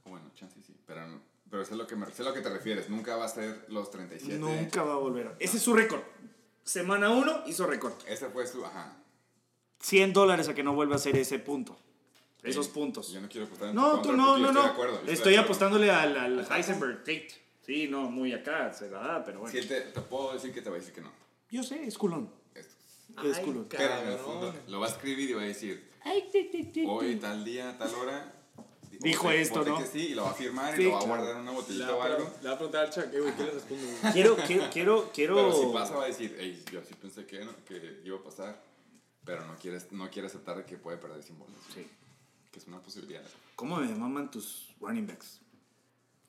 S2: Bueno, chance sí. Pero, no- pero sé, lo que me, sé lo que te refieres. Nunca va a ser los 37.
S3: Nunca va a volver. a- Ese es su récord. Semana 1 hizo récord.
S2: Ese fue su. Ajá.
S3: 100 dólares a que no vuelva a hacer ese punto. Esos
S2: Sí,
S3: puntos.
S2: Yo no quiero apostar en tu
S3: No,
S2: contra
S3: tú no,
S2: porque yo
S3: no,
S2: estoy
S3: no.
S2: de acuerdo, yo
S3: Estoy,
S2: de acuerdo.
S3: apostándole al, al Heisenberg Tate. Sí, no, muy acá, se la da, pero bueno.
S2: Sí, él te, te puedo decir que te va a decir que no.
S3: Yo sé, es culón.
S2: Esto.
S3: Es
S1: Ay,
S3: culón.
S2: Pero en el
S1: Cabrón.
S2: fondo lo va a escribir y va a decir, hoy, tal día, tal hora.
S3: Dijo
S2: voté-
S3: esto,
S2: voté
S3: ¿no?
S2: que sí, y lo va a firmar y
S3: Sí,
S2: lo va a
S3: claro.
S2: guardar en una
S1: Le
S2: botellita o
S1: va a
S2: algo.
S1: pre- le va a preguntar al Chuck, eh, güey, ¿qué les respondo? güey?
S3: Quiero, quiero, quiero, quiero.
S2: Pero si pasa va a decir, hey, yo sí pensé que, no- que iba a pasar, pero no quiere, no quiere aceptar que puede perder sin bolas.
S3: Sí.
S2: Que es una posibilidad.
S3: ¿Cómo me maman tus running backs?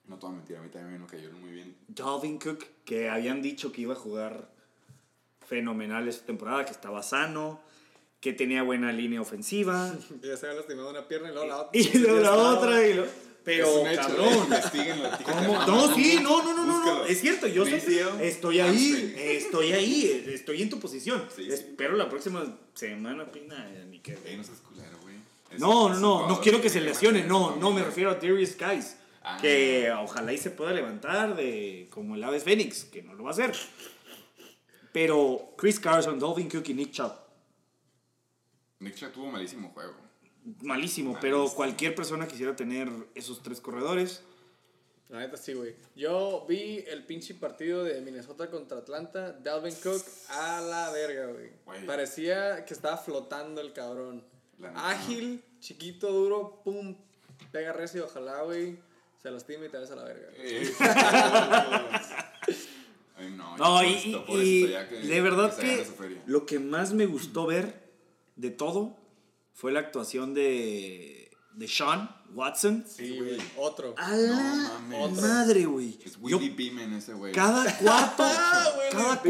S2: No toda mentira, a mí también me cayeron muy bien.
S3: Dalvin Cook, que habían dicho que iba a jugar fenomenal esta temporada, que estaba sano, que tenía buena línea ofensiva,
S1: Y ya se había lastimado una pierna y luego la otra.
S3: y luego
S1: Ya
S3: la
S1: estaba.
S3: otra, y lo- pero
S2: Es un hecho,
S3: cabrón.
S2: Investiguenlo,
S3: ¿cómo?
S2: tíquete, mamá,
S3: No, sí, no, no, no, no, no,
S2: Búscalo.
S3: es cierto, yo sé-
S2: Inicio,
S3: estoy ahí, estoy ahí, estoy en tu posición.
S2: Sí, sí.
S3: Espero la próxima semana, pina, eh, ni que-
S2: Ey, no seas culero, güey. Es- es
S3: No, no,
S2: un
S3: no, no
S2: jugador
S3: quiero que se
S2: tiene
S3: lesione,
S2: mantener su
S3: no, no, me
S2: familia.
S3: refiero a Darius Guys,
S2: Ah.
S3: que ojalá y se pueda levantar de como el ave Fénix, que no lo va a hacer. Pero Chris Carson, Dolphin Cook y Nick Chubb,
S2: Nick Chubb tuvo malísimo juego.
S3: malísimo, pero
S2: Malísimo.
S3: cualquier persona quisiera tener esos tres corredores.
S1: La neta sí, güey. Yo vi el pinche partido de Minnesota contra Atlanta. Dalvin Cook a la verga, güey.
S2: Güey.
S1: Parecía que estaba flotando el cabrón.
S2: La neta.
S1: Ágil, chiquito, duro, pum. Pega recio, ojalá, güey. Se lastima y te ves a la verga. güey.
S2: Eh, Ay, no,
S3: No,
S2: yo
S3: y,
S2: estoy
S3: y-
S2: por
S3: y
S2: esto, ya que-
S3: de verdad
S2: se
S3: que
S2: gane su feria.
S3: lo que más me gustó ver de todo fue la actuación de, de Sean Watson.
S1: Sí,
S2: güey.
S1: güey. Otro.
S3: A la
S2: No mames.
S3: madre, güey.
S2: Es
S3: Yo
S2: Willy Ah, Beeman ese güey.
S3: Cada cuarto,
S1: güey,
S3: cada
S1: güey, güey.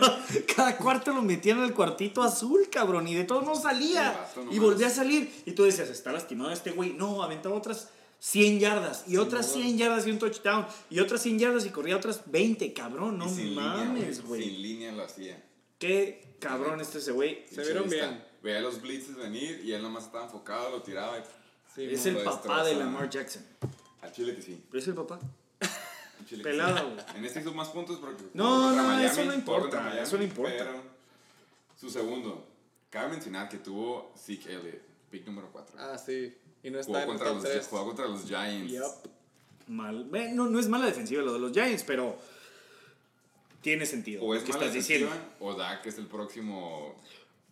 S3: cuarto, cada cuarto lo metían al cuartito azul, cabrón, y de todos no
S2: El
S3: salía.
S2: vato nomás.
S3: Y volvía a salir. Y tú decías, está lastimado este güey. No, aventaba otras 100 yardas, y otras
S1: no.
S3: 100 yardas y un touchdown, y otras 100 yardas y corría otras 20, cabrón.
S2: Y
S3: No
S2: sin línea,
S3: mames, güey.
S2: Sin línea lo hacía.
S3: Qué cabrón este ese güey.
S1: Se vieron
S2: Chavista.
S1: bien.
S2: Veía los blitzes venir y él nomás estaba enfocado, lo tiraba. y-
S1: Sí,
S3: Es
S1: güey.
S3: el
S2: lo
S3: papá de
S2: destroza.
S3: Lamar Jackson.
S2: Al Chile que sí.
S3: ¿Pero es el papá?
S2: al Chile que
S3: Pelado,
S2: sí.
S3: güey.
S2: En este hizo más puntos porque. jugó
S3: No,
S2: contra
S3: no, eso no
S2: jugó
S3: importa,
S2: contra
S3: eso no importa.
S2: Pero su segundo. Cabe mencionar que tuvo Zeke Elliott, pick número 4.
S1: Ah, sí. Y no está
S2: jugó,
S1: en el
S2: contra
S1: top
S2: los,
S1: 3.
S2: jugó contra los Giants.
S1: Yup.
S3: Mal. Bueno, no, no es mala defensiva lo de los Giants, pero tiene sentido.
S2: O
S3: lo
S2: es
S3: que
S2: mala
S3: estás diciendo.
S2: defensiva, O Dak es el próximo.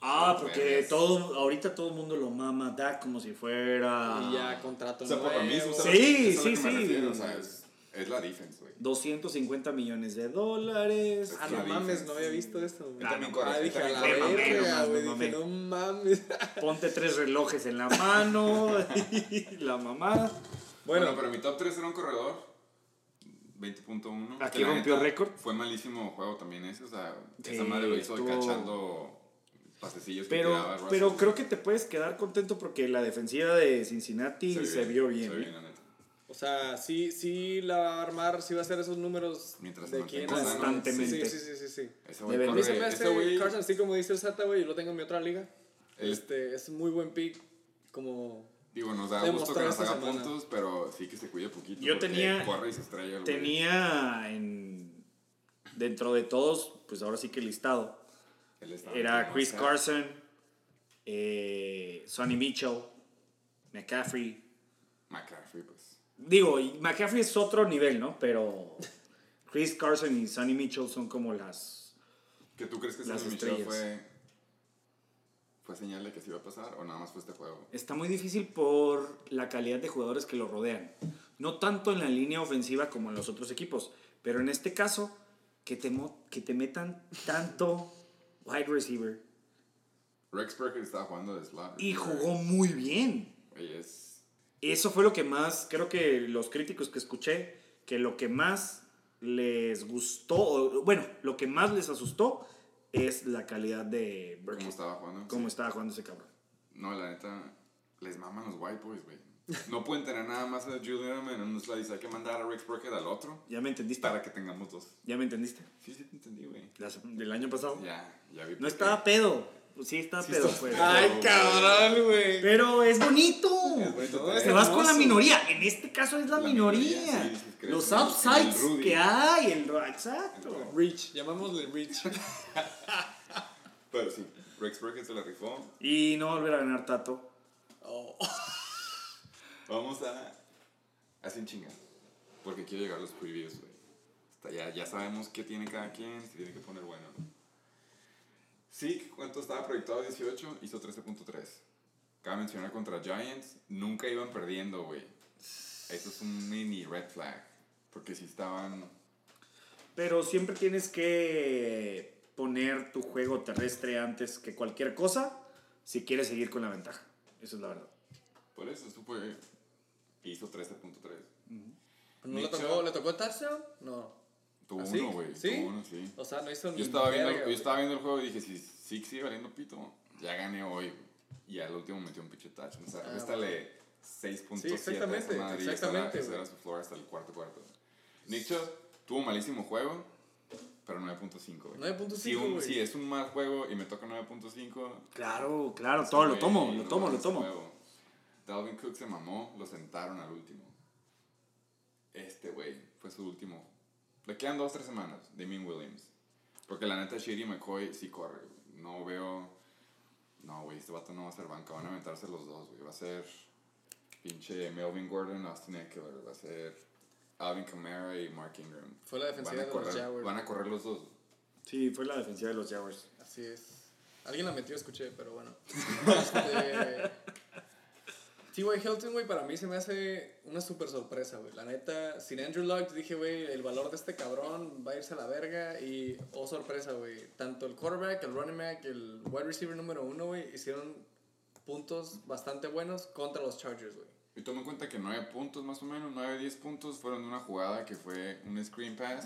S3: Ah,
S2: Los
S3: porque
S2: vergas.
S3: todo, ahorita todo el mundo lo mama Dak como si fuera
S1: Y ya contrato
S2: O sea, por lo mismo,
S1: nuevo.
S2: ¿sabes?
S3: Sí,
S2: Eso es
S3: sí,
S2: lo que me
S3: sí.
S2: refiero, o sea, es, es la defense, güey.
S3: 250 millones de dólares.
S1: Ah,
S2: La
S1: no
S2: vi.
S1: mames, no había visto esto. güey.
S3: Yo también
S2: corro,
S1: Ah,
S2: yo
S1: dije a
S2: también
S1: la
S2: corro.
S1: verga,
S2: Me
S3: mamé,
S1: güey. Dije,
S3: nomás, me mamé.
S1: no mames.
S3: Ponte tres relojes en la mano. y la mamada.
S2: Bueno,
S1: Bueno,
S2: pero mi top 3 era un corredor. 20.1.
S3: Aquí
S2: que la
S3: rompió
S2: neta
S3: récord.
S2: Fue malísimo juego también ese. O sea,
S3: Sí,
S2: esa madre lo hizo de
S3: estuvo-
S2: cachando pasecillos que
S3: Pero,
S2: tiraba Russell.
S3: pero creo que te puedes quedar contento porque la defensiva de Cincinnati se, vio bien.
S2: Se vio bien, la neta.
S1: O sea, sí, sí la va a armar, sí va a hacer esos números
S2: Mientras
S1: de
S2: se
S1: aquí en
S2: mantenga
S1: adelante.
S3: constantemente.
S1: Sí, sí, sí, sí. sí.
S2: Ese güey
S3: Deben-
S1: A mí se me
S2: corre-
S1: hace
S2: ese güey-
S1: Carson, así como dice el Sata, güey, yo lo tengo en mi otra liga.
S2: El-
S1: Este, es muy buen pick, como...
S2: Digo, nos da
S1: Demostró
S2: gusto que nos
S1: esta
S2: haga
S1: semana.
S2: puntos, pero sí que se cuide poquito.
S3: Yo
S2: porque
S3: tenía-
S2: Corre y se estrella el güey.
S3: Tenía en, dentro de todos, pues ahora sí que listado.
S2: Él estaba
S3: Era
S2: demasiado-
S3: Chris Carson, eh, Sonny Mitchell, McCaffrey.
S2: McCaffrey, pues.
S3: Digo, y McCaffrey es otro nivel, ¿no? Pero Chris Carson y Sonny Mitchell son como las...
S2: ¿Que tú crees que
S3: Las
S2: Sonny Michel
S3: estrellas.
S2: fue, fue señal de que se iba a pasar o nada más fue este juego?
S3: Está muy difícil por la calidad de jugadores que lo rodean. No tanto en la línea ofensiva como en los otros equipos, pero en este caso, que te, mo- que te metan tanto wide receiver.
S2: Rex Burkhead estaba jugando de slot.
S3: Y jugó muy bien.
S2: Oye, es...
S3: Eso fue lo que más, creo que los críticos que escuché, que lo que más les gustó, o, bueno, lo que más les asustó es la calidad de Burkhead.
S2: ¿Cómo estaba jugando?
S3: Cómo estaba jugando ese cabrón.
S2: No, la neta, les maman los white boys, güey. No pueden tener nada más a Julian en un slice. Hay que mandar a Rex Burkhead al otro
S3: ¿Ya me entendiste?
S2: para que tengamos dos.
S3: ¿Ya me entendiste?
S2: Sí, sí, te entendí, güey.
S3: La se- del año pasado.
S2: Ya, ya vi.
S3: No
S2: por qué.
S3: estaba pedo. Sí estaba
S2: Sí
S3: pedo,
S2: estaba
S3: pues.
S2: pedo. Ay, cabrón,
S1: güey.
S3: Pero es bonito.
S2: bonito
S1: No,
S2: tener-
S3: Te vas con la
S1: hermoso.
S3: minoría. En este caso es la,
S2: La
S3: minoría.
S2: minoría, sí, sí, creo
S3: los
S2: que el-
S3: upsides
S2: el Rudy.
S3: que hay. El, exacto.
S1: Rich, llamámosle Rich.
S2: Pero sí, Rex Burkhead se la rifó.
S3: Y no volver a ganar Tato.
S1: Oh.
S2: Vamos a. Así en chinga. Porque quiero llegar a los previews, güey. Está- Ya, ya sabemos qué tiene cada quien, se tiene que poner bueno. Sí, ¿cuánto estaba proyectado? 18, hizo 13.3. Cabe mencionar contra Giants, nunca iban perdiendo, güey. Eso es un mini red flag. Porque si estaban.
S3: Pero siempre tienes que poner tu juego terrestre antes que cualquier cosa si quieres seguir con la ventaja. Eso es la verdad.
S2: Por eso, eso fue. Hizo 13.3.
S1: ¿No le
S2: Nick
S1: tocó,
S2: Chubb.
S1: le tocó touchdown? No.
S2: Tuvo
S1: ¿Ah, sí?
S2: uno, güey.
S1: ¿Sí?
S2: Tuvo uno, sí.
S1: O sea, no hizo ni
S2: Yo estaba, viendo,
S1: verga,
S2: yo
S1: güey.
S2: estaba viendo el juego y dije, si Six sigue valiendo pito, ya gané hoy. Y al último metió un pinche touch. O sea,
S1: Ah,
S2: réstale 6.7
S1: Sí, exactamente,
S2: a esa madre, y esa
S1: exactamente,
S2: era- Esa
S1: güey.
S2: era su floor hasta el cuarto cuarto. Nick Chubb tuvo malísimo juego, pero 9.5. güey.
S1: 9.5,
S2: Si, un-
S1: güey.
S2: si es un mal juego y me toca 9.5...
S3: Claro, claro, todo lo
S2: güey,
S3: tomo,
S2: no
S3: lo tomo, lo
S2: mames,
S3: tomo.
S2: huevo. Dalvin Cook se mamó, lo sentaron al último. Este güey fue su último. Le quedan dos, tres semanas, Damien Williams. Porque la neta, Shady McCoy sí corre. güey. No veo. No, güey, este vato no va a ser banca. Van a aventarse los dos, güey. Va a ser. Pinche Melvin Gordon, Austin Eckler. Va a ser. Alvin Kamara y Mark Ingram.
S1: Fue la defensiva
S2: Van a
S1: de los
S2: correr-
S1: Jaguars.
S2: Van a correr los dos.
S3: Sí, fue la defensiva de los Jaguars.
S1: Así es. Alguien la metió, escuché, pero bueno. Este, T.Y. Hilton, güey, para mí se me hace una super sorpresa, güey. La neta, sin Andrew Luck, dije, güey, el valor de este cabrón va a irse a la verga. Y, oh sorpresa, güey. Tanto el quarterback, el running back, el wide receiver número uno, güey, hicieron puntos bastante buenos contra los Chargers, güey.
S2: Y toma en cuenta que 9 puntos más o menos, 9, 10 puntos fueron de una jugada que fue un screen pass.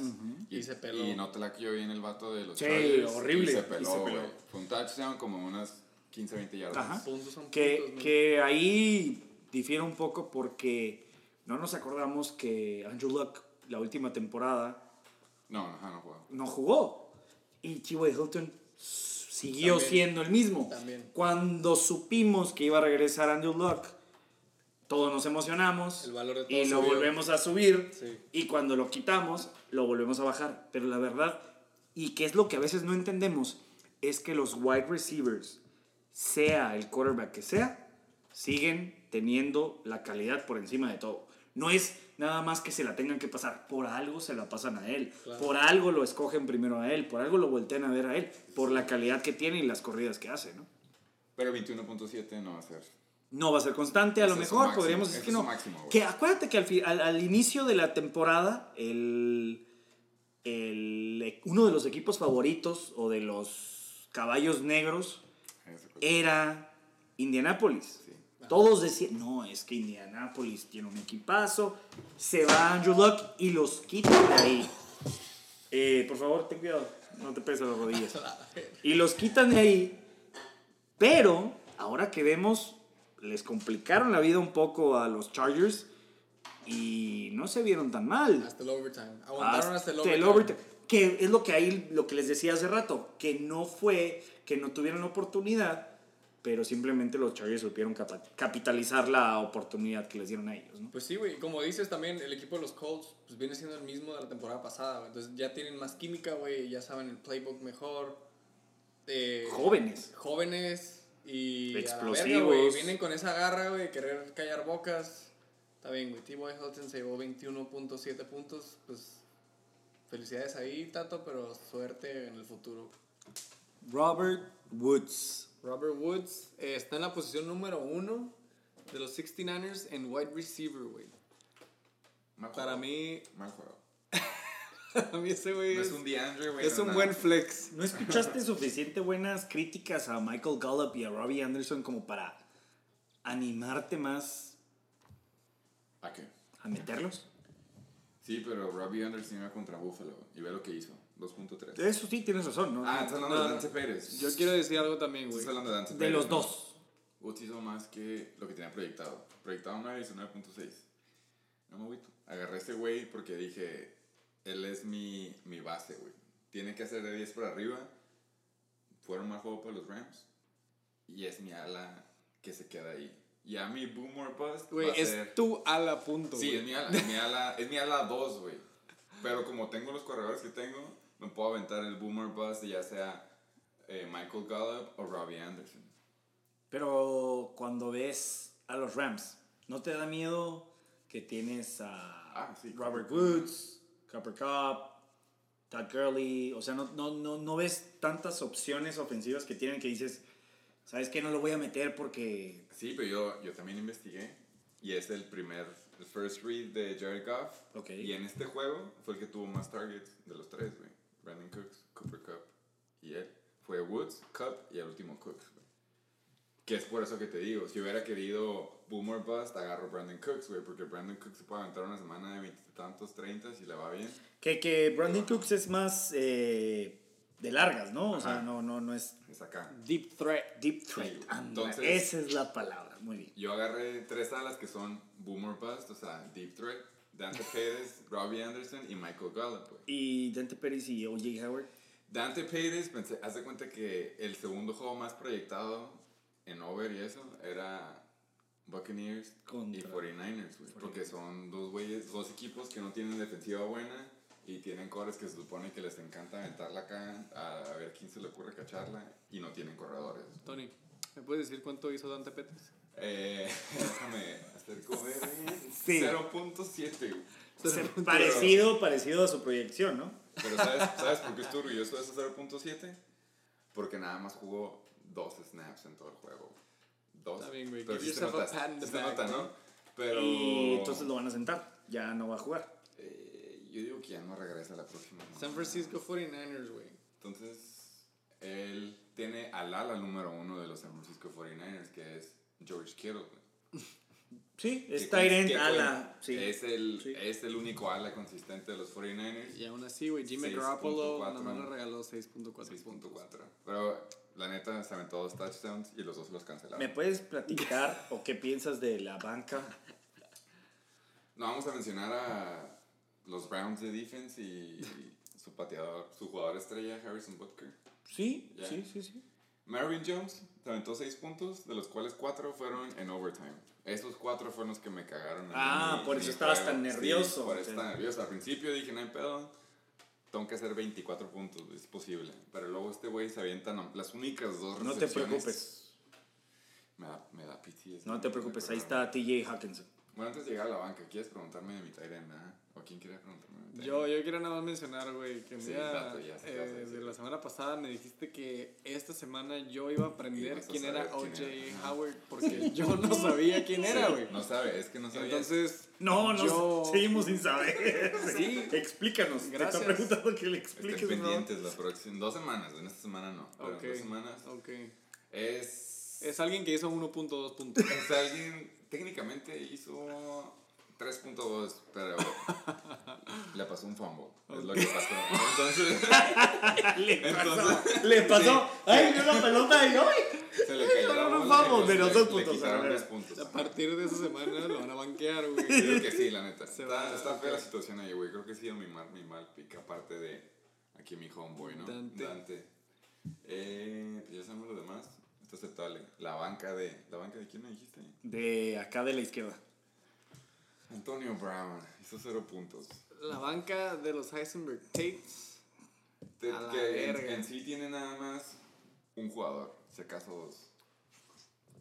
S1: Y se peló.
S2: Y no te la quiero bien el vato de los
S3: Sí,
S2: Chargers,
S3: horrible,
S2: Y se
S3: y
S2: peló,
S3: se peló.
S2: güey. Fue un touchdown como unas 15, 20 yardas.
S3: Ajá.
S1: Puntos son
S3: Que,
S1: puntos, ¿no?
S3: que ahí difiere un poco porque no nos acordamos que Andrew Luck la última temporada
S2: No, ajá, no jugó.
S3: no jugó y T.Y. Hilton siguió
S1: También.
S3: siendo el mismo.
S1: También.
S3: Cuando supimos que iba a regresar Andrew Luck, todos nos emocionamos
S1: El valor de todo
S3: y lo
S1: subió.
S3: volvemos a subir
S1: Sí.
S3: y cuando lo quitamos lo volvemos a bajar. Pero la verdad, y que es lo que a veces no entendemos, es que los wide receivers, sea el quarterback que sea, siguen teniendo la calidad por encima de todo. No es nada más que se la tengan que pasar, por algo se la pasan a él,
S1: Claro.
S3: por algo lo escogen primero a él, por algo lo voltean a ver a él, por la calidad que tiene y las corridas que hace, ¿no?
S2: Pero 21.7 no va a ser.
S3: No va a ser constante, a
S2: Ese
S3: lo
S2: es su
S3: mejor
S2: máximo,
S3: podríamos
S2: ese
S3: decir
S2: es
S3: que
S2: su
S3: no.
S2: máximo, güey.
S3: que acuérdate que al, fi- al, al inicio de la temporada, el, el e- uno de los equipos favoritos o de los caballos negros
S2: Ese fue-
S1: Eh,
S3: era Indianápolis.
S2: Sí.
S1: Ah,
S3: todos decían, no, es que Indianapolis tiene un equipazo, se va Andrew Luck y los quita de ahí. Eh, por favor, ten cuidado, no te peses las rodillas. Y los quitan de ahí, pero ahora que vemos, les complicaron la vida un poco a los Chargers y no se vieron tan mal.
S1: Hasta el overtime. Aguantaron hasta, el
S3: Hasta
S1: overtime.
S3: Que es lo que ahí, lo que les decía hace rato, que no fue, que no tuvieron la oportunidad, pero simplemente los Chargers supieron capa- capitalizar la oportunidad que les dieron a ellos, ¿no?
S1: Pues sí, güey. Como dices también, el equipo de los Colts pues, viene siendo el mismo de la temporada pasada. güey. Entonces ya tienen más química, güey. Ya saben el playbook mejor. Eh,
S3: Jóvenes.
S1: jóvenes y. a la
S3: Explosivos.
S1: verga, güey. Vienen con esa garra, güey, de querer callar bocas. Está bien, güey. T-Boy Hudson se llevó 21.7 puntos. Pues felicidades ahí, Tato, pero suerte en el futuro.
S3: Robert Woods.
S1: Robert Woods eh, está en la posición número uno de los 69ers en wide receiver, güey.
S2: Mal
S1: Para
S2: jugado,
S1: mí,
S2: Mal jugado.
S1: a mí ese güey
S2: No
S1: es,
S2: es un DeAndre, güey.
S1: es
S2: no
S1: un
S2: nada.
S1: buen flex.
S3: ¿No escuchaste suficiente buenas críticas a Michael Gallup y a Robbie Anderson como para animarte más
S2: ¿A qué?
S3: a meterlos?
S2: Sí, pero Robbie Anderson iba contra Buffalo y ve lo que hizo. 2.3.
S3: Eso sí, tienes razón, Eh, ¿no?
S2: Ah, estás hablando
S1: No,
S2: de
S1: no.
S2: Dante Pérez.
S1: Yo quiero decir algo también, güey.
S2: Estás hablando de Dante
S3: de
S2: Pérez,
S3: los
S2: ¿no?
S3: dos.
S2: Woods hizo más que lo que tenía proyectado. Proyectado una 19.6. No me agüito. Agarré a este güey porque dije, él es mi, mi base, güey. Tiene que hacer de 10 para arriba. Fueron más juego para los Rams. Y es mi ala que se queda ahí. Y a mi boom or bust
S1: Güey,
S2: va a ser...
S1: es tu ala punto,
S2: Sí,
S1: güey.
S2: es mi ala. Es mi ala, es mi ala 2, güey. Pero como tengo los corredores que tengo, no puedo aventar el boomer bust, ya sea eh, Michael Gallup o Robbie Anderson.
S3: Pero cuando ves a los Rams, ¿no te da miedo que tienes a
S2: Ah, sí.
S3: Robert Woods, Copper Cup, Todd Gurley? O sea, no, no, no, no ves tantas opciones ofensivas que tienen que dices, ¿sabes qué? No lo voy a meter porque...
S2: Sí, pero yo, yo también investigué y es el primer, el first read de Jared Goff.
S3: Ok.
S2: Y en este juego fue el que tuvo más targets de los tres, güey. Brandon Cooks, Cooper Cup y él. Fue Woods, Cup y el último Cooks, güey. Que es por eso que te digo, si hubiera querido Boomer Bust, agarro Brandon Cooks, güey, porque Brandon Cooks se puede aventar una semana de veintitantos, treinta, si le va bien.
S3: Que, que Brandon Cooks es más eh, de largas, ¿no? O sea,
S2: Ajá.
S3: no, no, no es
S2: Es acá.
S1: Deep threat.
S3: deep threat.
S2: Sí,
S3: Anda,
S2: entonces-
S3: Esa es la palabra, muy bien.
S2: Yo agarré tres alas que son Boomer Bust, o sea, Deep Threat, Dante Pérez, Robbie Anderson y Michael Gallup, güey.
S3: ¿Y Dante Pérez y O.J. Howard?
S2: Dante Pérez, pensé, haz de cuenta que el segundo juego más proyectado en over y eso era Buccaneers y
S3: Contra
S2: 49ers, güey. Porque son dos güeyes, dos equipos que no tienen defensiva buena y tienen cores que se supone que les encanta aventarla acá a, a ver quién se le ocurre cacharla y no tienen corredores.
S1: Tony, ¿me puedes decir cuánto hizo Dante Pettis?
S2: Eh, déjame acerco ver. eh,
S3: Sí.
S2: 0.7, güey.
S3: Se- parecido, parecido a su proyección, ¿no?
S2: Pero ¿sabes, ¿sabes por qué estoy orgulloso de ese 0.7? Porque nada más jugó dos snaps en todo el juego. Dos.
S1: Está bien, güey.
S2: Pero
S1: Give
S2: sí se
S1: yourself a
S2: nota,
S1: pat in the
S2: sí se
S1: back,
S2: nota,
S1: güey.
S2: ¿no? Pero
S3: Y entonces lo van a sentar. Ya no va a jugar.
S2: eh, yo digo que ya no regresa la próxima. ¿no?
S1: San Francisco 49ers, güey.
S2: Entonces, él tiene al ala número uno de los San Francisco 49ers, que es George Kittle. güey.
S3: Sí,
S2: Que
S3: es
S2: con-
S3: Tyrant
S2: que con-
S3: ala. Sí.
S2: Es, el,
S3: Sí.
S2: es el único ala consistente de los 49ers.
S1: Y aún así, güey, Jimmy
S2: 6.4,
S1: Garoppolo nada más
S2: ¿no?
S1: le regaló 6.4 puntos.
S2: 6.4. Pero la neta se aventó dos touchdowns y los dos los cancelaron.
S3: ¿Me puedes platicar o qué piensas de la banca?
S2: No vamos a mencionar a los Browns de defense y su pateador, su jugador estrella, Harrison Butker.
S3: Sí,
S2: Ya.
S3: sí, sí, sí.
S2: Marvin Jones se aventó 6 puntos, de los cuales 4 fueron en overtime. Esos 4 fueron los que me cagaron. en
S3: Ah, por eso estabas tan nervioso.
S2: por eso
S3: Ok.
S2: estaba nervioso. Al principio dije, no hay pedo, tengo que hacer 24 puntos, es posible. Pero luego este güey se avienta no- las únicas dos
S3: No te
S2: recepciones.
S3: preocupes.
S2: Me da, me da PTSD.
S3: No te preocupes. Ahí está TJ Hawkinson.
S2: Bueno, antes de llegar a la banca, ¿quieres preguntarme de mi Tyrion? ¿O quién quiere preguntarme de mi tight end?
S1: Yo, yo quiero nada más mencionar, güey, que el
S2: Sí,
S1: día
S2: Tato, ya sé,
S1: eh,
S2: ya sé, sí.
S1: de la semana pasada me dijiste que esta semana yo iba a aprender
S2: Ibas a
S1: quién
S2: saber
S1: era
S2: quién
S1: O.J.
S2: era, ajá.
S1: Howard porque yo no sabía quién era, güey.
S2: No sabe, es que no sabía.
S1: Entonces,
S3: No, no,
S1: yo-
S3: seguimos sin saber.
S1: Sí.
S3: Explícanos.
S1: Gracias.
S3: Te está preguntando que le
S2: estén
S3: expliques, ¿no?
S2: pendientes la próxima. Dos semanas, en esta semana no. Pero en
S1: Ok,
S2: dos semanas.
S1: ok.
S2: Es.
S1: Es alguien que hizo 1.2 puntos.
S2: Es alguien, técnicamente hizo 3.2, pero le pasó un fumble. Es lo que pasó. Entonces,
S3: Ah, Le
S2: entonces
S4: Le pasó. ¡Ay, vio una pelota y hoy!
S2: se le cayó la
S3: No, no,
S2: bola y,
S3: fumble,
S2: pues,
S3: pero
S2: le-
S3: dos
S2: le
S3: puntos,
S2: quitaron
S3: a ver.
S2: dos puntos.
S1: A partir de esa semana lo van a banquear, güey.
S2: Creo que sí, la neta.
S1: Se va,
S2: Está, está fea
S1: ok.
S2: la situación ahí, güey. Creo que ha sido mi mal, mi mal pick, aparte de aquí mi homeboy, ¿no?
S1: Dante.
S2: Dante. Eh, ya sabemos lo demás. Está aceptable. eh. La banca de. ¿La banca de quién me dijiste?
S3: De acá de la izquierda.
S2: Antonio Brown. Hizo cero puntos.
S1: La banca de los Heisenberg Tates.
S2: Te-
S1: A la
S2: que en,
S1: verga.
S2: en sí tiene nada más un jugador, si acaso dos.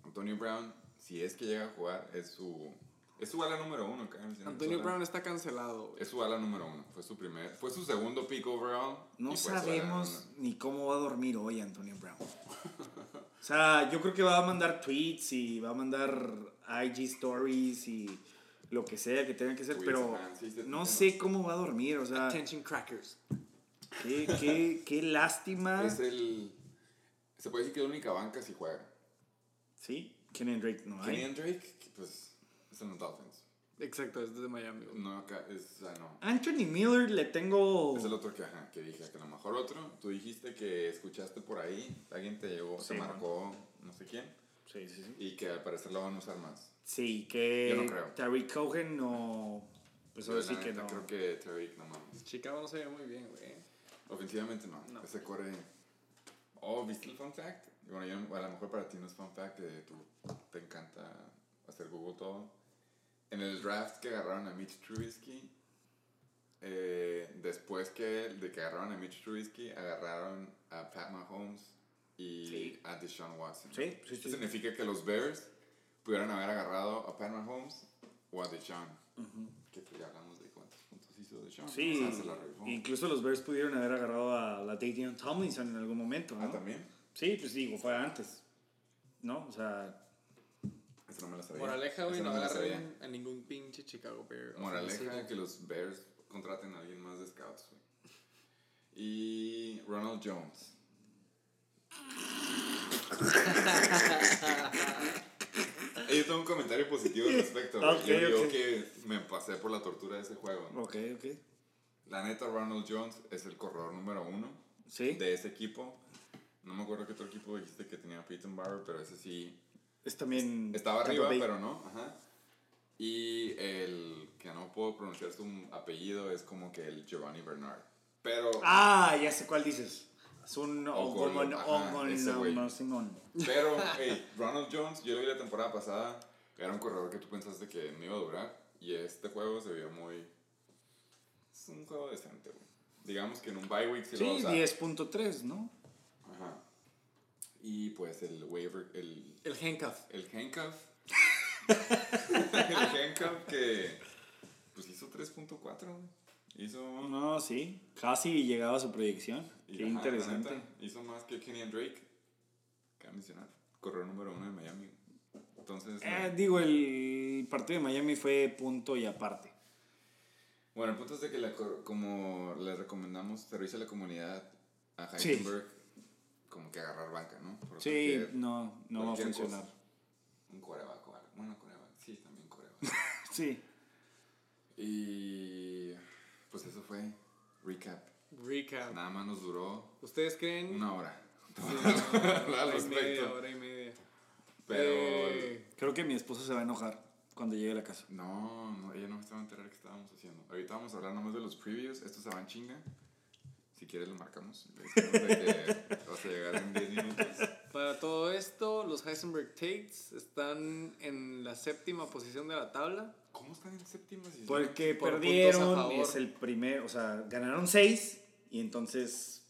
S2: Antonio Brown, si es que llega a jugar, es su. Es su ala número uno, cabrón, si no me
S1: Antonio
S2: suena.
S1: Brown está cancelado, güey.
S2: Es su ala número uno. Fue su primer. Fue su segundo pick overall.
S3: No
S2: y pues, fue su ala número
S3: sabemos
S2: uno.
S3: ni cómo va a dormir hoy Antonio Brown. O sea, yo creo que va a mandar tweets y va a mandar IG stories y lo que sea que tenga que hacer,
S2: Tweets,
S3: pero
S2: ajá, sí, sí,
S3: no
S2: sí,
S3: sé
S2: sí.
S3: cómo va a dormir. O sea,
S1: Attention Crackers.
S3: qué, qué, qué lástima.
S2: Es el. Se puede decir que es la única banca si juega.
S3: Sí, Kenny Drake no hay.
S2: Kenyan Drake, que, pues. Es en los Dolphins.
S1: Exacto, es de Miami, güey.
S2: No, acá. Es, ah, no.
S3: Anthony Miller le tengo.
S2: Es el otro que, ajá, que dije, que a lo mejor otro. Tú dijiste que escuchaste por ahí, alguien te llevó,
S3: Sí,
S2: te
S3: ¿no?
S2: marcó, no sé quién,
S3: Sí, sí, sí.
S2: y que al parecer lo van a usar más.
S3: Sí, que
S2: Yo no creo.
S3: Tariq Cohen no. Pues
S2: Yo,
S3: ahora
S2: la
S3: sí que
S2: neta,
S3: no.
S2: Creo que Tariq, no mames.
S1: Chicago no se ve muy bien, güey.
S2: Ofensivamente no.
S1: No.
S2: Ese corre. Oh, ¿viste el fun fact? Y Bueno, yo- a lo mejor para ti no es fun fact, que tú te encanta hacer Google todo. En el draft que agarraron a Mitch Trubisky, eh, después que, de que agarraron a Mitch Trubisky, agarraron a Pat Mahomes y
S3: Sí.
S2: a Deshaun Watson.
S3: Sí, sí,
S2: Esto
S3: sí.
S2: significa que los Bears pudieron haber agarrado a Pat Mahomes o a Deshaun. Que pues ya hablamos de cuántos puntos hizo Deshaun.
S3: Sí,
S2: O sea, se la rifó.
S3: incluso los Bears pudieron haber agarrado a la Dayton Tomlinson en algún momento,
S2: Ah,
S3: ¿no?
S2: también.
S3: Sí, pues digo, fue antes, ¿no? O sea,
S2: Eso no me la sabía.
S1: Moraleja, güey,
S2: Esa
S1: no
S2: me la sabía.
S1: agarren a ningún pinche Chicago Bear.
S2: Moraleja
S1: ofensivo.
S2: que los Bears contraten a alguien más de scouts, güey. Y Ronald Jones. Eh, Yo tengo un comentario positivo al respecto. güey.
S3: Ok,
S2: yo digo
S3: ok.
S2: que me pasé por la tortura de ese juego. ¿no?
S3: ok, ok.
S2: La neta, Ronald Jones es el corredor número uno.
S3: Sí,
S2: de ese equipo. No me acuerdo qué otro equipo dijiste que tenía a Peyton Barber, pero ese sí
S3: es también...
S2: estaba
S3: Tampa
S2: arriba,
S3: Bay.
S2: pero no. Ajá. Y el que no puedo pronunciar su apellido es como que el Giovanni Bernard. Pero,
S3: Ah, ya sé cuál dices. Es un
S2: Ogon,
S3: Ogon,
S2: ajá,
S3: Ogon,
S2: ese güey.
S3: Masingón.
S2: pero hey, Ronald Jones, yo lo vi la temporada pasada, era un corredor que tú pensaste que no iba a durar. Y este juego se vio muy. Es un juego decente, güey. Digamos que en un bye week sí,
S3: Sí,
S2: lo vas a usar.
S3: 10.3, ¿no?
S2: Ajá. Y pues el waiver, el
S1: El handcuff.
S2: El handcuff. el handcuff que. Pues hizo 3.4, güey. Hizo.
S3: No, sí, casi llegaba a su proyección.
S2: y
S3: Qué
S2: ajá, la
S3: interesante.
S2: neta, hizo más que Kenny and Drake. Cabe mencionar. Corredor número uno de Miami. Entonces.
S3: Eh, digo, el partido de Miami fue punto y aparte.
S2: Bueno, el punto es de que la cor- como le recomendamos servicio a la comunidad a
S3: Sí.
S2: Heisenberg. Como que agarrar banca, ¿no? Por
S3: Sí,
S2: Pues cualquier-
S3: no, no va a
S2: cualquier
S3: funcionar.
S2: cosa. Un coreback o algo. Bueno, coreback. Sí, también coreback.
S3: Sí.
S2: y. Pues eso fue. Recap.
S1: Recap.
S2: Nada más nos duró
S1: ¿Ustedes creen?
S2: una hora. Al
S1: Hora y media,
S2: respecto.
S1: hora y media.
S2: Pero.
S1: Eh,
S3: Creo que mi esposa se va a enojar cuando llegue a la casa.
S2: No, no, ella no se va a enterar qué estábamos haciendo. Ahorita vamos a hablar nomás de los previews. Estos se van chinga. Si quieres, lo marcamos. Le decimos de que vas a llegar en 10 minutos.
S1: para todo esto, los Heisenberg Tates están en la séptima posición de la tabla.
S2: ¿Cómo están en séptimas? y-
S3: Porque
S1: Por puntos a
S3: perdieron,
S1: favor.
S3: es el primer, o sea, ganaron seis y entonces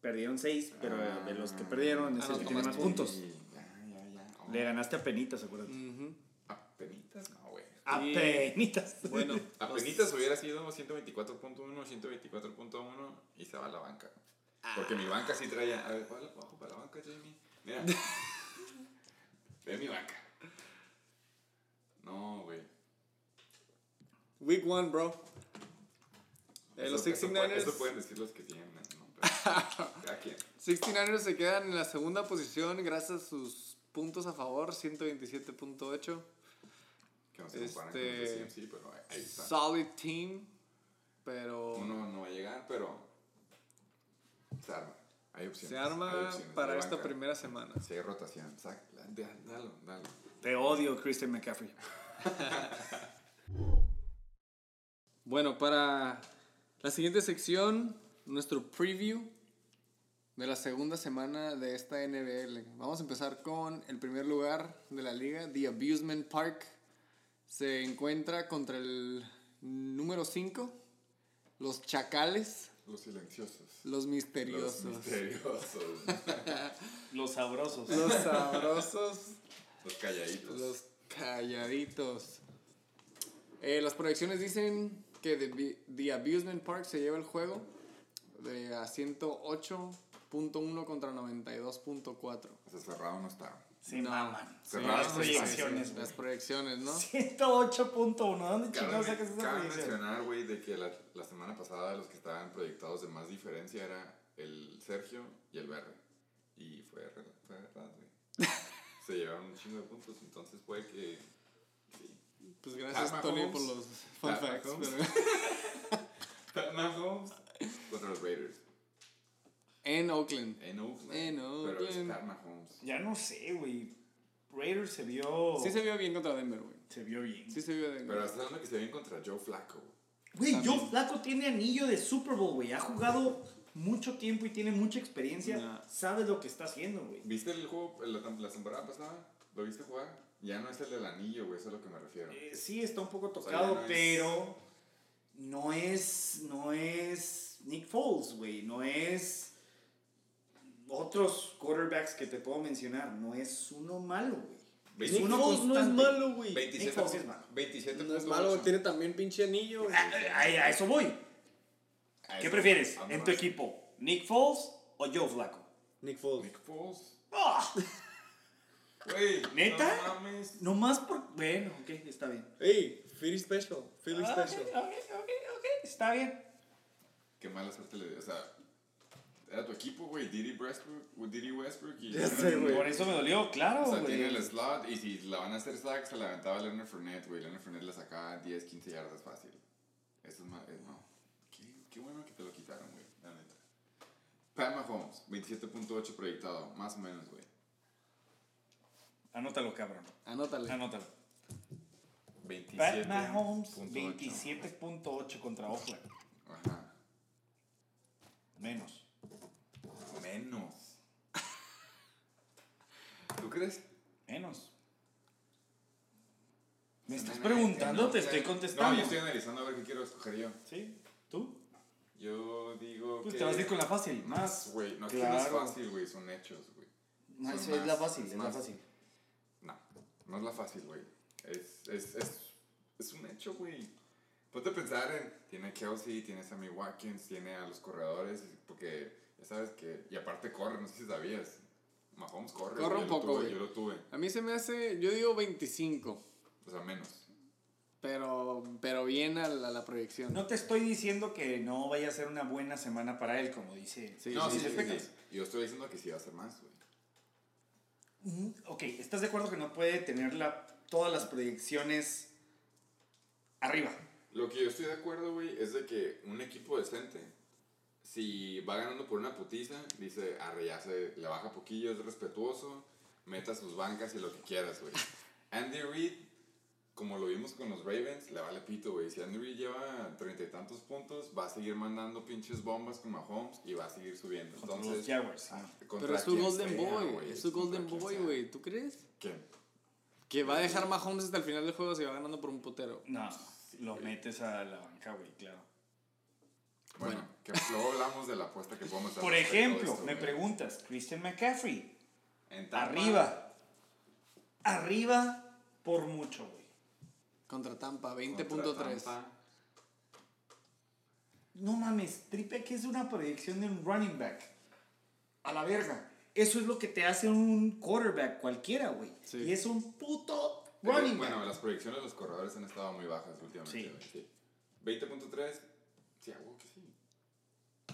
S3: perdieron seis, pero
S2: Ah.
S3: de los que perdieron es el
S1: Anotó
S3: que tiene
S1: más
S3: más puntos.
S2: Sí, Ya, ya, ya. Oh,
S3: Le ganaste a penitas, acuérdate.
S1: Ujú.
S2: Apenitas, no, güey.
S3: A
S1: Y-
S3: penitas.
S1: Bueno, los-
S2: Apenitas hubiera sido 124.1, 124.1 y se va a la banca.
S1: Ah.
S2: Porque mi banca sí traía. A ver, ¿cuál bajo para la banca, Jamie? Mira. Ve mi banca. No, güey.
S1: Eh, Week one, bro. Eh,
S2: Eso-
S1: los
S2: eso puede-
S1: 69ers,
S2: Eso pueden decir los que tienen. ¿no? Pero- ¿A quién?
S1: 69ers se quedan en la segunda posición gracias a sus puntos a favor, 127.8.
S2: Que no se compara con los
S1: Este-
S2: de CMC, pero ahí- ahí está.
S1: Solid team, pero
S2: Uno no va a llegar, pero se arma. Hay opciones.
S1: se
S2: hay
S1: arma
S2: opciones de
S1: para esta
S2: banca.
S1: primera semana.
S2: Si hay rotación, sácala, da- dalo, dalo.
S3: Te odio, Christian McCaffrey.
S1: Bueno, para la siguiente sección, nuestro preview de la segunda semana de esta NBL. Vamos a empezar con el primer lugar de la liga, The Abusement Park. Se encuentra contra el número 5, los Chacales,
S2: Los silenciosos.
S1: los
S2: Los
S1: Misteriosos.
S2: misteriosos.
S3: Los sabrosos.
S1: Los sabrosos,
S2: los calladitos.
S1: Pues los calladitos. Eh, las proyecciones dicen que The, Bi- The Abusement Park se lleva el juego de a 108.1 contra 92.4.
S2: O sea, cerrado no está.
S3: Sí,
S1: No.
S3: maman.
S2: Sí,
S3: Las
S2: sí,
S3: proyecciones, güey.
S1: Las proyecciones, ¿no?
S3: 108.1. ¿Dónde
S2: Cabe,
S3: chingados sacas esa
S2: cabe
S3: proyección?
S2: mencionar, güey, de que la, la semana pasada los que estaban proyectados de más diferencia era el Sergio y el Berre. Y fue, re- fue verdad, güey. Se llevaron un chingo de puntos, entonces puede que... Sí.
S1: Pues gracias,
S2: Pat
S1: Tony,
S2: Mahomes.
S1: por los fun
S2: Pat
S1: facts.
S2: Mahomes.
S1: pero-
S2: Pat Mahomes Contra los Raiders.
S1: en Oakland.
S2: En Oakland.
S1: En
S2: Pero es
S1: Oakland.
S2: Pat Mahomes.
S3: Ya no sé, güey. Raiders se vio.
S1: Sí se vio bien contra Denver, güey.
S3: se vio bien.
S1: Sí se vio bien.
S2: Pero hasta donde que se ven contra Joe Flacco.
S3: Güey, Joe Flaco tiene anillo de Super Bowl, güey. Ha jugado mucho tiempo y tiene mucha experiencia.
S1: Nah.
S3: Sabe lo que está haciendo, güey.
S2: ¿Viste el juego la, tem- la temporada pasada? ¿Lo viste jugar? Ya no es el del anillo, güey, eso es a lo que me refiero.
S3: Eh, sí, está un poco
S2: sea, ya
S3: tocado,
S2: no es-
S3: pero no es. No es Nick Foles, güey. No es. Otros quarterbacks que te puedo mencionar. No es uno malo, güey.
S2: Ve-
S3: Es uno
S2: Nick
S1: Foles no es
S3: constante.
S1: malo, güey.
S2: 27
S3: Nick Foles es malo.
S2: 27
S1: no es malo, tiene también pinche anillo. güey.
S2: Ah.
S3: A, a- Ah, a eso voy. ¿Qué prefieres en tu equipo? ¿Nick Foles o Joe Flaco?
S1: Nick Foles.
S2: Nick Foles.
S3: ¡Ah!
S2: Güey,
S3: ¿Neta?
S2: No mames.
S3: Nomás por. Bueno, ok, está bien.
S1: Hey, Philly Special. Philly
S3: Ah,
S1: Special.
S3: ok, ok, está bien.
S2: Qué mala suerte le dio. O sea, era tu equipo, güey. Diddy Westbrook, Diddy Westbrook y.
S1: Ya sé, güey.
S3: Por eso me dolió, claro,
S2: O sea,
S3: güey.
S2: tiene el slot y si la van a hacer sack, se la aventaba Leonard Fournette, güey. Leonard Fournette la sacaba 10, 15 yardas fácil. Eso es mal. es- no. Qué, qué bueno que te lo quitaron, güey. La neta. Pat Mahomes, 27.8 proyectado, más o menos, güey.
S3: Anótalo, cabrón.
S2: Pues,
S1: Anótale.
S3: Anótalo.
S2: 27.8.
S3: Pat Mahomes, 27.8 contra Oakland.
S2: Ajá.
S3: Menos.
S2: Menos. ¿Tú crees?
S3: Menos. ¿Me
S2: Se
S3: estás
S2: me-
S3: preguntando?
S2: no,
S3: te
S2: o sea,
S3: estoy contestando.
S2: No, yo estoy analizando a ver qué quiero escoger yo.
S3: ¿Sí? ¿Tú?
S2: Yo digo
S3: Pues
S2: que...
S3: te vas a ir con la fácil. Más.
S2: Güey, no es que
S3: Claro.
S2: no es fácil, güey, son hechos, güey.
S3: No,
S2: Son
S3: eso es la
S2: más,
S3: fácil,
S2: es
S3: es la
S2: más.
S3: fácil.
S2: No, no es la fácil, güey. Es, es, es, es un hecho, güey. Ponte a pensar en... Tiene a Kelsey, tiene a Sammy Watkins, tiene a los corredores, porque ya sabes que... Y aparte corre, no sé si sabías. Mahomes corre.
S1: Corre
S2: güey,
S1: un
S2: yo lo
S1: poco,
S2: tuve,
S1: güey.
S2: Yo lo tuve.
S1: A mí se me hace, yo digo 25,
S2: O sea, menos.
S1: pero, pero bien a la, a la proyección.
S3: No te estoy diciendo que no vaya a ser una buena semana para él, como dice.
S1: Sí,
S2: no,
S1: sí,
S2: sí,
S1: sí,
S2: sí,
S3: sí.
S2: sí. Yo estoy diciendo que sí va a ser más, güey.
S3: Mm, Ok, ¿estás de acuerdo que no puede tener la- todas las proyecciones arriba?
S2: Lo que yo estoy de acuerdo, güey, es de que un equipo decente, si va ganando por una putiza, dice, arre, ya se le baja poquillo, es respetuoso, meta sus bancas y lo que quieras, güey. Andy Reid, como lo vimos con los Ravens, le vale pito, güey. Si Andy Reid lleva treinta y tantos puntos, va a seguir mandando pinches bombas con Mahomes y va a seguir subiendo.
S3: Contra los
S2: Entonces, ah,
S3: Jaguars, sí.
S2: contra
S1: pero es su
S2: quien
S1: Golden
S2: sea,
S1: Boy,
S2: güey,
S1: es su Golden
S2: contra quien
S1: Boy,
S2: sea.
S1: güey. ¿Tú crees?
S2: ¿Quién?
S1: Que va a dejar Mahomes hasta el final del juego si va ganando por un potero.
S3: No, lo
S2: güey.
S3: metes a la banca, güey, claro.
S2: Bueno,
S1: Bueno.
S2: que luego hablamos de la apuesta que podemos hacer.
S3: Por
S2: respecto a
S3: ejemplo,
S2: esto,
S3: me
S2: güey.
S3: preguntas, Christian McCaffrey,
S2: En Tampa,
S3: arriba. Arriba por mucho, güey.
S1: Contra Tampa,
S2: contra
S1: 20.3.
S2: Tampa,
S3: No mames, triple que es una proyección de un running back. A la verga. Eso es lo que te hace un quarterback cualquiera, güey.
S1: Sí.
S3: Y es un puto
S2: Pero,
S3: running back.
S2: bueno, las proyecciones de los corredores han estado muy bajas
S3: Sí.
S2: últimamente. güey, Sí. 20.3, sí, hago que sí.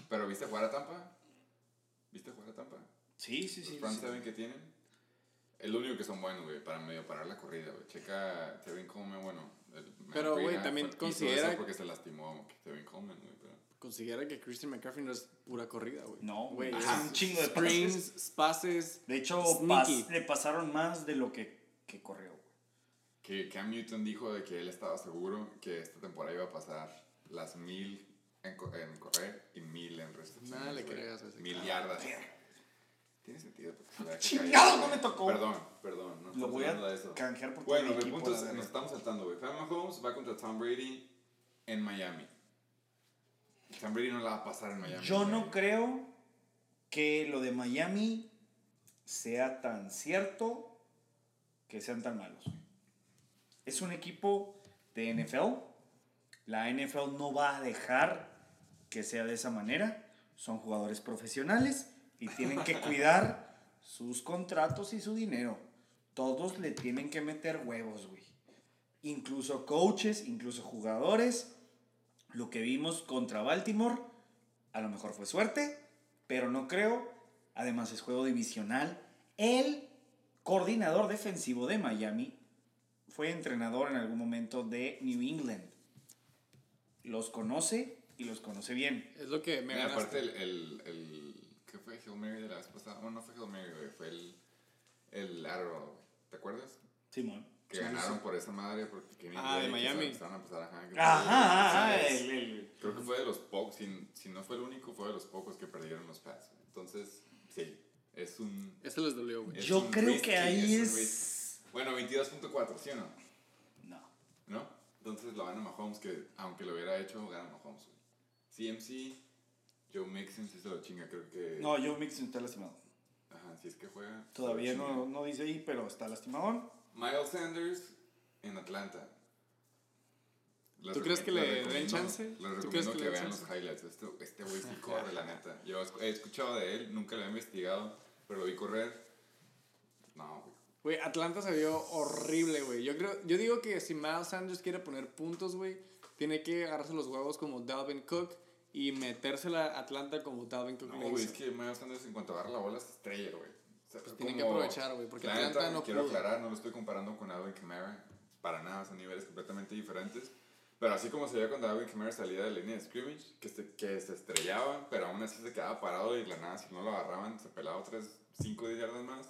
S2: Pero ¿viste jugar a Tampa? ¿Viste jugar a Tampa?
S3: sí, sí, sí.
S2: los Rams
S3: sí.
S2: saben que tienen. Es lo único que son buenos, güey, para medio parar la corrida, güey. Checa Tevin Coleman, bueno. el-
S1: Pero, güey,
S2: Macrina
S1: también
S2: fue- hizo
S1: considera-
S2: eso porque se lastimó Tevin Coleman, güey, pero...
S1: Considera que Christian McCaffrey no es pura corrida, güey.
S3: No,
S1: güey.
S3: es
S1: es
S3: un chingo de
S1: Screens, pases.
S3: De hecho,
S1: sneaky.
S3: pas- le pasaron más de lo que, que corrió. güey.
S2: Que Cam Newton dijo de que él estaba seguro que esta temporada iba a pasar las mil en, co- en correr y mil en recepciones.
S1: Nada le
S2: güey.
S1: creas a ese
S2: Mil
S1: cabrón.
S2: yardas. Tiene sentido. porque se vea que
S3: ¡Chingado,
S2: cae,
S3: no
S2: güey.
S3: me tocó!
S2: Perdón, perdón. No
S3: Lo
S2: estamos
S3: voy a
S2: hablando de eso.
S3: canjear por todo
S2: Bueno,
S3: el
S2: mi
S3: equipo,
S2: punto
S3: la
S2: es,
S3: verga.
S2: nos estamos saltando, güey. Pat Mahomes va contra Tom Brady en Miami. Tom Brady no la va a pasar en Miami.
S3: Yo
S2: güey.
S3: no creo que lo de Miami sea tan cierto que sean tan malos. Es un equipo de NFL. La NFL no va a dejar que sea de esa manera. Son jugadores profesionales y tienen que cuidar sus contratos y su dinero. Todos le tienen que meter huevos, güey. Incluso coaches, incluso jugadores. Lo que vimos contra Baltimore, a lo mejor fue suerte, pero no creo. Además es juego divisional. El coordinador defensivo de Miami fue entrenador en algún momento de New England. Los conoce y los conoce bien.
S1: Es lo que me
S2: Mira, aparte
S1: ganaste.
S2: el, el, el- ¿Qué fue Hill Mary de la vez pasada? Bueno, no fue Hill Mary, güey. Fue el... El Arrow, güey. ¿Te acuerdas?
S3: Simón.
S2: Que ganaron por esa madre porque Kenny
S1: Ah, de
S2: Drake, que se
S1: Miami.
S2: empezaron a pasar, ajá, que-
S3: Ajá, ajá, eh.
S2: ¿sabes?
S3: el- el-
S2: Creo que fue de los pocos, si, si no fue el único, fue de los pocos que perdieron los pads. güey. Entonces, sí, es un...
S1: Ese les dolió, güey.
S2: es
S3: Yo
S2: un
S3: creo
S2: risky,
S3: que ahí
S2: un
S3: es...
S2: risky. Bueno, 22.4, ¿sí o no?
S3: No.
S2: ¿No? Entonces lo van a Mahomes, que aunque lo hubiera hecho, gana Mahomes. güey. CMC, Joe Mixon, sí se lo chinga, creo que...
S3: No, Joe Mixon está lastimado.
S2: Ajá, si es que juega... se lo
S3: Todavía
S2: chinga.
S3: no, no dice ahí, pero está lastimado.
S2: Miles Sanders en Atlanta. Les
S1: ¿Tú crees
S2: recom-
S1: que le
S2: les
S1: den
S2: recomiendo-
S1: chance?
S2: Les
S1: ¿Tú
S2: recomiendo
S1: crees que
S2: que,
S1: le den
S2: vean
S1: chance?
S2: los highlights. Esto- este güey sí corre, la neta. Yo esc- he escuchado de él, nunca lo he investigado, pero lo vi correr. No, güey.
S1: Güey, Atlanta se vio horrible, güey. Yo creo, yo digo que si Miles Sanders quiere poner puntos, güey, tiene que agarrarse los huevos como Dalvin Cook y metérsela a Atlanta como Dalvin Cook le
S2: No, güey,
S1: hizo.
S2: es que Miles Sanders en cuanto agarra la bola se estrella, güey. O sea,
S1: Pues tienen
S2: como-
S1: que aprovechar, güey, porque
S2: la
S1: Atlanta
S2: neta,
S1: no
S2: Quiero
S1: pudo.
S2: aclarar, no lo estoy comparando con Alvin Kamara. Para nada, son niveles completamente diferentes. Pero así como se veía cuando Alvin Kamara salía de la línea de scrimmage, que se, que se estrellaba, pero aún así se quedaba parado y de la nada, si no lo agarraban, se pelaba otras 5 10 yardas más.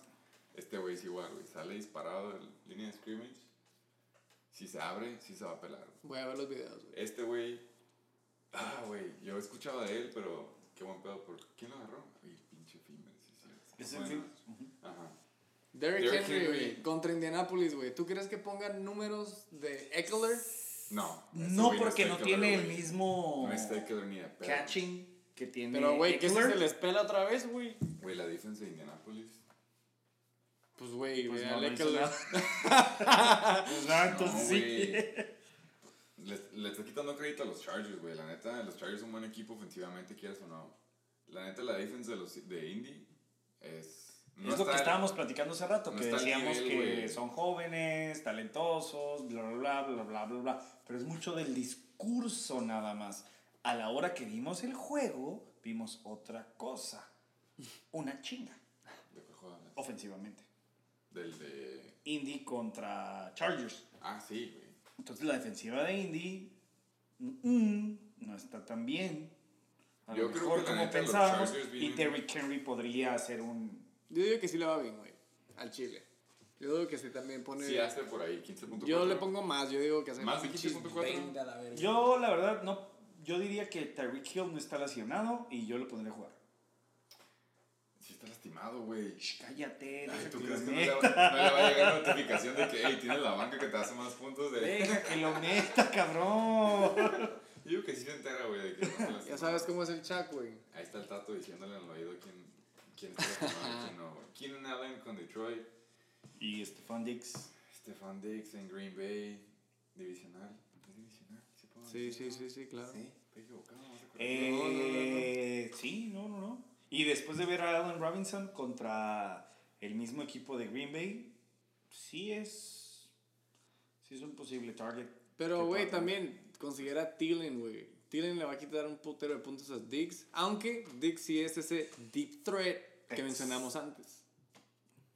S2: Este güey es igual, güey. Sale disparado de la línea de scrimmage. Si se abre, sí se va a pelar.
S1: Voy a ver los videos, güey.
S2: Este güey. Ah, güey. Yo he escuchado de él, pero qué buen pedo. Por... ¿Quién lo agarró? Ay, pinche Fimer. Sí, sí, sí.
S3: Es
S2: Bueno,
S3: el fin.
S2: Ajá.
S1: Derrick
S2: Derrick
S1: Henry,
S2: Henry.
S1: güey, contra Indianapolis, güey. ¿Tú crees que pongan números de Eckler?
S2: No. ese
S3: No
S2: güey
S3: porque
S2: está
S3: no
S2: Eckler,
S3: tiene el
S2: güey.
S3: mismo
S2: No está Eckler ni de pedo.
S3: catching que tiene
S1: Pero, güey, ¿qué si
S3: Eckler.
S1: se les pela otra vez, güey?
S2: Güey, la defensa de Indianapolis.
S1: Pues, güey,
S3: Pues
S1: güey,
S3: no,
S1: al
S3: no hizo
S1: Eckler.
S3: nada. Pues nada, entonces
S2: No,
S3: sí.
S2: güey. Les- Le está quitando crédito a los Chargers, güey. La neta, los Chargers son un buen equipo ofensivamente, quieras o no. La neta, la defensa de, los, de Indy es. no
S3: es lo que
S2: está-
S3: estábamos platicando hace rato,
S2: no
S3: que
S2: está al
S3: decíamos
S2: nivel,
S3: que
S2: güey.
S3: son jóvenes, talentosos, bla, bla, bla, bla, bla, bla, bla. Pero es mucho del discurso nada más. A la hora que vimos el juego, vimos otra cosa. Una chinga,
S2: ¿De cuál juego hablas?
S3: ofensivamente.
S2: Del de.
S3: Indy contra Chargers.
S2: Ah, sí, güey.
S3: Entonces la defensiva de Indy mm, mm, no está tan bien. A
S2: Yo
S3: lo
S2: creo que
S3: mejor
S2: la
S3: como
S2: neta, los
S3: pensábamos.
S2: Chargers
S3: Y
S2: vienen-
S3: Derrick Henry podría hacer un...
S1: Yo digo que sí le va bien, güey, al Chile. Yo digo que sí también pone...
S2: Sí, hace por ahí 15.4.
S1: yo le pongo más, yo digo que hace
S2: ¿Más de
S1: pinches
S2: 15.4?
S1: 20 a la verga.
S3: Yo, la verdad, no. Yo diría que Tyreek Hill no está lesionado y yo lo pondría a jugar.
S2: Sí está lastimado, güey.
S3: Shh, cállate.
S2: Ay,
S3: deja
S2: ¿Tú
S3: que
S2: crees
S3: lo
S2: que no le, va,
S3: meta.
S2: no le va a llegar notificación de que, hey, tienes la banca que te hace más puntos? De...
S3: Deja que lo meta, cabrón.
S2: Yo digo que sí se entera, güey, de que no se lastimó.
S1: Ya sabes cómo es el Chac, güey.
S2: Ahí está el tato diciéndole en el oído quién, quién está lastimado y quién no, güey. Keenan Allen con Detroit,
S3: Y Stefan Dix.
S2: Stefan Dix en Green Bay, divisional. ¿Es divisional? ¿Sí, puedo
S1: Sí, sí, sí,
S2: decir?
S1: sí, claro.
S2: Sí, estoy equivocado, no sé cuál es.
S3: Eh, Sí, no, no, no. Y después de ver a Allen Robinson contra el mismo equipo de Green Bay, sí es. Sí es un posible target. que
S1: Pero, güey,
S3: pueda-
S1: también considera a Thielen, güey. Thielen le va a quitar un putero de puntos a Diggs. Aunque Diggs sí es ese deep threat que
S3: Ex.
S1: mencionamos antes.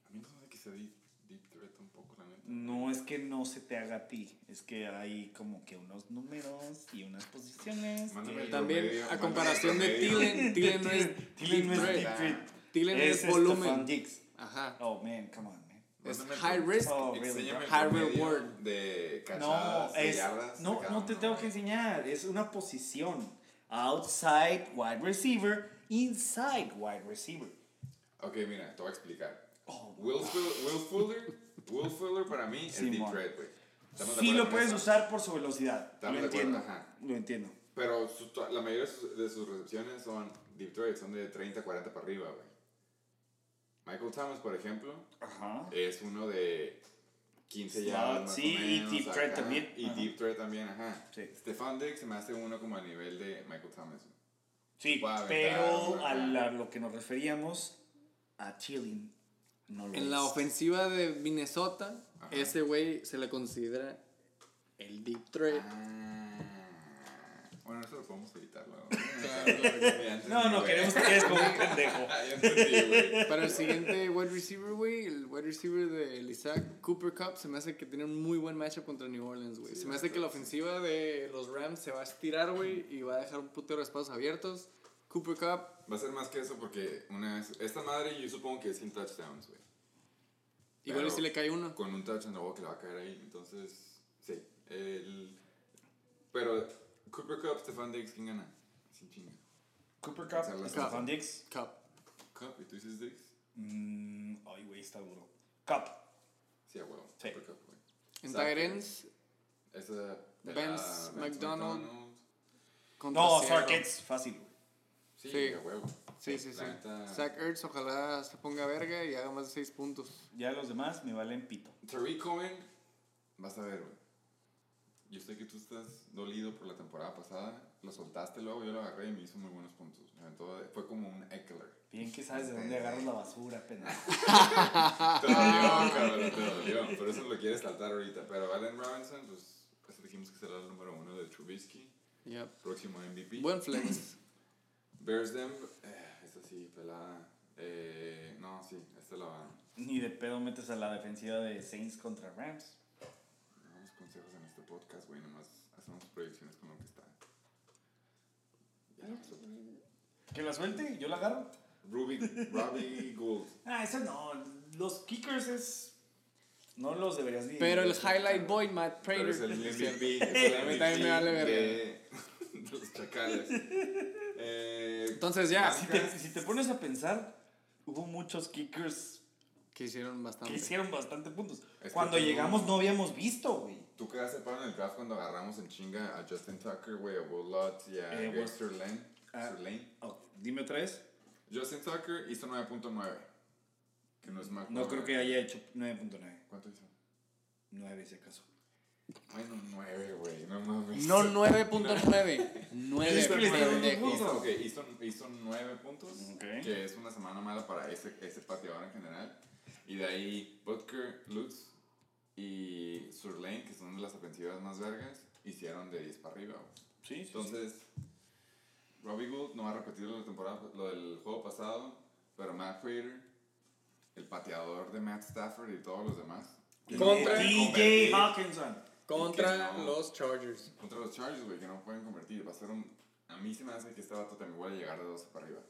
S2: A mí no sé de qué se dice. tampoco, la neta.
S3: No es que no se te haga a ti, es que hay como que unos números y unas posiciones.
S2: Mándame
S3: que-
S2: el
S1: También,
S2: promedio,
S1: a
S2: mándame
S1: comparación
S2: el
S1: de Tilen,
S2: promedio.
S1: Tilen no es
S3: Dylan no es
S1: deep
S3: deep
S1: threat.
S3: threat.
S1: Tilen es
S3: Stefan
S1: volumen.
S3: Diggs.
S1: Ajá.
S3: Oh man, come on, man.
S1: Es
S2: Mándame el
S1: high
S2: promedio.
S1: risk.
S3: Oh, really,
S2: Enséñame
S3: bro.
S2: el
S1: Hard
S2: promedio
S1: reward.
S2: De
S3: No,
S2: cachadas, de
S3: es,
S2: yardas.
S3: no,
S2: de cada
S3: no te
S2: uno,
S3: tengo
S2: güey.
S3: que enseñar, es una posición. Outside wide receiver, inside wide receiver.
S2: Ok, mira, te voy a explicar.
S3: Oh,
S2: Will, Fu- Will Fuller, Will Fuller para mí es
S3: Sí,
S2: deep
S3: mon.
S2: threat, güey. Estamos de
S3: sí
S2: acuerdo
S3: lo
S2: en
S3: puedes
S2: eso.
S3: usar por su velocidad.
S2: Estamos
S3: lo
S2: de acuerdo,
S3: entiendo.
S2: ajá.
S3: Lo entiendo.
S2: Pero su- to- la mayoría de sus, de sus recepciones son deep threat, son de 30, 40 para arriba, güey. Michael Thomas, por ejemplo,
S3: Ajá.
S2: es uno de 15
S3: Slot,
S2: yardas más
S3: sí,
S2: o
S3: y
S2: menos,
S3: deep threat también.
S2: Y
S3: Ajá.
S2: deep threat también, ajá.
S3: Sí.
S2: Stefan Diggs se me hace uno como a nivel de Michael Thomas. güey.
S3: Sí,
S2: Va a aventar
S3: pero
S2: una-
S3: a la- lo que nos referíamos, a Chilling, no lo
S1: En la
S3: es.
S1: ofensiva de Minnesota,
S2: Ajá.
S1: ese güey se le considera el deep threat.
S2: Ah. Bueno, eso lo podemos evitar luego.
S3: No, no, queremos que quedes como un pendejo.
S2: Ah, pendejo.
S1: Para el siguiente wide receiver, güey, el wide receiver de Isaac Cooper Cup, se me hace que tiene un muy buen matchup contra New Orleans, güey. se me hace que la ofensiva de los Rams se va a estirar, güey, y va a dejar un putero de espacios abiertos. Cooper Cup
S2: Va a ser más que eso porque una vez. Esta madre yo supongo que es sin touchdowns, güey.
S1: igual y
S2: Pero-
S1: si le cae uno.
S2: Con un touchdown luego que le va a caer ahí. Entonces, sí. El, pero Cooper Cup, Stefan Diggs, ¿quién gana? Sin chinga.
S3: Cooper
S2: Cup.
S3: Cup, Stefan Diggs.
S1: Cup.
S2: Cup, ¿y tú dices Diggs?
S3: Mm, ay, güey, está duro. Cup.
S2: Sí, a huevo.
S3: Sí.
S2: Cooper Cup, güey.
S1: En
S2: Exacto.
S1: tight ends,
S2: Esa. pelada,
S1: Vance McDonald. contra
S3: No,
S1: Seattle.
S3: Sarkets, fácil, güey.
S2: Sí,
S1: Sí.
S2: a huevo.
S1: Sí, sí, sí.
S2: La neta-
S1: Zach Ertz, ojalá se ponga verga y haga más de 6 puntos.
S3: Ya los demás me valen pito.
S2: Tariq Cohen, vas a ver, güey. Yo sé que tú estás dolido por la temporada pasada. Lo soltaste luego, yo lo agarré y me hizo muy buenos puntos. Me aventó- fue como un Eckler.
S3: Bien que sabes de dónde agarras la basura, pendejo.
S2: Te dolió, cabrón, te dolió. Por eso lo quieres saltar ahorita. Pero Allen Robinson, pues, ese dijimos que será el número uno de Trubisky.
S1: Yep.
S2: Próximo MVP.
S1: Buen flex.
S2: Bears Dem, eh, esta sí, pelada. Eh, no, sí, esta la van.
S3: Ni de pedo metes a la defensiva de Saints contra Rams.
S2: No damos consejos en este podcast, güey. Nomás hacemos proyecciones con lo que está. Ya, suelta.
S3: Que la suelte, yo la agarro.
S2: Ruby, Robbie Gould.
S3: Ah, eso no. Los kickers es. No los deberías ni.
S1: Pero el highlight boy, Matt
S2: Pero
S1: Prater.
S2: es el
S1: Sí,
S2: MVP.
S1: A
S2: Es
S1: mí también
S2: el
S1: me
S2: MVP
S1: vale verga.
S2: de, de los chacales. Eh,
S1: Entonces, ya.
S3: Si te, si te pones a pensar, hubo muchos kickers
S1: Que hicieron bastante.
S3: que hicieron bastante puntos.
S2: que
S3: Cuando
S2: tú-
S3: llegamos no habíamos visto, güey.
S2: ¿Tú quedaste paro en el draft cuando agarramos en chinga a Justin Tucker, güey, a Will Lutz y a
S3: Eh,
S2: Greg
S3: Will-
S2: Sirlein?
S3: Ah.
S2: Sirlein.
S3: dime otra vez.
S2: Justin Tucker hizo 9.9. Que no es mal.
S3: No creo que haya hecho 9.9.
S2: ¿Cuánto hizo?
S3: 9 si acaso.
S2: Bueno, 9, güey. No mames.
S1: No 9.9. 9
S3: Es que le dieron un
S1: pendejo.
S3: punto.
S2: Hizo, ok, hizo, hizo 9 puntos,
S3: Ok.
S2: que es una semana mala para ese, ese pateador en general. Y de ahí Butker, Lutz y Surlane, que son las ofensivas más vergas, hicieron de 10 para arriba. güey.
S3: Sí, sí.
S2: Entonces, Robbie Gould no va a repetir lo, de la temporada, lo del juego pasado, pero Matt Prater, el pateador de Matt Stafford y todos los demás. que no
S1: Contra-
S2: pueden
S3: DJ
S2: convertir
S3: Hawkinson.
S1: Contra
S2: Y que no.
S1: los Chargers.
S2: Contra los Chargers, güey, que no pueden convertir. Va a ser un... A mí se me hace que este vato también va a llegar de 12 para arriba.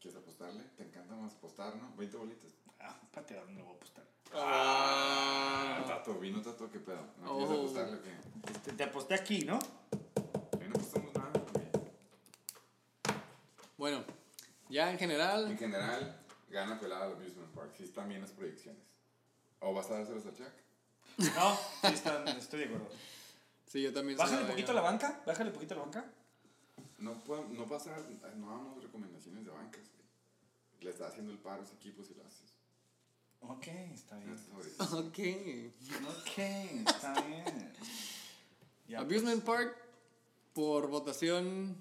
S2: ¿Quieres apostarle? ¿Te encanta más apostar, no? 20 bolitas.
S3: Ah, un pateador no lo voy a apostar.
S2: Ah, tato, vino tato, ¿qué pedo? ¿No
S1: Oh.
S2: quieres apostarle o qué?
S3: Te, Este, te aposté aquí, ¿no?
S2: Ahí no apostamos nada, güey.
S1: Bueno, ya en general.
S2: En general, gana pelada el Amusement Park. Sí están bien las proyecciones. ¿O vas a dárselas al Chuck?
S3: No, sí están, estoy de acuerdo.
S1: Sí, yo también.
S3: Bájale
S1: un
S3: un poquito a la banca, bájale un poquito a la banca.
S2: No, puedo- no pasar, no damos recomendaciones de bancas, güey. Le está haciendo el paro a los equipos y lo haces.
S3: Ok, está bien.
S2: Sobre-
S1: Ok.
S3: Ok, está bien. Ya, pues.
S1: Abusement Park, por votación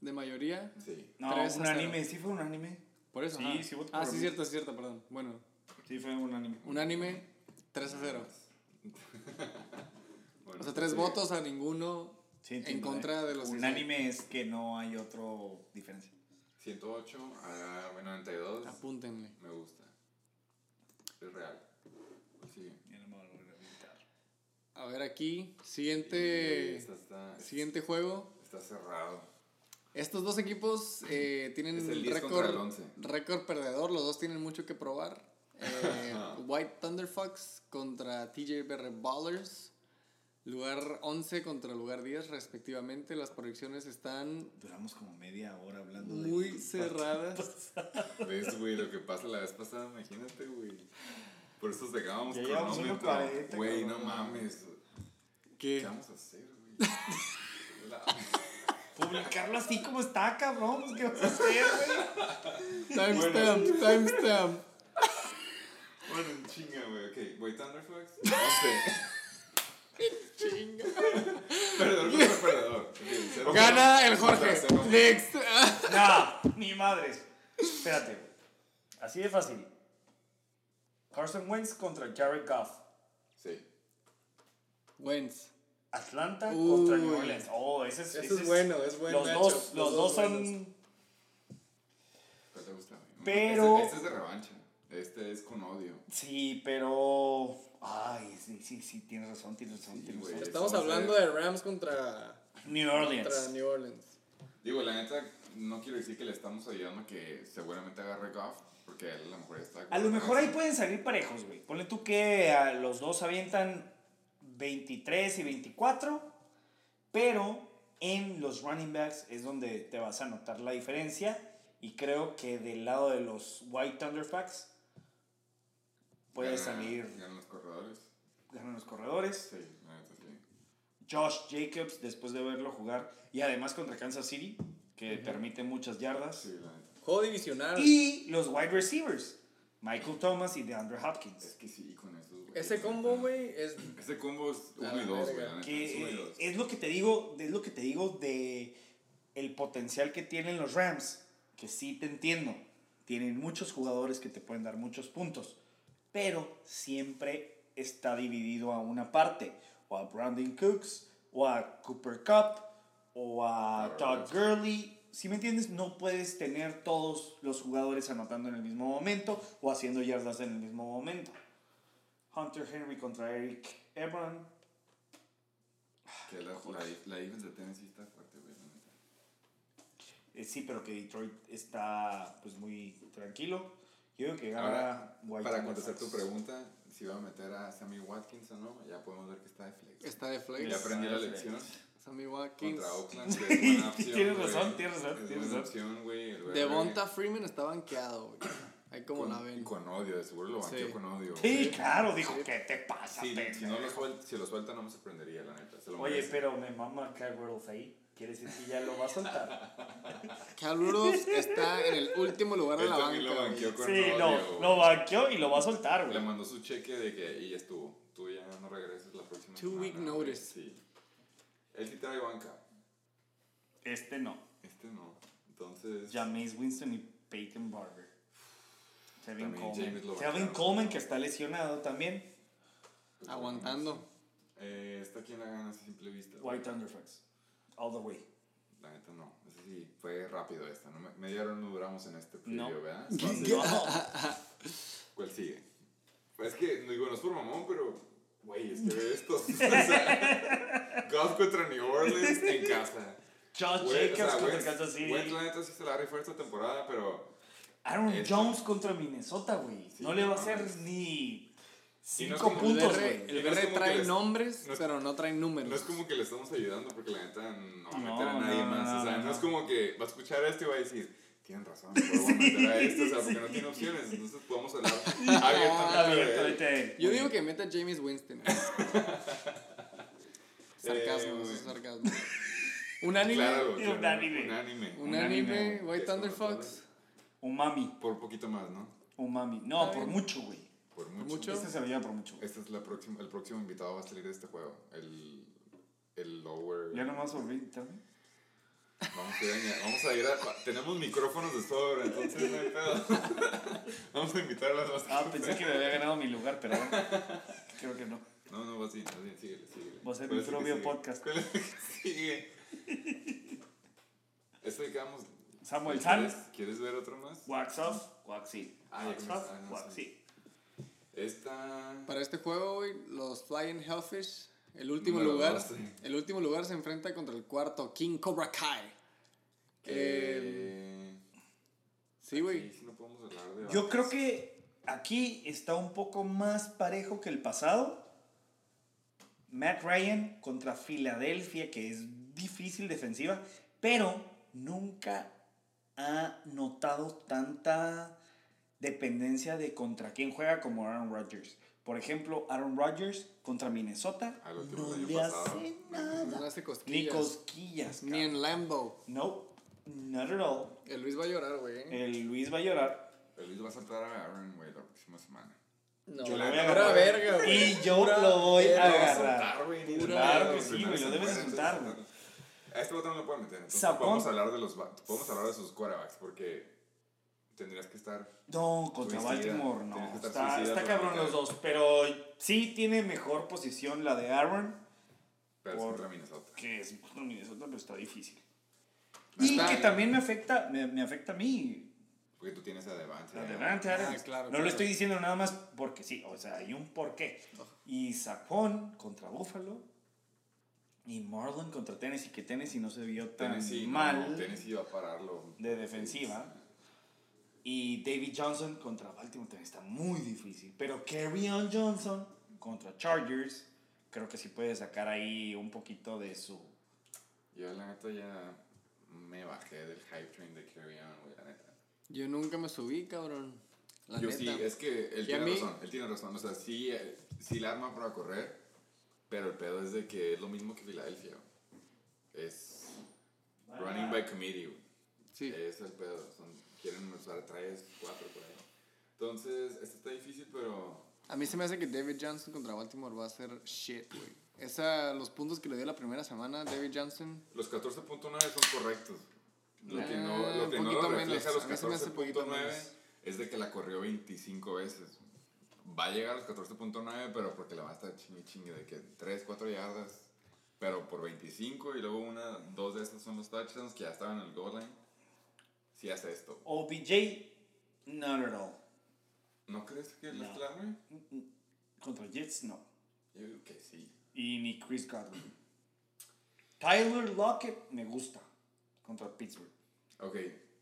S1: de mayoría.
S2: Sí.
S3: pues. No,
S1: tres a
S3: un
S1: cero.
S3: anime, sí fue un anime.
S1: Por eso.
S3: Sí,
S1: ajá.
S3: sí voto
S1: Ah,
S3: por
S1: sí,
S3: mí.
S1: cierto, sí, cierto, perdón. Bueno,
S3: Sí fue un anime.
S1: unánime, 3 a 0.
S2: Bueno,
S1: O sea, tres
S2: sí.
S1: votos a ninguno
S3: Sí,
S1: en
S3: entiendo,
S1: contra
S3: ¿eh?
S1: de los. que
S3: Un
S1: sí.
S3: anime es que no hay otro diferencia.
S2: 108 a 92.
S1: Apúntenle.
S2: Me gusta. Es real. sigue.
S4: Ya no me voy a volver a invitar.
S1: A ver aquí, siguiente,
S2: Esta está,
S1: siguiente juego.
S2: está cerrado.
S1: Estos dos equipos eh, tienen
S2: Es el 10 contra el
S1: récord,
S2: 11.
S1: récord perdedor, los dos tienen mucho que probar. Eh, White Thunder Fox contra TJBR Ballers, lugar 11 contra lugar 10 respectivamente. Las proyecciones están
S4: Duramos como media hora hablando de.
S1: muy cerradas.
S2: ¿Ves, güey? Lo que pasa la vez pasada, imagínate, güey. Por eso sacábamos
S3: Ya llevamos
S2: cronómetro.
S3: 1.40,
S2: Güey, no
S3: cabrón.
S2: mames. ¿Qué
S1: ¿Qué?
S2: vamos a hacer, güey? La-
S3: Publicarlo así como está, cabrón. pues, ¿Qué vas a hacer, güey?
S1: Timestamp, timestamp.
S2: Bueno, en chinga, güey. Ok, güey, Thunderfox. No sé.
S1: Chinga.
S2: Perdedor contra perdedor. Ok, cero-
S1: Gana el
S2: contra
S1: Jorge.
S2: cero.
S1: Next.
S3: No, ni madres. Espérate. Así de fácil. Carson Wentz contra Jared Goff.
S2: Sí.
S1: Wentz.
S3: Atlanta
S1: Uy.
S3: contra New Orleans. Oh, ese es,
S1: Eso
S3: ese
S1: es bueno, es buen
S3: Los
S1: matchup.
S3: dos,
S1: Los
S3: los, dos
S1: dos
S3: son.
S1: buenos.
S2: ¿Cuál te gusta, güey?
S3: Pero-
S2: Este, este es de revancha. Este es con odio.
S3: Sí, pero. Ay, sí, sí, sí, tienes razón, tienes razón,
S2: Sí,
S3: tienes
S2: güey.
S3: razón.
S1: Estamos hablando de Rams contra,
S3: New
S1: contra
S3: Orleans.
S1: New Orleans.
S2: Digo, la neta, no quiero decir que le estamos ayudando a que seguramente agarre Goff, porque él a lo mejor ya está.
S3: A lo mejor ahí pueden salir parejos, güey. Ponle tú que a los dos avientan 23 y 24, pero en los running backs es donde te vas a notar la diferencia. Y creo que del lado de los White Thunderbacks puede
S2: Gana-
S3: salir
S2: Ganan los corredores.
S3: ganan los corredores.
S2: Sí, la neta sí.
S3: Josh Jacobs después de verlo jugar y además contra Kansas City, que permite muchas yardas.
S2: Sí, la neta.
S1: Juego divisional.
S3: Y los wide receivers, Michael Thomas y DeAndre
S2: Es
S3: Hopkins.
S2: que sí, con esos, güey.
S1: Ese combo, güey, es
S2: Ese combo es
S1: A
S2: 1
S1: la
S2: y 2, güey.
S1: verga.
S2: la neta, Es 1 y
S3: Que eh,
S2: 2.
S3: es lo que te digo, es lo que te digo de el potencial que tienen los Rams, que sí te entiendo. Tienen muchos jugadores que te pueden dar muchos puntos, pero siempre está dividido a una parte, o a Brandon Cooks, o a Cooper Cup, o a Todd Gurley. Si me entiendes, no puedes tener todos los jugadores anotando en el mismo momento o haciendo yardas en el mismo momento. Hunter Henry contra Eric Ebron.
S2: Que la, la, la defensa de Tennessee está fuerte, güey. la neta.
S3: Eh, sí, pero que Detroit está pues muy tranquilo. Yo creo que gana
S2: Ahora,
S3: White
S2: para
S3: Thunderfucks.
S2: contestar tu pregunta, si va a meter a Sammy Watkins o no, ya podemos ver que está de flex.
S1: está de flex.
S2: Ya aprendí la
S3: Está de
S2: lección.
S1: Sammy Watkins.
S2: Contra Oakland, que es buena opción.
S3: Tienes
S2: güey.
S3: razón, tienes razón,
S2: Es
S3: tienes
S2: buena
S3: razón.
S2: opción, güey. el verde.
S1: Devonta Freeman está banqueado, güey. Ahí como
S2: con,
S1: la ven.
S2: con odio, de seguro lo banqueó
S1: Sí.
S2: con odio.
S3: Sí, claro, dijo, ¿qué te pasa,
S2: Sí,
S3: pendejo?
S2: si, no lo suelta, si lo suelta no me sorprendería, la neta. Se lo
S3: Oye,
S2: merece.
S3: pero me mama Kyle Rudolph ahí. ¿Quieres decir que ya lo va a soltar?
S1: Cal Rudolph está en el último lugar de
S2: Él
S1: la
S2: también lo
S1: banca.
S2: banqueó
S1: güey.
S2: con
S3: sí,
S2: odio.
S3: lo,
S2: güey.
S3: lo banqueó y lo va a soltar,
S2: Le
S3: güey.
S2: mandó su cheque de que y ya estuvo. Tú ya no regresas la próxima
S1: Two
S2: semana,
S1: week
S2: güey.
S1: notice.
S2: Sí. Él sí trae banca.
S3: Este no.
S2: Este no. Entonces.
S3: James Winston y Peyton Barber. Tevin
S2: También James lo
S3: Coleman. Tevin
S2: banquearon.
S3: Coleman, que está lesionado también.
S2: pues,
S1: Aguantando.
S2: Eh, esta quién la gana a simple vista. güey?
S3: White Thunderfucks. All the way.
S2: La neta no. Eso sí, fue rápido esta. No, me, media hora no duramos en este preview,
S3: No.
S2: ¿verdad?
S3: No.
S2: ¿Cuál sigue? Pues es que, digo, no es por mamón, pero, güey, es que ve esto. O sea, Goff contra New Orleans en casa.
S3: Josh
S2: Güey, o sea,
S3: Jacobs Ah, contra
S2: Wentz-
S3: Kansas City.
S2: Wentz, la neta, sí se la rifó esta temporada, pero...
S3: Aaron
S2: Eso.
S3: Jones contra Minnesota, güey.
S2: Sí,
S3: no le va a
S2: no
S3: hacer
S2: mames.
S3: ni
S2: Y no es
S3: cinco
S2: como
S1: El
S3: puntos,
S1: BR,
S3: güey.
S2: Y no
S1: el
S2: es
S1: BR
S2: como que
S1: trae
S2: les-
S1: nombres,
S2: no es-
S1: pero no trae números.
S2: No es como que le estamos ayudando porque la neta no va a meter a
S3: No,
S2: nadie
S3: no,
S2: más.
S3: no,
S2: o sea,
S3: no,
S2: no, es
S3: no.
S2: como que va a escuchar esto y va a decir, tienen razón, pero voy a meter a este, o sea, porque no tiene opciones. Entonces podemos hablar Ah, abiertamente. de él.
S3: Abiertamente de él.
S1: Yo digo que meta a James Winston. güey.
S2: Eh,
S1: sarcasmo, eso
S2: güey.
S1: es sarcasmo. Un anime.
S2: Claro,
S3: Y un
S2: claro,
S3: anime.
S2: Un anime.
S1: Un
S3: Un anime,
S1: anime,
S3: güey,
S1: White
S2: que es
S1: Thunder
S2: como
S1: Fox.
S3: Umami,
S2: Por poquito más, ¿no?
S3: umami. No,
S1: Está
S3: por
S1: bien.
S3: mucho, güey.
S2: Por
S1: mucho.
S3: Este se veía por mucho, güey.
S2: Este es la próxima, el próximo invitado va a salir de este juego. El, el lower.
S3: Ya nomás volví también.
S2: Vamos a ir a. Vamos a ir a pa- tenemos micrófonos de sobra, entonces no hay pedo. vamos a invitar a las más.
S3: Ah, pensé que me había ganado mi lugar, pero bueno, creo que no.
S2: No, no, vas bien, vas bien, síguele, síguele.
S3: Va a ser
S2: ¿Cuál
S3: mi
S2: es el que
S3: propio
S2: sigue?
S3: podcast.
S2: ¿Cuál es el que sigue? Este digamos.
S3: Samuel San.
S2: ¿Quieres ver otro más?
S3: Wax off, wax in.
S2: Ah, ya
S3: Wax
S2: comenzó.
S3: off,
S2: Ah, no,
S3: wax
S2: sí.
S3: in.
S2: Esta.
S1: Para este juego, güey, los Flying Hellfish, el último
S2: Número
S1: lugar,
S2: doce.
S1: el último lugar se enfrenta contra el cuarto, King Cobra Kai. Eh,
S2: que-
S1: sí,
S2: aquí
S1: güey.
S2: sí no podemos hablar de.
S3: Yo creo que aquí está un poco más parejo que el pasado. Matt Ryan contra Filadelfia, que es difícil defensiva, pero nunca ha notado tanta dependencia de contra quién juega como Aaron Rodgers. Por ejemplo, Aaron Rodgers contra Minnesota
S2: Al último
S3: no
S2: del año
S3: le
S2: pasado.
S3: hace nada.
S1: No hace
S3: Ni
S1: cosquillas.
S3: cosquillas.
S1: Ni en Lambo.
S3: No, not at all.
S1: El Luis va a llorar, güey.
S3: El Luis va a llorar.
S2: Pero Luis va a saltar a Aaron, güey, la próxima semana.
S1: No,
S3: yo lo
S1: la
S3: voy a
S1: pura
S3: agarrar.
S1: verga, güey.
S3: Y yo
S1: Pura
S3: lo voy a
S1: verga.
S2: Lo vas a
S3: agarrar.
S2: soltar, güey, ni de
S1: Claro
S2: pedo,
S1: que
S2: güey,
S3: sí,
S2: primero
S3: güey, lo
S2: se
S3: debes
S2: muere,
S3: soltar,
S2: entonces, A este botón no lo puedo meter. Entonces,
S3: Sacón.
S2: podemos hablar de los ba- podemos hablar de sus quarterbacks porque tendrías que estar
S3: No, contra
S2: Suicida.
S3: Baltimore no.
S2: Tienes que estar
S3: Está,
S2: suicida
S3: está
S2: para
S3: cabrón
S2: marcar.
S3: los dos, pero sí tiene mejor posición la de Aaron,
S2: pero es
S3: Por-
S2: contra Minnesota.
S3: que es contra Minnesota, pero está difícil.
S1: No
S3: Y
S1: está
S3: que
S1: bien.
S3: también me afecta, me, me afecta a mí.
S2: Porque tú tienes a Devante.
S3: la de Davante Adams.
S1: Ah, claro,
S3: no
S1: claro.
S3: lo estoy diciendo nada más porque sí, o sea, hay un porqué. Y Sacón contra Buffalo. Y Marlon contra Tennessee, que Tennessee no se vio tan
S2: Tennessee,
S3: mal.
S2: no, Tennessee va a pararlo.
S3: de defensiva. Y David Johnson contra Baltimore también está muy difícil. Pero Kerryon Johnson contra Chargers, creo que sí puede sacar ahí un poquito de su.
S2: Yo la neta ya me bajé del hype train de Carry On, güey, la neta.
S1: Yo nunca me subí, cabrón. La
S2: Yo
S1: neta.
S2: sí, es que
S1: ¿Y
S2: él
S1: a
S2: tiene
S1: mí?
S2: razón, él tiene razón. O sea, sí, eh, sí la arma para correr, pero el pedo es de que es lo mismo que Filadelfia. güey. Es running by committee, güey.
S1: Sí.
S2: Ese es el pedo. Son, quieren usar tres, cuatro por ahí. Entonces, esto está difícil, pero
S1: A mí se me hace que David Johnson contra Baltimore va a ser shit, güey. Esa, los puntos que le dio la primera semana, David Johnson.
S2: los 14.9 son correctos. Lo que no,
S1: Ah,
S2: lo que no
S1: poquito
S2: lo refleja
S1: menos.
S2: los
S1: A mí se me hace poquito
S2: 14.9
S1: menos.
S2: es de que la corrió 25 veces. Va a llegar a los 14.9, pero porque la va a estar chingue chingue de que 3, 4 yardas, pero por 25 y luego una, dos de esas son los touchdowns que ya estaban en el goal line. Si hace esto.
S3: OBJ, no, at all.
S2: ¿No crees que
S3: No.
S2: es la arme?
S3: Contra Jets, no.
S2: Yo digo que sí.
S3: Y ni Chris Godwin. Tyler Lockett me gusta contra Pittsburgh.
S2: Ok,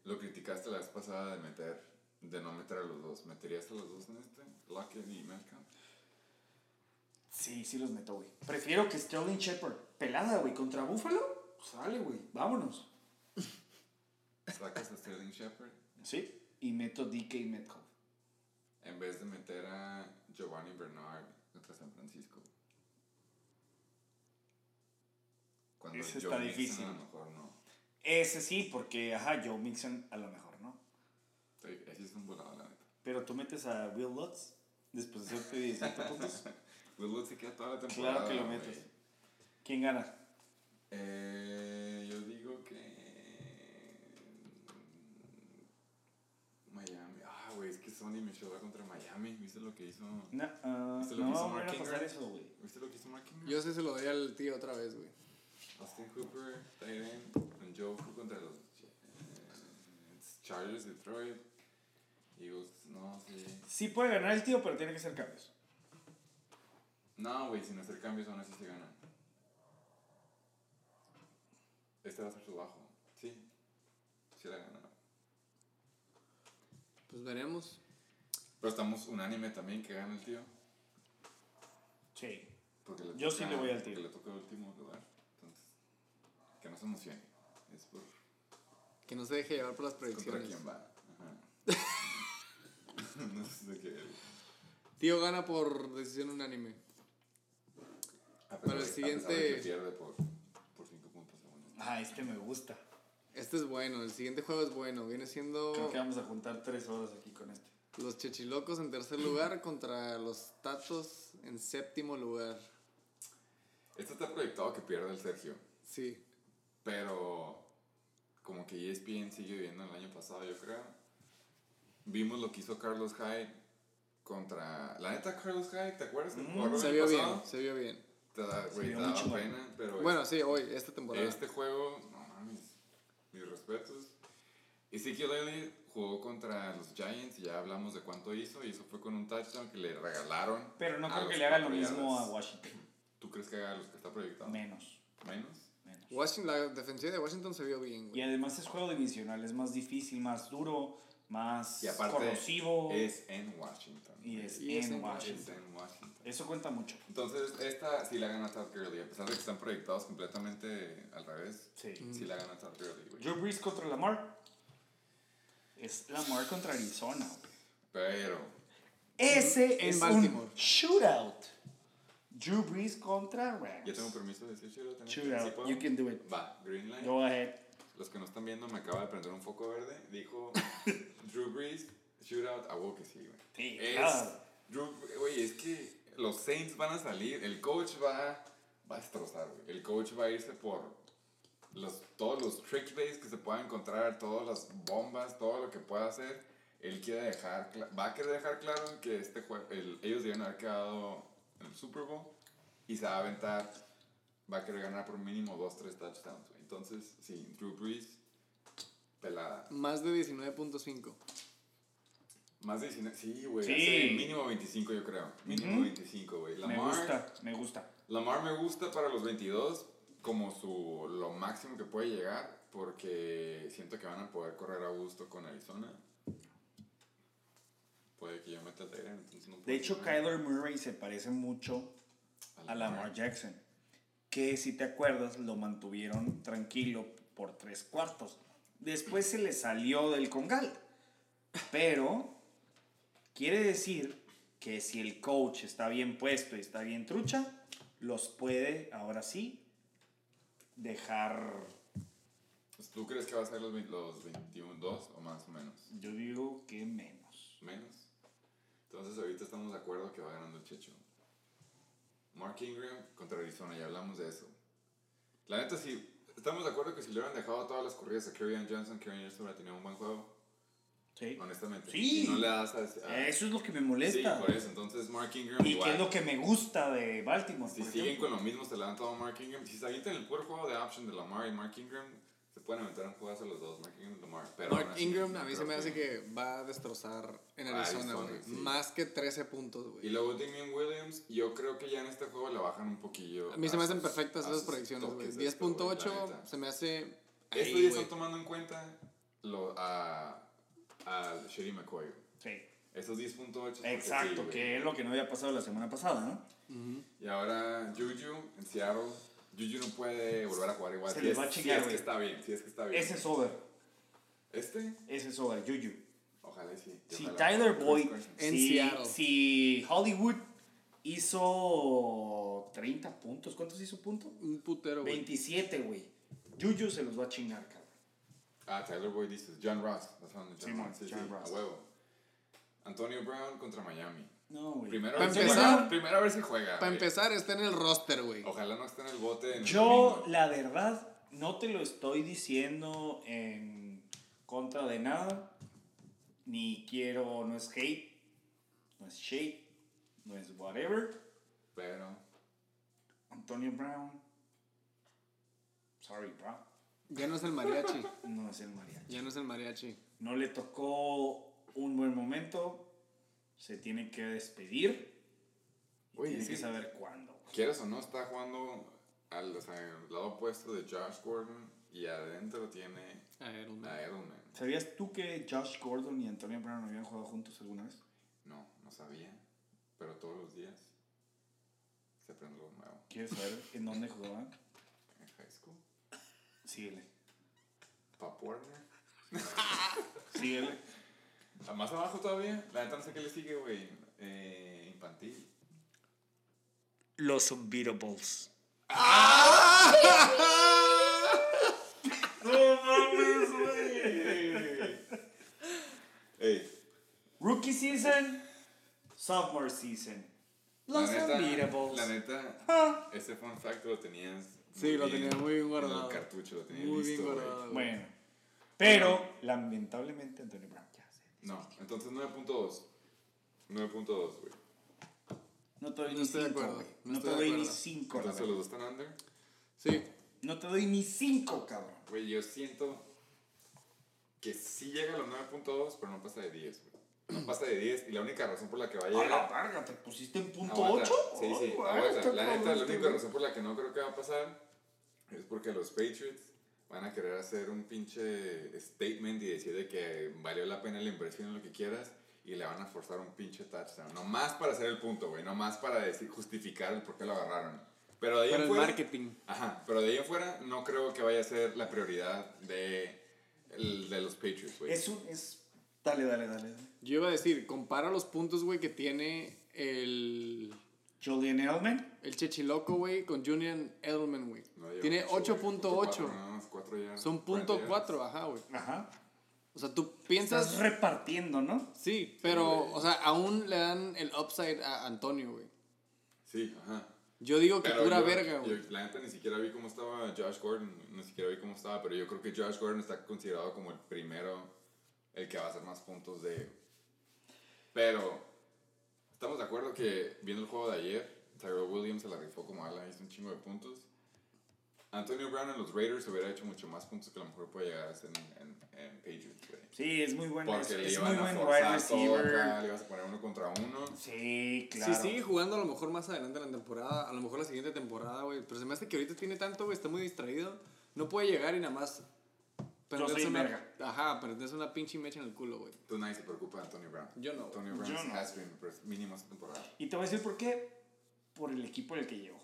S2: lo criticaste la vez pasada de meter, de no meter a los dos. ¿Meterías a los dos en este? Lockett y Melcamp.
S3: Sí, sí los meto, güey. Prefiero que Sterling Shepard, pelada, güey, contra Buffalo. Sale, güey, vámonos.
S2: Sacas a Sterling Shepard
S3: Sí. Y meto DK Metcalf.
S2: en vez de meter a Giovanni Bernard contra San Francisco. Cuando
S3: Ese
S2: Joe
S3: está
S2: Mixon
S3: difícil.
S2: A lo mejor no.
S3: Ese sí, porque, ajá, Joe Mixon a lo mejor, ¿no?
S2: Sí, Ese es un volado, la neta.
S3: Pero tú metes a Will Lutz después de hacerte 17 puntos.
S2: Will Pues Lutz se queda toda la temporada.
S3: Claro que lo
S2: güey.
S3: metes. ¿Quién gana?
S2: Eh, yo digo que. Miami. Ah, güey, es que Sony me llevó contra Miami. ¿Viste lo que hizo?
S3: No, ah,
S2: ¿Viste Este lo que
S3: no va
S2: hizo
S3: a volver
S2: Mark
S3: a pasar
S2: Ingram?
S3: eso, güey.
S2: ¿Viste lo que hizo Mark Ingram?
S1: Yo sí se lo doy al tío otra vez, güey.
S2: Austin Cooper, Tyrion, con Joku contra los Jets, Chargers, Detroit, Eagles, no, sí.
S3: Sí puede ganar el tío, pero tiene que hacer cambios.
S2: No, güey, sin hacer cambios aún así se ganan. Este va a ser su bajo, sí. Sí la ganaron.
S1: Pues veremos.
S2: Pero estamos unánime también que gana el tío.
S3: Sí.
S2: Porque le
S3: Yo sí le voy al
S2: porque
S3: tío.
S2: le toca el último lugar. Entonces, que no se emocione. Es por
S1: Que no se deje llevar por las
S2: contra
S1: predicciones.
S2: quién va. Ajá. no sé de qué.
S1: Tío gana por decisión unánime.
S2: Ah, A pesar
S1: Para el
S2: de- a pesar de
S1: siguiente-
S2: que pierde por, por 5 puntos. según esto.
S3: Ah, este me gusta.
S1: Este es bueno, el siguiente juego es bueno. Viene siendo
S3: Creo que vamos a juntar tres horas aquí con este.
S1: los Chechilocos en tercer lugar contra los Tatos en séptimo lugar.
S2: Esto está proyectado que pierda el Sergio.
S1: Sí.
S2: Pero como que E ESPN sigue viviendo el año pasado, yo creo. Vimos lo que hizo Carlos Hyde contra... La neta, Carlos Hyde, ¿te acuerdas?
S3: Mm,
S2: que jugó el
S1: Se
S2: año
S1: vio
S2: pasado?
S1: bien, se vio bien.
S2: Te da, güey,
S3: vio
S2: te
S3: muy
S2: daba
S3: chingón.
S2: pena, pero...
S1: Bueno, sí, hoy, esta temporada.
S2: Este juego, no mames, mis respetos. Ezekiel Elliott jugó contra los Giants y ya hablamos de cuánto hizo. Y eso fue con un touchdown que le regalaron.
S3: Pero no
S2: a
S3: creo
S2: Ah, los
S3: que le haga lo
S2: cuatro
S3: mismo
S2: yardas.
S3: a Washington.
S2: ¿Tú crees que haga los que está proyectado?
S3: Menos,
S2: Menos.
S3: menos.
S1: Washington, la defensiva de Washington se vio bien,
S3: Y
S1: güey.
S3: además es juego divisional, es más difícil, más duro, más
S2: Y aparte
S3: corrosivo.
S2: es en Washington.
S3: Oh. y es
S1: y es
S3: en
S1: en
S2: Es
S3: Washington.
S2: en Washington.
S3: Eso cuenta mucho.
S2: Entonces, esta sí la gana Todd Gurley, a pesar de que están proyectados completamente al revés.
S3: Sí.
S2: Sí la gana Todd Gurley, güey.
S3: Mm. Drew Brees contra Lamar. Es Lamar contra Arizona. güey.
S2: Pero,
S3: Ese
S1: En
S3: es
S1: Baltimore.
S3: un shootout. Drew Brees contra
S2: ¿yo tengo
S3: Rams.
S2: permiso de decir shootout? también? ¿Sí
S3: Shootout.
S2: puedo?
S3: You can do it.
S2: Va, Green Line.
S3: Go ahead.
S2: Los que no están viendo, me acaba de prender un foco verde. Dijo Drew Brees, shootout. A huevo que sí, güey.
S3: Sí,
S2: es,
S3: claro.
S2: Drew, güey, es que los Saints van a salir. El coach va, va a destrozar, güey. El coach va a irse por los, todos los trick plays que se pueda encontrar, todas las bombas, todo lo que pueda hacer. Él quiere dejar, cla- va a querer dejar claro que este jue- el, ellos deben haber quedado en el Super Bowl y se va a aventar, va a querer ganar por mínimo 2-3 touchdowns, güey. Entonces, sí, Drew Brees, pelada.
S1: Más de 19.5.
S2: Más de 19, sí, güey.
S3: Sí.
S2: hace Mínimo 25, yo creo. Mínimo
S3: Ujú.
S2: 25, güey.
S3: Me
S2: Lamar,
S3: gusta, me gusta.
S2: Lamar me gusta para los 22 como su, lo máximo que puede llegar porque siento que van a poder correr a gusto con Arizona. Puede que yo meta el Tyrion, entonces no
S3: De
S2: puedo
S3: hecho,
S2: decir nada.
S3: Kyler Murray se parece mucho a Lamar
S2: Lamar.
S3: Jackson, que si te acuerdas lo mantuvieron tranquilo por tres cuartos. Después se le salió del congal. Pero quiere decir que si el coach está bien puesto y está bien trucha, los puede ahora sí dejar,
S2: Pues, ¿Tú crees que va a ser los, vein- los 21, 2 o más o menos?
S3: yo digo que menos.
S2: Menos. Entonces ahorita estamos de acuerdo que va ganando el Checho. Mark Ingram contra Arizona, ya hablamos de eso. La neta sí, estamos de acuerdo que si le hubieran dejado todas las corridas a Kerryon Johnson, Kerryon Johnson hubiera tenido un buen juego,
S3: ¿sí?
S2: honestamente.
S3: Sí.
S2: Y no le das a... a-
S3: Eso es lo que me
S2: sí,
S3: molesta.
S2: por eso. Entonces Mark Ingram
S3: y que
S2: igual.
S3: es lo que me gusta de Baltimore.
S2: Si
S3: por
S2: siguen
S3: ejemplo.
S2: con lo mismo, se le han dado a Mark Ingram. Si se avientan el puro juego de option de Lamar y Mark Ingram, se pueden aventar un juegazo los dos, Mark Ingram y Lamar. Pero aún
S1: Mark
S2: así,
S1: Ingram
S2: no
S1: a mí se
S2: creo
S1: me hace que va a destrozar en
S2: Ah,
S1: Arizona,
S2: Arizona,
S1: güey.
S2: sí.
S1: Más que 13 puntos,
S2: Y
S1: güey.
S2: luego Damien Williams, yo creo que ya en este juego le bajan un poquillo.
S1: A mí se
S2: a
S1: me hacen
S2: sus-
S1: perfectas
S2: a
S1: esas
S2: sus
S1: proyecciones, güey.
S2: toques de esto, güey, la
S1: 10.8
S2: neta.
S1: se me hace... ahí,
S2: Estos ya
S1: güey.
S2: están tomando en cuenta lo, a, a Sherry McCoy. güey.
S3: Sí.
S2: Esos 10.8. es porque sí,
S3: Exacto,
S2: güey.
S3: que es lo que no había pasado la semana pasada, ¿no?
S2: Y ahora Juju en Seattle. Juju no puede volver a jugar igual.
S3: Se
S2: si
S3: les
S2: es,
S3: va a
S2: si
S3: chingar,
S2: es que
S3: güey.
S2: está bien, si es que está bien.
S3: Ese es over,
S2: Este,
S3: ese es over, Juju.
S2: ojalá y sí.
S3: Si
S2: ojalá.
S3: Tyler Boyd,
S1: En
S3: si,
S1: Seattle.
S3: si Hollywood hizo 30 puntos, ¿cuántos hizo punto?
S1: Un putero, güey.
S3: 27, güey. Juju se los va a chingar, cabrón.
S2: Ah, Tyler Boyd dices. John Ross. That's on John
S3: Simón,
S2: Ross. Sí, sí,
S3: John Ross.
S2: A huevo. Antonio Brown contra Miami.
S3: No, güey.
S2: Primero, a
S1: Para
S2: ver si
S1: empezar-
S2: juega, primero a ver si juega.
S1: Para
S2: güey.
S1: empezar, está en el roster, güey.
S2: Ojalá no esté en el bote. En el
S3: Yo,
S2: domingo.
S3: la verdad, no te lo estoy diciendo en contra de nada. Ni quiero, no es hate, no es shade, no es whatever.
S2: Pero.
S3: Antonio Brown. Sorry, bro.
S1: Ya no es el mariachi.
S3: No es el mariachi.
S1: Ya no es el mariachi.
S3: No le tocó un buen momento. Se tiene que despedir. Y
S2: Oye,
S3: tiene
S2: sí.
S3: que saber cuándo.
S2: Quieres o no, está jugando al o sea, al lado opuesto de Josh Gordon y adentro tiene
S1: A ver, un...
S2: a Edelman.
S3: ¿Sabías tú que Josh Gordon y Antonio Brown habían jugado juntos alguna vez?
S2: No, no sabía. Pero todos los días se aprende algo nuevo.
S3: ¿Quieres saber en dónde jugaban?
S2: En high school.
S3: Síguele.
S2: Pop Warner.
S3: Síguele.
S2: Ah, Más abajo todavía. La neta no sé qué le sigue, güey. Eh, infantil.
S3: Los Unbeatables.
S1: ¡Ah!
S2: Ey,
S3: Rookie season. Sophomore season. Ah.
S2: la
S3: Los
S2: neta,
S3: Unbeatables.
S2: La neta, ese fun fact lo tenías.
S1: Sí, lo tenía muy bien guardado.
S2: En el cartucho lo tenías
S1: Muy bien
S2: listo, güey.
S1: guardado. güey.
S3: Bueno. Pero, lamentablemente, Antonio Brown ya se
S2: No, entonces 9.2. 9.2, güey.
S3: No te doy
S1: No
S3: ni
S1: estoy de
S3: 5,
S1: acuerdo,
S3: güey.
S1: no
S3: No, te
S1: estoy de
S3: doy ni
S1: acuerdo.
S3: 5,
S2: Entonces los dos están under.
S1: Sí.
S3: No te doy ni 5, cabrón.
S2: Güey, yo siento que sí llega a los 9.2, pero no pasa de 10, güey. No pasa de 10 y la única razón por la que va a llegar...
S3: verga! ¿Te pusiste en
S2: Aguanta. Sí, sí, aguanta. La neta, la
S3: este,
S2: única razón por la que no creo que va a pasar es porque los Patriots van a querer hacer un pinche statement y decir de que valió la pena la inversión en lo que quieras y le van a forzar un pinche touchdown. Nomás para hacer el punto, güey. Nomás para decir, justificar el por qué lo agarraron. Pero de ahí
S1: Para
S2: en
S1: el
S2: fuera-
S1: marketing.
S2: Ajá, pero de ahí en fuera no creo que vaya a ser la prioridad de, el- de los Patriots, güey.
S3: Es un. Es... Dale, dale, dale. dale.
S1: Yo iba a decir, compara los puntos, güey, que tiene el,
S3: Julian Edelman.
S1: el Chechiloco, güey, con Julian Edelman, güey.
S2: No lleva
S1: tiene
S2: mucho, güey.
S1: 8.8.
S2: No, es cuatro yardas,
S1: Son
S2: 40 yardas.
S1: .4, ajá, güey.
S3: Ajá.
S1: O sea, tú
S3: Estás
S1: piensas...
S3: repartiendo, ¿no?
S1: Sí, pero, o sea, aún le dan el upside a Antonio, güey.
S2: Sí, ajá.
S1: Yo digo que
S2: Pero
S1: pura
S2: yo-
S1: verga,
S2: yo,
S1: güey.
S2: La neta ni siquiera vi cómo estaba Josh Gordon, ni siquiera vi cómo estaba, pero yo creo que Josh Gordon está considerado como el primero, el que va a hacer más puntos de... Pero estamos de acuerdo que viendo el juego de ayer, Tyrell Williams se la rifó como ala, hizo un chingo de puntos. Antonio Brown en los Raiders hubiera hecho mucho más puntos que a lo mejor puede llegar a hacer en, en, en Patriots, güey.
S3: Sí, es muy bueno. Es,
S2: Porque le
S3: es
S2: iban
S3: muy
S2: a
S3: buen wide
S2: forzar todo acá,
S3: receiver.
S2: le ibas a poner uno contra uno.
S3: Sí, claro.
S1: Si sigue jugando a lo mejor más adelante en la temporada, a lo mejor la siguiente temporada, güey. Pero se me hace que ahorita tiene tanto, güey, está muy distraído. No puede llegar y nada más...
S3: soy
S1: una,
S3: verga.
S1: Ajá, perderse una pinche mecha en el culo, güey.
S2: Tú nadie se preocupa de Antonio Brown.
S1: Yo no, güey.
S2: Antonio Brown
S3: Yo
S2: es
S3: no.
S2: has been, pero es mínimo esta temporada.
S3: Y te voy a decir por qué. Por el equipo en el que llegó.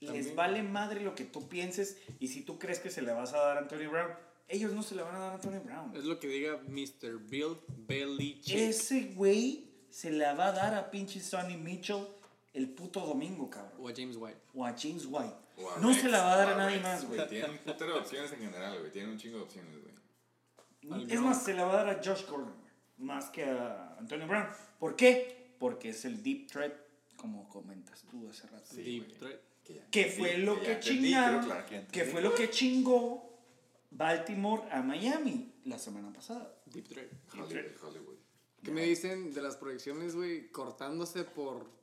S3: Les
S1: También.
S3: vale madre lo que tú pienses y si tú crees que se le vas a dar a Antonio Brown, ellos no se le van a dar a Antonio Brown.
S1: Es lo que diga Mr. Bill Belichick.
S3: Ese güey se la va a dar a pinche Sonny Mitchell el puto domingo, cabrón.
S1: O a James White.
S3: O a James White.
S2: O a
S3: No
S2: Rex,
S3: se la va a dar
S2: o
S3: a nadie
S2: Rex,
S3: más, güey.
S2: Tienen un putero de opciones en general, güey. Tienen un chingo de opciones, güey.
S1: Al
S3: Es
S1: Gronk.
S3: más, se la va a dar a Josh Gordon, güey, más que a Antonio Brown. ¿Por qué? Porque es el deep threat, como comentas tú hace rato.
S1: Deep
S2: güey.
S1: threat.
S2: ya
S3: Que
S2: entendí,
S3: fue lo que,
S2: ya entendí,
S3: chingaron,
S2: creo, claro, ya entendí.
S3: que fue lo que chingó Baltimore a Miami la semana pasada.
S1: Deep threat.
S2: Hollywood, Hollywood.
S1: ¿Qué me dicen de las proyecciones, güey? Cortándose por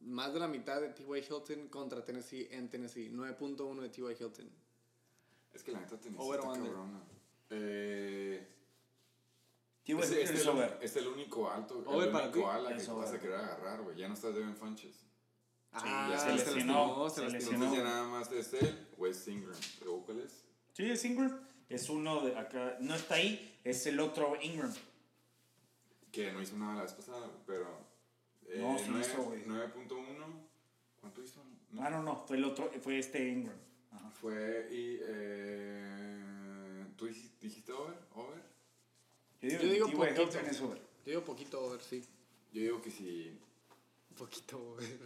S1: más de la mitad de T.Y. Hilton contra Tennessee en Tennessee. 9.1 de T.Y. Hilton.
S2: Es que la neta te
S1: Over or
S2: necesita
S1: under.
S2: cabrona. Eh,
S3: Tío,
S2: es,
S3: es,
S2: este es
S3: es
S2: el,
S3: over.
S2: es el único alto, el
S1: Over para ti.
S2: único ala que
S3: Es
S2: vas a
S3: over.
S2: querer agarrar, güey. Ya no estás Devin Funches.
S1: Ah,
S2: ya se
S1: lastimó,
S3: lesionó,
S1: se
S3: se
S1: lastimó.
S2: Entonces
S3: no.
S2: ya nada más es él, Wes Ingram. ¿Luego cuál es?
S3: Sí, es Ingram. Es uno de acá. No está ahí, es el otro Ingram.
S2: Que no hizo nada la vez pasada, güey, pero... eh,
S3: No, sí
S2: nueve-
S3: hizo, güey.
S2: 9.1. ¿Cuánto hizo? No.
S3: Ah, no, no, fue el otro, fue este Ingram. Ajá.
S2: Fue y... Eh, ¿Tú dijiste, dijiste over? ¿Over?
S1: Yo digo
S3: T.Y. Hilton
S1: poquito.
S3: es over.
S1: Yo digo poquito over, sí.
S2: Yo digo que si
S1: Poquito over.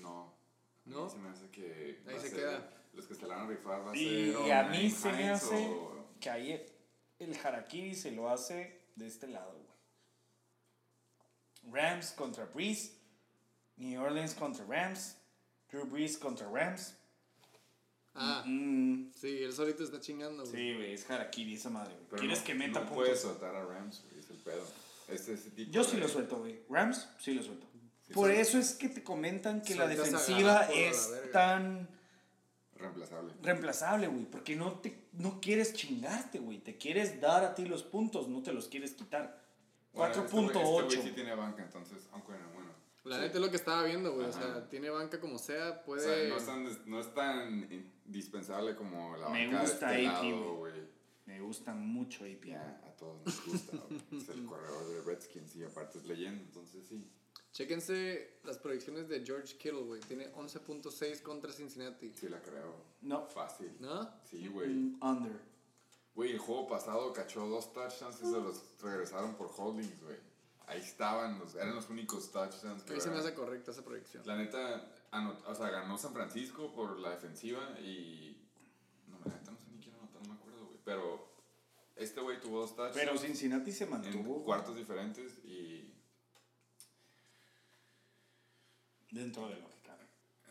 S2: No. A mí
S1: ¿No?
S2: Se me hace que.
S1: Ahí
S2: va a
S1: se
S2: ser-
S1: queda.
S2: Los que se la van a rifar va a
S3: Y,
S2: ser. o
S3: a mí
S2: Naeem
S3: se me
S2: Hines
S3: hace
S2: o-
S3: que ahí el Harakiri se lo hace de este lado, güey. Rams contra Breeze, New Orleans contra Rams, Drew Brees contra Rams.
S1: Ah,
S3: Mm,
S1: sí, él solito está chingando, güey.
S3: sí, güey, es Harakiri esa madre, güey.
S2: Pero
S3: ¿Quieres
S2: no-
S3: que meta
S2: No puedes
S3: puntos?
S2: soltar a Rams, güey, es el pedo. Es ese tipo
S3: Yo
S2: de-
S3: sí lo suelto, güey. Rams, sí lo suelto.
S2: Sí,
S3: Por
S2: sí.
S3: eso es que te comentan que la
S1: Sueltas a
S3: defensiva
S1: Garoppolo a la
S3: es
S1: verga.
S3: tan...
S2: Reemplazable.
S3: reemplazable, güey, porque no te no quieres chingarte, güey, te quieres dar a ti los puntos, no te los quieres quitar.
S2: Bueno, este
S3: 4.8.
S2: güey- Este güey sí tiene banca, entonces, aunque no, bueno.
S1: La
S2: Sí.
S1: neta es lo que estaba viendo, güey. O
S2: Ajá.
S1: sea, tiene banca como sea,
S2: O
S1: puede...
S2: sea, no es tan, des- no es tan indispensable como la
S3: Me
S2: banca
S3: gusta
S2: de este
S3: AP,
S2: lado, güey.
S3: Me gusta mucho AP.
S2: Ya, a todos nos gusta, güey. Es el corredor de Redskins y aparte es leyenda, entonces sí.
S1: Chéquense las proyecciones de George Kittle, güey. Tiene 11.6 contra Cincinnati.
S2: Sí la creo.
S3: No.
S2: Fácil.
S1: ¿No?
S2: Sí, güey.
S3: Mm, Under.
S2: Güey, el juego pasado cachó dos touchdowns y se los regresaron por holdings, güey. Ahí estaban, los, eran los únicos touchdowns
S1: A
S2: que
S1: mí se me
S2: eran.
S1: hace correcta esa proyección.
S2: La neta, anot- o sea, ganó San Francisco por la defensiva y... No, la neta no sé ni quién anotó, no me acuerdo, güey. Pero este güey tuvo dos touchdowns
S3: Pero Cincinnati se
S2: en
S3: mantuvo
S2: cuartos diferentes y...
S3: dentro de lo que cabe.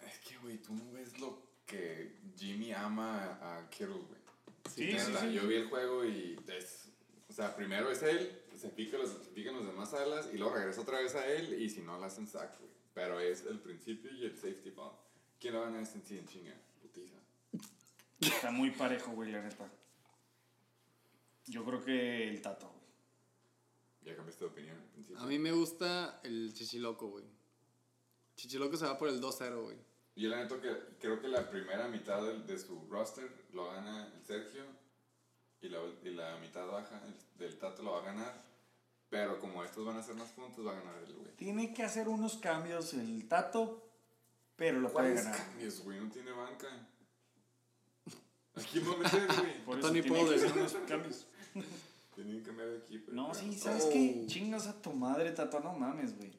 S2: Es que, güey, tú no ves lo que Jimmy ama a a Kittle, güey.
S3: Sí, sí,
S2: Neta,
S3: sí.
S2: Yo vi el juego y es. O sea, primero es él, se, pica los, se pican los demás alas y luego regresa otra vez a él y si no, la hacen sack, güey. Pero es el principio y el safety ball. ¿Quién lo gana este en sí en chinga? Putiza.
S3: Está muy parejo, güey, la neta. Yo creo que el Tato, güey.
S2: Ya cambiaste de opinión al principio.
S1: A mí me gusta el Chichiloco, güey. Chichiloco se va por el 2-0, güey.
S2: Yo la neta que creo que la primera mitad del- de, su roster lo gana el Sergio y la, y la mitad baja el- del Tato lo va a ganar. Pero como estos van a hacer más puntos, va a ganar el güey.
S3: Tiene que hacer unos cambios el Tato, pero lo puede
S2: ¿Cuáles
S3: Pues, ganar.
S2: cambios, güey? No tiene banca. ¿A quién va a meter, güey?
S3: Por
S1: Tony
S3: eso tiene que
S1: Pollard.
S3: hacer unos cambios.
S2: Tienen que cambiar de equipo.
S3: No,
S2: pero-
S3: sí, ¿sabes
S1: Oh.
S3: qué? Chingas a tu madre, Tato, no mames, güey.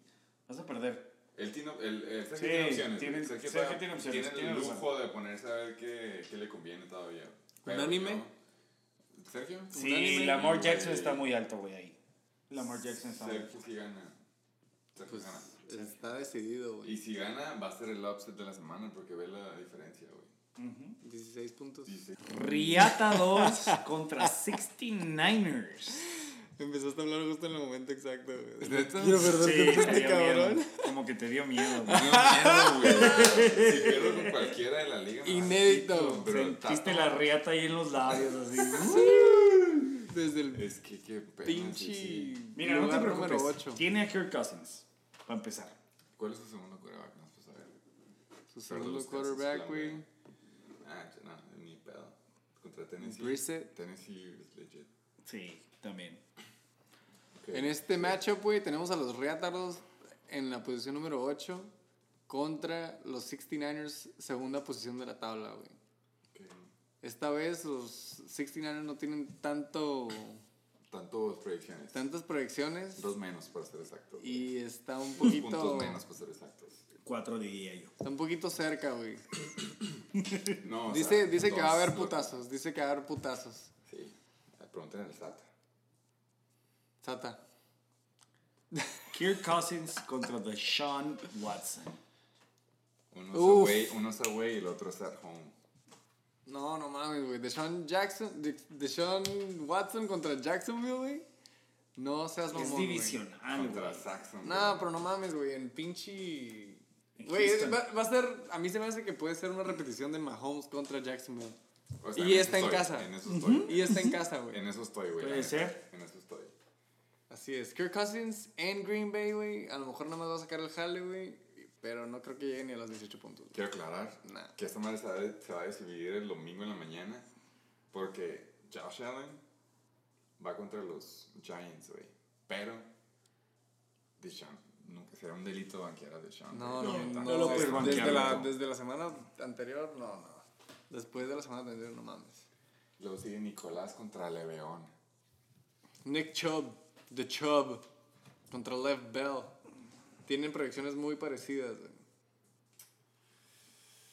S3: Vas a perder.
S2: Él tiene, el, el Sergio
S3: Sí,
S2: tiene opciones.
S3: tiene-
S2: güey.
S3: Sergio
S2: todavía
S3: tiene opciones, tiene
S2: el
S3: razón.
S2: lujo de ponerse a ver qué, qué le conviene todavía.
S1: anime?
S2: yo- ¿Sergio?
S3: Sí, Lamar Jackson está muy alto, güey, ahí. Lamar Jackson está muy alto.
S2: Sergio sí gana. Sergio
S1: Pues
S2: gana.
S1: está decidido, güey.
S2: Ah, Y si gana, va a ser el upset de la semana porque ve la diferencia, güey.
S1: 16 puntos.
S2: Dice,
S3: Riata 2 contra 69ers.
S1: Empezaste a hablar justo en el momento exacto, güey.
S2: ¿Neta?
S1: Quiero perder
S3: Sí,
S1: contra este
S3: te dio miedo.
S1: cabrón.
S3: Como que te dio
S2: "No,
S3: miedo, güey.
S2: miedo, güey. Si pierdo con cualquiera de la liga. me va a-
S1: Inédito.
S2: Pero el
S3: Sentiste
S2: Tato-
S3: la riata ahí en los labios, así.
S1: Desde el
S2: Es que qué pena. sí,
S1: pinche.
S2: sí.
S3: Mira, no te
S1: lugar número
S3: preocupes.
S1: ocho.
S3: Tiene a Kirk Cousins, para empezar.
S2: ¿Cuál es su segundo quarterback? No, pues a ver.
S1: Su
S2: Pero
S1: segundo
S2: los
S1: quarterback,
S2: Kansas,
S1: güey.
S2: Ah, no, ni pedo. Contra Tennessee.
S1: Brissett.
S2: Tennessee is legit.
S3: Sí, también.
S2: Ok.
S1: En este matchup, güey, tenemos a los Reataros en la posición número 8 contra los 69ers, segunda posición de la tabla, güey.
S2: Ok.
S1: Esta vez los 69ers no tienen tanto,
S2: Tantos predicciones.
S1: tantas proyecciones
S2: Dos menos, para ser exactos.
S1: y está un
S2: Dos
S1: poquito,
S2: puntos menos, para ser exactos.
S3: Cuatro diría yo.
S1: está un poquito cerca, güey.
S2: No, o sea,
S1: Dice, dice que va a
S2: dos,
S1: haber
S2: lo-
S1: putazos, dice que va a haber putazos.
S2: Sí. Pregunten al SAT.
S1: Sata.
S3: Kirk Cousins contra Deshaun Watson.
S2: Uno es
S1: Uf.
S2: away, uno es away y el otro es at home.
S1: No, no mames, güey. Deshaun Jackson, De- Deshaun Watson contra Jacksonville, güey. No seas mamón,
S3: Es
S1: güey.
S3: divisional,
S2: Contra
S3: güey.
S2: Saxon.
S1: No, pero no mames, güey, en pinche...
S3: En
S1: Güey, es-
S3: Houston.
S1: va, va a ser... A mí se me hace que puede ser una repetición de Mahomes contra Jacksonville.
S2: O sea,
S1: y
S2: en eso
S1: está en
S2: estoy,
S1: casa.
S2: En eso estoy.
S1: Y está en casa, güey.
S2: En eso estoy, güey.
S3: Puede
S2: la neta.
S3: ser.
S2: En eso estoy.
S1: Así es. Kirk Cousins en Green Bay, güey. A lo mejor nada más va a sacar el jale, güey. Pero no creo que llegue ni a los 18 puntos. güey.
S2: Quiero aclarar
S1: Nah.
S2: que esta madre se va, a- se va a decidir el domingo en la mañana porque Josh Allen va contra los Giants, güey. Pero Deshaun, nunca será un delito banquear a Deshaun.
S1: No,
S2: güey,
S1: no,
S2: la neta.
S1: no.
S3: no lo
S1: des-
S3: puedes banquear,
S1: desde, la,
S3: güey.
S1: desde la semana anterior, no, no. Después de la semana anterior, no mames.
S2: Luego sigue Nicolás contra Leveón.
S1: Nick Chubb, The Chubb, contra Lev Bell. Tienen proyecciones muy parecidas, güey.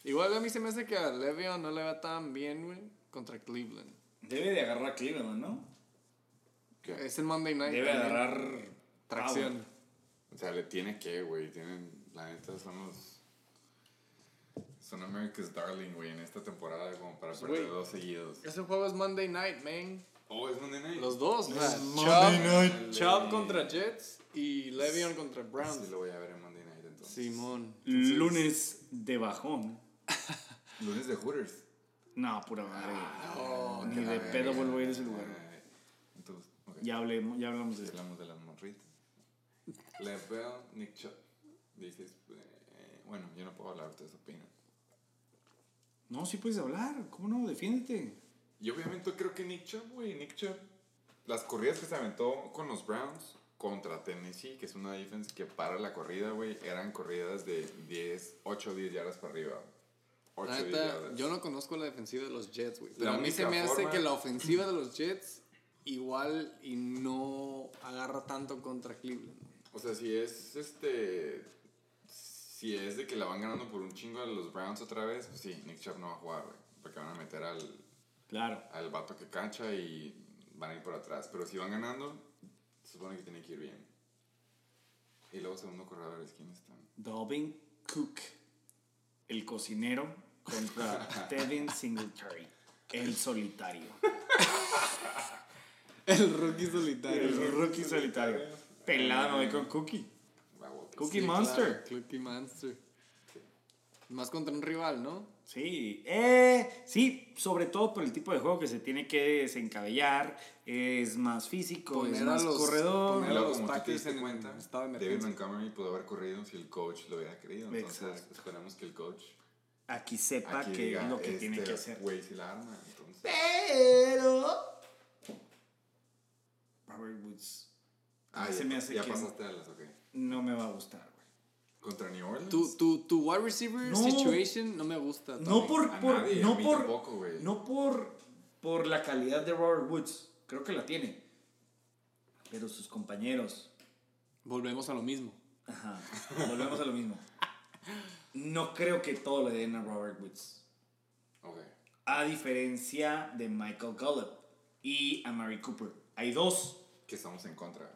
S1: Igual a mí se me hace que a Le'Veon no le va tan bien, güey, contra Cleveland.
S3: Debe de agarrar a Cleveland, ¿no?
S2: ¿Qué?
S1: Es el Monday Night.
S3: Debe
S1: también.
S3: agarrar
S1: Tracción.
S3: power.
S2: O sea, le tiene que, güey. Tienen, la neta, son los. Son America's Darling, güey, en esta temporada, como para perder
S1: Güey.
S2: dos seguidos.
S1: Ese juego es Monday Night, man.
S2: Oh, es Monday Night.
S1: Los dos, o sea,
S3: Monday
S1: Chubb,
S3: Night.
S1: Chubb contra Jets y Le'Veon contra
S2: Ah, Sí,
S1: Browns.
S2: lo voy a ver en Monday Night entonces.
S1: Simón.
S3: Lunes de bajón.
S2: Lunes de Hooters.
S3: No, pura madre.
S1: Oh,
S3: Ni
S2: Ah,
S3: de pedo vuelvo a ir a ese lugar.
S2: Eh, Entonces, ok.
S3: Ya, hablemos, ya hablamos de esto.
S2: Hablamos de las morritas. Le veo Nick Chubb. Dices, eh, bueno, yo no puedo hablar, ustedes opinan.
S3: No, sí puedes hablar. ¿Cómo no? Defiéndete.
S2: Y obviamente creo que Nick Chubb, güey, Nick Chubb. Las corridas que se aventó con los Browns contra Tennessee, que es una defense que para la corrida, güey, eran corridas de 10, 8 o 10 yardas para arriba. 8
S1: La
S2: 10
S1: neta,
S2: yardas.
S1: yo no conozco la defensiva de los Jets, güey.
S2: La
S1: Pero a mí
S2: única
S1: se me hace
S2: forma-
S1: que la ofensiva de los Jets igual y no agarra tanto contra Cleveland. güey.
S2: O sea, si es este. Si es de que la van ganando por un chingo a los Browns otra vez, pues sí, Nick Chubb no va a jugar, güey. Porque van a meter al,
S3: Claro.
S2: al vato que cancha y van a ir por atrás. Pero si van ganando, se supone que tiene que ir bien. Y luego, segundo corredor, ¿es quién están?
S3: Dalvin Cook, el cocinero, contra Devin Singletary, el solitario.
S1: El rookie solitario.
S3: El rookie solitario. Ah. Pelado, me voy con Cookie.
S2: Va, Walker.
S3: Cookie
S1: Sí,
S3: Monster.
S1: claro, Cookie Monster. Más contra un rival, ¿no?
S3: Sí, eh, sí, sobre todo por el tipo de juego que se tiene que desencabellar, es más físico, es
S1: Poner a
S3: más
S1: los-
S3: corredor.
S1: poner- Pero
S2: Luego,
S1: los
S2: como tú te
S1: Packers
S2: diste
S1: en-
S2: cuenta,
S1: estaba en
S2: David
S1: emergencia.
S2: Montgomery pudo haber corrido si el coach lo hubiera querido. Entonces,
S3: Exacto.
S2: esperamos que el coach
S3: Aquí sepa
S2: aquí
S3: que
S2: diga,
S3: es lo que
S2: este
S3: tiene que hacer.
S2: Güey, si la arma, entonces.
S3: Pero. Robert Woods
S2: Ah,
S3: se
S2: ya,
S3: me hace
S2: ya
S3: que-
S2: pasaste a las, ok.
S3: no me va a gustar, güey.
S2: Contra New Orleans.
S1: Tu, tu, tu wide receiver
S3: No.
S1: situation no me gusta.
S3: No
S1: Tommy.
S3: por,
S2: a
S3: por-
S2: nadie, a
S3: no
S2: mí
S3: por,
S2: tampoco, güey.
S3: no por, por la calidad de Robert Woods, creo que la tiene, pero sus compañeros,
S1: Volvemos a lo mismo.
S3: ajá, volvemos a lo mismo. No creo que todo le den a Robert Woods,
S2: Ok.
S3: a diferencia de Michael Gallup y a Mary Cooper. Hay dos.
S2: Que estamos en contra.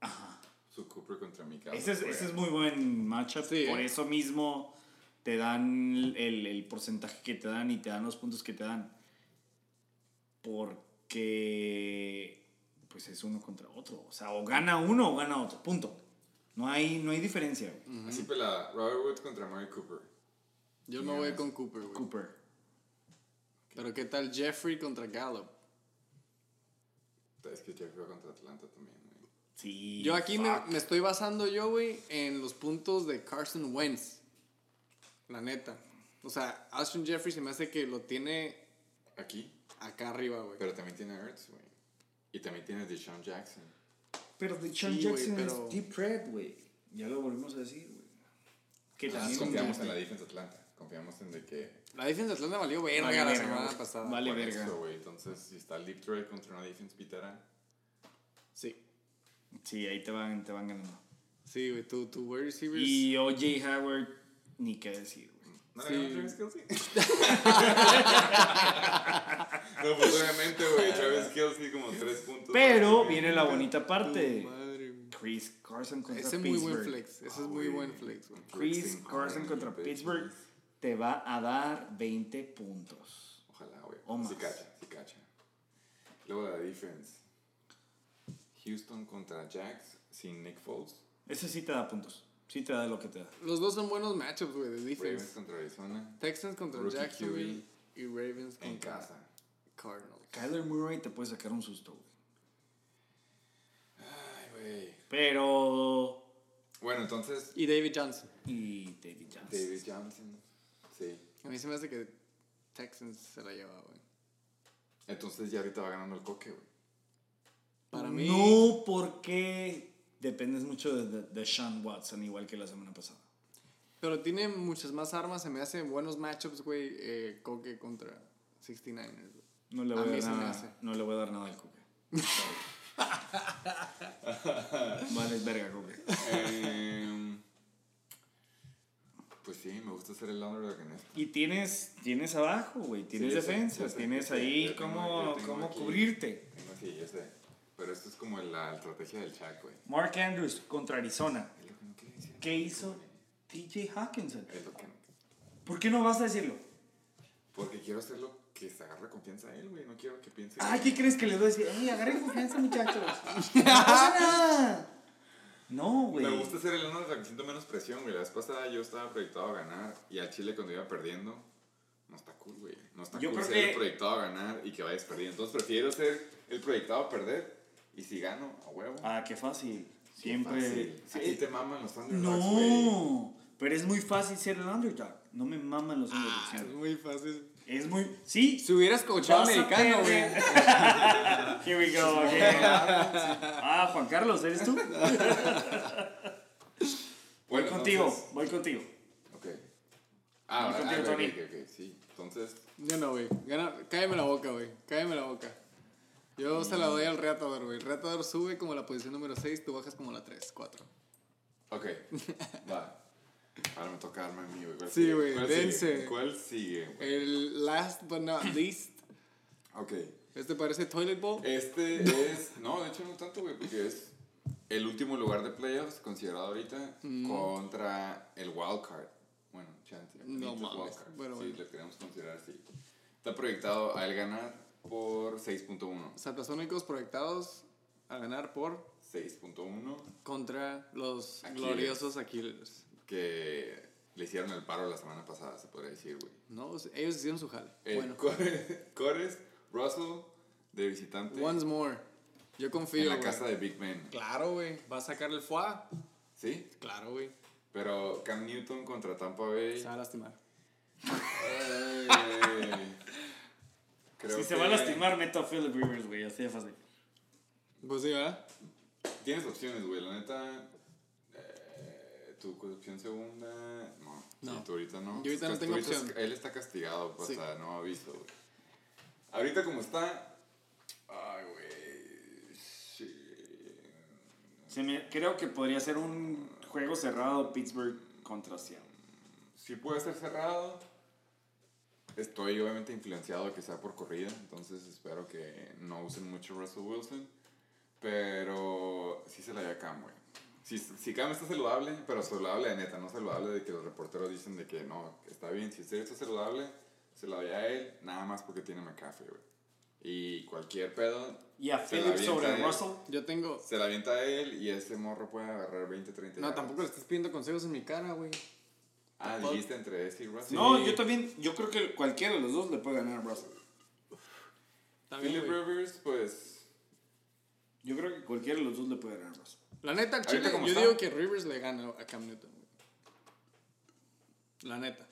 S2: Ajá. Su Cooper contra mi casa.
S3: Ese es, ese es muy buen matchup,
S1: Sí,
S3: por
S1: eh.
S3: eso mismo te dan el, el porcentaje que te dan y te dan los puntos que te dan. Porque pues es uno contra otro. O sea, o gana uno o gana otro. Punto. No hay, no hay diferencia, güey.
S2: Así pelada. Robert Woods contra Mary Cooper.
S1: Yo me voy con Cooper, güey.
S3: Cooper.
S1: Pero ¿qué tal Jeffrey contra Gallup?
S2: Es que Jeffrey va contra Atlanta también, güey.
S3: Sí.
S1: Yo aquí me,
S3: fuck.
S1: me estoy basando yo, güey, en los puntos de Carson Wentz. La neta. O sea, Ashton Jeffrey se me hace que lo tiene
S2: Aquí.
S1: acá arriba, güey.
S2: Pero también tiene Ertz, güey. Y también tiene Deshaun Jackson.
S3: Pero de
S1: Sí, güey,
S3: Jackson
S1: pero-
S3: es deep red, güey. Ya lo volvimos a decir, güey. Que
S2: Entonces,
S3: también
S2: confiamos en la defensa de Atlanta. Confiamos en de que
S1: La defensa de Atlanta valió verga
S3: Vale
S1: la
S3: verga,
S1: semana
S3: güey.
S1: pasada.
S3: Vale
S2: Por
S3: verga.
S2: eso, güey. Entonces, si está el deep threat contra una defense pitera,
S1: Sí.
S3: Sí, ahí te van, te van ganando.
S1: Sí, güey, tu, tu wide receivers.
S3: Y OJ Howard, ni qué decir, güey.
S2: ¿no
S1: Sí.
S2: le ganó Travis Kelsey? no, pues obviamente, güey. Travis Kelsey como tres puntos.
S3: Pero
S2: Güey.
S3: viene la bonita parte.
S1: pues, Tu madre, güey.
S3: Chris Carson contra
S1: Ese es muy
S3: Pittsburgh. Ah,
S1: buen flex. Ese es muy buen flex, güey.
S3: Chris
S2: Flexing,
S3: Carson
S2: joder,
S3: contra
S2: bitch.
S3: Pittsburgh te va a dar 20 puntos.
S2: Ojalá,
S3: O
S2: güey.
S3: más.
S2: Si cacha, si cacha. Luego la defense. Houston contra Jax sin Nick Foles.
S3: Ese sí te da puntos. Sí te da lo que te da.
S1: Los dos son buenos matchups, güey, de
S2: Ravens
S1: defense.
S2: contra Arizona.
S1: Texans contra
S2: Rookie
S1: Jacksonville
S2: QB.
S1: y Ravens
S2: En
S1: contra
S2: casa.
S1: Cardinals.
S3: Kyler Murray te puede sacar un susto, güey.
S2: Ay, güey.
S3: Pero.
S2: Bueno, entonces,
S1: Y David Johnson.
S3: Y David Johnson.
S2: David Johnson. Sí.
S1: A mí se me hace que Texans se la lleva, güey.
S2: Entonces ya ahorita va ganando el coque, güey.
S1: Para mí.
S3: No, porque dependes mucho de, de, de Sean Watson, igual que la semana pasada.
S1: Pero tiene muchas más armas. Se me hace buenos matchups, güey. Eh, Coque contra 69ers. güey.
S3: No le
S1: A
S3: voy a,
S1: mí se
S3: dar
S1: me hace.
S3: nada. No le voy a dar nada al Coque. vale, es verga, Coque.
S2: Em, pues sí, me gusta ser el underdog en este. esto.
S3: Y tienes, tienes abajo, güey. Tienes
S2: yo sé, yo
S3: defensas,
S2: sé,
S3: tienes
S2: yo sé,
S3: ahí
S2: yo tengo- yo
S3: cómo,
S2: tengo
S3: cómo
S2: aquí.
S3: cubrirte.
S2: Tengo sí, yo sé. Pero esto es como la estrategia del chat, güey.
S3: Mark Andrews contra Arizona.
S2: Es lo que no quiere decir.
S3: ¿Qué hizo TJ Hawkinson?
S2: Es lo que no-
S3: ¿Por qué no vas a decirlo?
S2: Porque quiero hacerlo que se agarre confianza él, güey. No quiero que piense.
S3: Ay, ¿qué crees que le voy a decir? Ay, agarren confianza, muchachos. No pasa nada. No, güey.
S2: Me gusta ser el underdog, siento menos presión, güey. La vez pasada yo estaba proyectado a ganar y al Chile cuando iba perdiendo, no está cool, güey. No está
S3: Yo
S2: cool
S3: creo
S2: ser
S3: que-
S2: el proyectado a ganar y que vayas perdiendo. Entonces prefiero ser el proyectado a perder y si gano, a huevo.
S3: Ah, qué fácil. Siempre.
S2: Fácil. A ti te maman los underdogs, güey.
S3: No, pero es muy fácil ser el underdog. No me maman
S2: Ah,
S3: los underdogs.
S1: Es muy fácil.
S3: Es muy. Sí,
S1: Si hubieras coachado
S3: Ah. Vas a
S1: americano,
S3: perder.
S1: güey.
S3: Here we go again. Ah, Juan Carlos, ¿eres tú? Voy
S2: Bueno,
S3: contigo,
S2: entonces-
S3: voy contigo.
S2: Ok. Ah,
S3: Vamos
S2: ah,
S3: contigo,
S2: ok,
S3: Tony.
S2: ok, ok, ok, sí. Entonces,
S1: Yo no, güey. Gana- Cállame la boca, güey. Cállame la boca. Yo se la doy al Reatador, güey. Reatador sube como la posición número 6, tú bajas como la 3, 4.
S2: ok. va. Ahora me toca darme a mí, güey. ¿Cuál
S1: Sí,
S2: sigue?
S1: güey,
S2: ¿Cuál sigue?
S1: dense.
S2: ¿Cuál sigue, güey?
S1: El last but not least.
S2: Ok.
S1: Este parece Toilet Bowl.
S2: Este es. No, de hecho no tanto, güey, porque es el último lugar de playoffs considerado ahorita
S1: Mm.
S2: contra el wildcard. Bueno, chance.
S1: No
S2: Wild
S1: mames,
S2: Card.
S1: bueno,
S2: sí,
S1: bueno.
S2: lo queremos considerar así. Está proyectado a él ganar por 6.1.
S1: Satasónicos proyectados a ganar por
S2: 6.1,
S1: contra los
S2: Aquiles.
S1: gloriosos Aquiles.
S2: que le hicieron el paro la semana pasada, se podría decir, güey.
S1: No, o sea, ellos hicieron su jale.
S2: Eh,
S1: bueno,
S2: Core- Cores, Russell, de visitante,
S1: once more. Yo confío.
S2: en la
S1: güey.
S2: casa de Big Ben.
S1: Claro, güey. Va a sacar el FUA.
S2: ¿Sí?
S1: Claro, güey.
S2: Pero Cam Newton contra Tampa Bay.
S1: Se va a lastimar.
S2: eh, creo
S3: Si se
S2: que
S3: va a lastimar, meto a Philip Rivers, güey, así de fácil.
S1: Pues sí, ¿verdad?
S2: Tienes opciones, güey, la neta. eh, Tu opción segunda, no.
S1: No.
S2: Sí, tú ahorita no. Pues,
S1: Yo ahorita no
S2: Tú
S1: tengo
S2: ahorita es-
S1: opción.
S2: Él está castigado, pues,
S1: Sí.
S2: o sea, no aviso, güey. Ahorita como está. Ay, güey. sí.
S3: Se me- creo que podría ser un juego cerrado Pittsburgh contra Seattle.
S2: Si puede ser cerrado. Estoy obviamente influenciado que sea por corrida, entonces espero que no usen mucho Russell Wilson. Pero sí se la ve a Cam, güey. Si, si Cam está saludable, pero saludable de neta, no saludable de que los reporteros dicen de que no, está bien. Si usted está saludable, se la ve a él, nada más porque tiene McCaffrey, güey. Y cualquier pedo,
S3: Y a
S2: Se la
S3: Philip
S2: avienta eh.
S3: sobre
S2: él.
S3: Russell.
S1: Yo tengo.
S2: se la avienta a él y ese morro puede agarrar 20, 30
S1: No,
S2: yardas.
S1: tampoco le estés pidiendo consejos en mi cara, güey.
S2: Ah,
S1: tampoco.
S2: dijiste entre ese y Russell.
S3: No, yo también, yo creo que cualquiera de los dos le puede ganar a Russell.
S1: Está bien,
S2: Philip
S1: güey.
S2: Rivers, pues.
S3: Yo creo que cualquiera de los dos le puede ganar a Russell.
S1: La neta, al
S2: Ahorita
S1: Chile,
S2: como
S1: yo
S2: está.
S1: digo que Rivers le gana a Cam Newton. güey. La neta.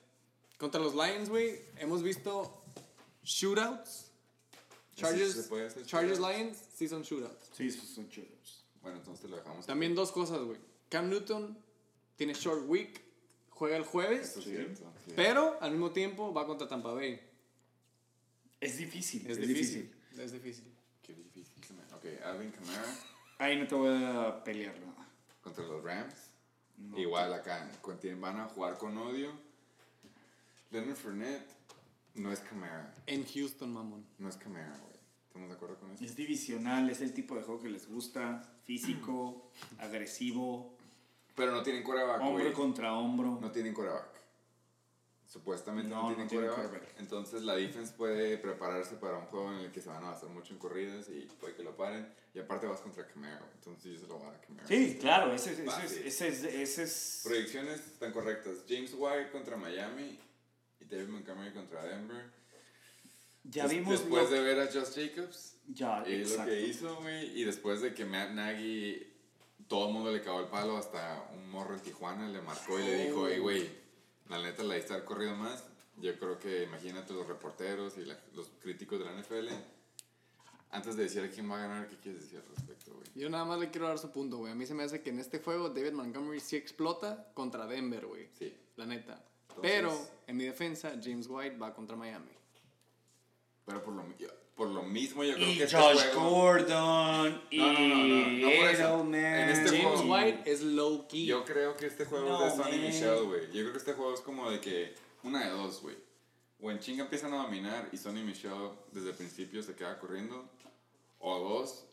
S1: Contra los Lions, güey, hemos visto shootouts.
S2: Sí, se
S1: Chargers,
S2: puede hacer
S1: Chargers
S2: shootout.
S1: Lions, sí son shootouts.
S3: Sí, esos son chulos.
S2: Bueno, entonces te lo dejamos.
S1: También dos cosas, güey. Cam Newton tiene short week, juega el jueves,
S2: Eso es cierto. sí.
S1: pero al mismo tiempo va contra Tampa Bay.
S3: Es difícil.
S1: Es, difícil. Es difícil.
S2: Qué difícil. se me- Ok, Alvin Kamara
S3: Ahí no te voy a pelear nada.
S2: contra los Rams. Igual acá con- tienen- van a jugar con odio. Leonard Fournette no es Kamara.
S1: En Houston, mamón.
S2: No es Kamara, güey. ¿Estamos de acuerdo con eso?
S3: Es divisional, es el tipo de juego que les gusta. Físico, agresivo,
S2: Pero no tienen coreback,
S3: hombro
S2: Ah, güey.
S3: contra hombro.
S2: No tienen coreback. Supuestamente no,
S3: No, no
S2: tienen
S3: tienen
S2: coreback.
S3: quarterback.
S2: Entonces la defense puede prepararse para un juego en el que se van a basar mucho en corridas y puede que lo paren. Y aparte vas contra Kamara, güey. Entonces yo se lo voy a dar a Kamara.
S3: Sí, claro, ese, ese,
S2: Fácil.
S3: ese, ese, ese es...
S2: Proyecciones están correctas. James White contra Miami y David Montgomery contra Denver.
S3: Ya
S2: Des-
S3: vimos...
S2: después
S3: lo-
S2: de ver a Josh Jacobs
S3: Ya,
S2: y
S3: exacto.
S2: lo que hizo, güey. Y después de que Matt Nagy, todo el mundo le cagó el palo, hasta un morro en Tijuana le marcó y le dijo,
S3: Oh.
S2: hey, güey, la neta la diste al corrido más. Yo creo que imagínate los reporteros y la- los críticos de la NFL. Antes de decir a quién va a ganar, ¿qué quieres decir al respecto, güey?
S1: Yo nada más le quiero dar su punto, güey. A mí se me hace que en este juego David Montgomery sí explota contra Denver, güey.
S2: Sí.
S1: La neta.
S2: Entonces-
S1: Pero, en mi defensa, James White va contra Miami.
S2: Pero por lo, mi- por lo mismo yo creo
S3: Y
S2: que este
S3: Josh
S2: juego-
S3: Gordon, y
S2: No, no, no, no, no por eso.
S3: Edelman.
S2: En este
S1: James
S2: juego-
S1: White es low key.
S2: Yo creo que este juego
S3: No,
S2: es de Sonny
S3: man.
S2: Michelle, güey. Yo creo que este juego es como de que una de dos, güey. O en chinga empiezan a dominar y Sonny Michelle desde el principio se queda corriendo. O dos,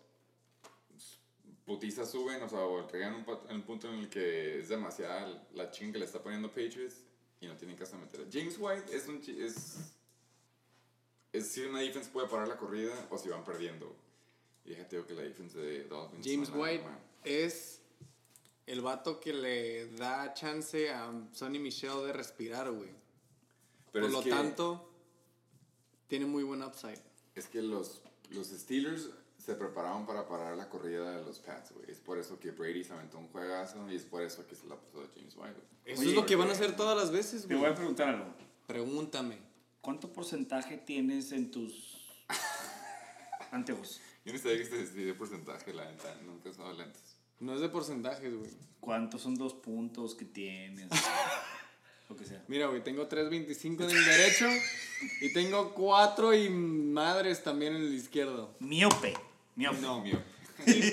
S2: putizas suben, o sea, o llegan a un, pa- en un punto en el que es demasiada la chinga que le está poniendo Patriots y no tienen casa a meter. James White es un chi- es, es si una defense puede parar la corrida o si van perdiendo. Y déjate digo que la defense de Dolphins.
S1: James
S2: son la
S1: White
S2: mamá.
S1: es el vato que le da chance a Sonny Michel de respirar, güey.
S2: Pero
S1: Por
S2: es
S1: lo
S2: que-
S1: tanto, tiene muy buen upside.
S2: Es que los, los Steelers se prepararon para parar la corrida de los Pats, güey. Es por eso que Brady se aventó un juegazo y es por eso que se la pasó a James White, güey.
S1: Eso
S3: Oye,
S1: es lo que van a hacer todas las veces,
S3: Te voy
S1: güey.
S3: a preguntar algo.
S1: Pregúntame.
S3: ¿Cuánto porcentaje tienes en tus anteojos?
S2: Yo no sabía que este este porcentaje, la neta. Nunca he usado lentes.
S1: No es de porcentajes, güey.
S3: ¿Cuántos son los puntos que tienes? Lo que sea.
S1: Mira, güey, tengo 3.25 en el derecho y tengo 4 y madres también en el izquierdo.
S3: Miope. Miope.
S2: No, mío.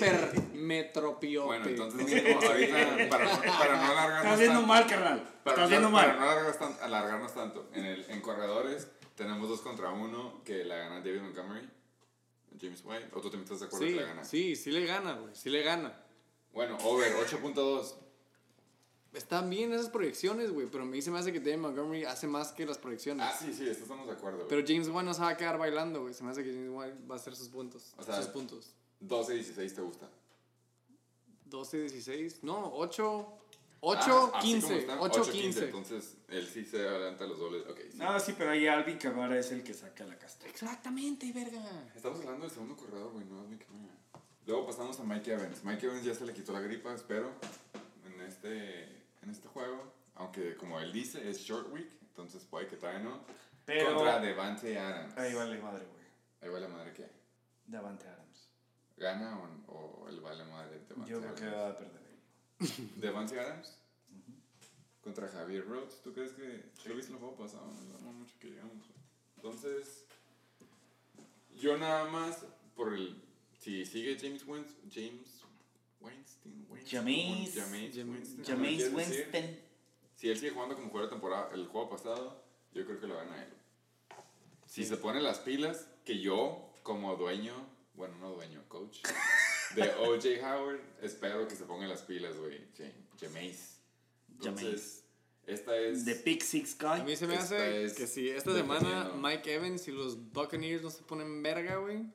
S1: Hipermetropiope.
S2: Bueno, entonces, mira, ahorita, para, no- para no alargarnos
S3: Estás viendo
S2: tanto-
S3: mal, carnal.
S2: Para
S3: Estás
S2: no,
S3: viendo
S2: para no
S3: mal.
S2: alargarnos, tan- alargarnos tanto. En, el, en corredores tenemos dos contra uno que la gana David Montgomery. James White. ¿O tú también estás de acuerdo
S1: sí,
S2: que la gana?
S1: sí, sí le gana, güey. Sí le gana.
S2: Bueno, over 8.2.
S1: Están bien esas proyecciones, güey, pero a mí se me hace que David Montgomery hace más que las proyecciones.
S2: Ah, sí, sí, esto estamos de acuerdo. güey.
S1: Pero James Wan no se va a quedar bailando, güey. Se me hace que James Wan va a hacer sus puntos.
S2: O sea-
S1: sus puntos.
S2: 12-16 te gusta.
S1: 12, 16, no, 8,
S2: Ah,
S1: 8,
S2: así como
S1: 15.
S2: está,
S1: 8,
S2: 8-15,
S1: 15.
S2: Entonces, él sí se adelanta los dobles. Ok, sí.
S3: Ah, sí, pero ahí Alvin Camara es el que saca la castra.
S1: Exactamente, verga.
S2: Estamos hablando del segundo corredor, güey, no es Mike Evans. Luego pasamos a Mike Evans. Mike Evans ya se le quitó la gripa, espero, en este, en este juego. Aunque, como él dice, es short week, entonces puede que todavía no.
S3: Pero-
S2: Contra Devante Adams.
S3: Ahí vale madre, güey.
S2: Ahí vale madre que.
S3: Davante Adams.
S2: ¿Gana o, o el vale madre de Devante
S3: Yo creo
S2: Adams?
S3: que va a perder ahí.
S2: ¿Devante Adams? Contra Javier Rhodes. ¿Tú crees que lo viste en el juego pasado? No no mucho que llegamos. güey. Entonces, yo nada más, por el. Si sigue James Wins, James Weinstein. Weinstein,
S4: James-
S2: James
S1: Jam-
S2: Weinstein, como le
S4: James
S2: quieras decir.
S4: Winston.
S2: Si él sigue jugando como jugó la temporada, el juego pasado, yo creo que lo gana él. Si se pone las pilas, que yo, como dueño, bueno, no dueño, coach, de O.J. Howard, espero que se ponga las pilas, güey. Ja- Jameis. Entonces, esta es.
S4: The Pick Six
S1: A mí
S4: Guy.
S1: se me
S2: Esta
S1: hace
S2: es
S1: que si esta semana
S2: dependiendo.
S1: Mike Evans y los Buccaneers no se ponen verga, güey,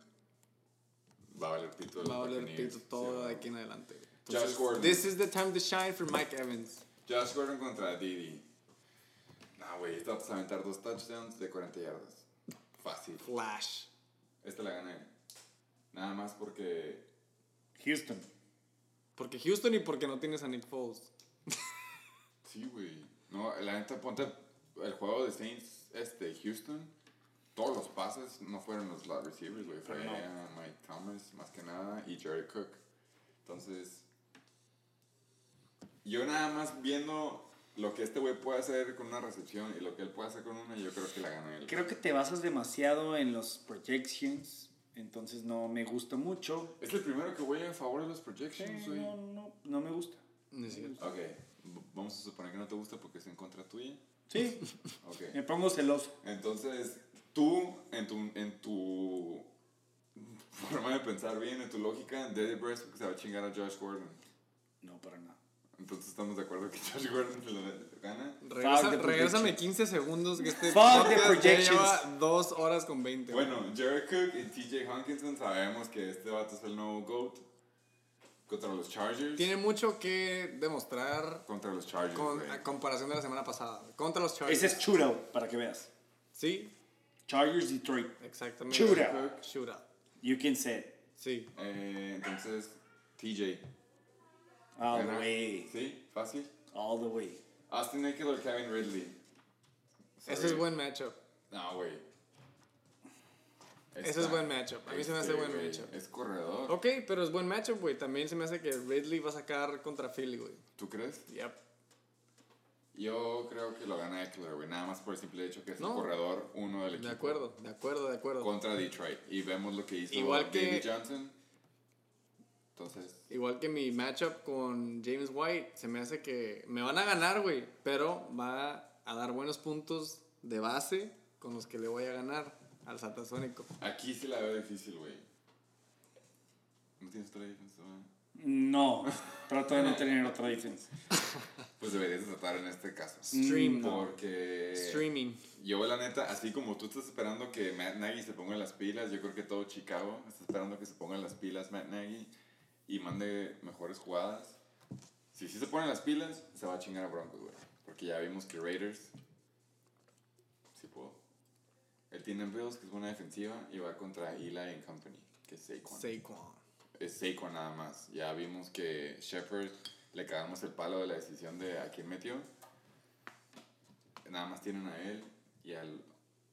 S2: Va a valer pito. de
S1: va a
S2: los
S1: valer
S2: Buccaneers,
S1: pito
S2: sí,
S1: todo
S2: va.
S1: de aquí en adelante. güey.
S2: Josh Gordon.
S1: This is the time to shine for Mike Evans.
S2: Josh Gordon contra Didi. No, güey, este esta vas a aventar dos touchdowns de 40 yardas. Fácil.
S1: Flash.
S2: Esta la gana él. Nada más porque.
S3: Houston.
S1: Porque Houston y porque no tienes a Nick Foles.
S2: Sí, güey. No, la neta, ponte el juego de Saints, este, Houston. Todos los pases no fueron los wide receivers, güey. Fue
S3: No.
S2: a Mike Thomas, más que nada, y Jerry Cook. Entonces, yo nada más viendo lo que este güey puede hacer con una recepción y lo que él puede hacer con una, yo creo que la gana él.
S3: Creo que te basas demasiado en los projections, entonces no me gusta mucho.
S2: Es el primero que voy a favor de los projections, güey.
S3: No, no, no me gusta.
S1: No es cierto.
S2: Ok, v- vamos a suponer que no te gusta porque es en contra tuya.
S3: Sí,
S2: Ok.
S3: me pongo celoso.
S2: Entonces, tú, en tu, en tu forma de pensar bien, en tu lógica, Daddy Westbrook se va a chingar a Josh Gordon.
S3: No, para nada.
S2: Entonces, estamos de acuerdo que Josh Gordon se lo gana.
S1: Regresa,
S3: the
S1: regresame 15 segundos que este
S3: Fuck the
S1: podcast ya lleva
S3: projections.
S1: 2 horas con 20. güey.
S2: Bueno, Jared Cook y TJ Hawkinson sabemos que este vato es el nuevo GOAT contra los Chargers.
S1: Tiene mucho que demostrar
S2: Contra los Chargers.
S1: con,
S2: güey.
S1: a comparación de la semana pasada. güey. Contra los Chargers.
S3: Ese es shootout, para que veas.
S1: Sí,
S3: Chargers Detroit.
S1: exactamente.
S3: Shootout.
S1: Shootout.
S3: You can say it.
S1: Sí.
S2: Eh, entonces, TJ.
S3: All the
S2: ¿gana?
S3: way.
S2: Sí, fácil.
S3: All the way.
S2: Austin Eckler o Kevin Ridley.
S1: Ese es buen matchup.
S2: No, güey.
S1: Ese es buen matchup. A mí se me hace
S2: Este,
S1: buen
S2: güey,
S1: matchup.
S2: Es corredor.
S1: Ok, pero es buen matchup, güey. También se me hace que Ridley va a sacar contra Philly, güey.
S2: ¿Tú crees?
S1: Yep.
S2: Yo creo que lo gana Eckler, güey. Nada más por el simple hecho que es
S1: No.
S2: el corredor uno del equipo.
S1: De acuerdo, de acuerdo, de acuerdo.
S2: Contra Detroit. Y vemos lo que hizo
S1: Igual que-
S2: David Johnson. Entonces,
S1: Igual que mi matchup con James White, se me hace que me van a ganar, güey, pero va a dar buenos puntos de base con los que le voy a ganar al Satasónico.
S2: aquí sí la veo difícil, güey. ¿No tienes otra defensiva?
S3: No, trato de no tener otra defensa.
S2: Pues deberías de tratar en este caso.
S1: Stream,
S2: Porque.
S1: streaming.
S2: Yo, la neta, así como tú estás esperando que Matt Nagy se ponga las pilas, yo creo que todo Chicago está esperando que se pongan las pilas Matt Nagy y mande mejores jugadas. Si sí se ponen las pilas, se va a chingar a Broncos, güey. Porque ya vimos que Raiders. Sí puedo. Él tiene en Bills, que es buena defensiva, y va contra Eli and Company, que es Saquon.
S1: Saquon.
S2: Es Saquon nada más. Ya vimos que Shepard le cagamos el palo de la decisión de a quién metió. Nada más tienen a él y al,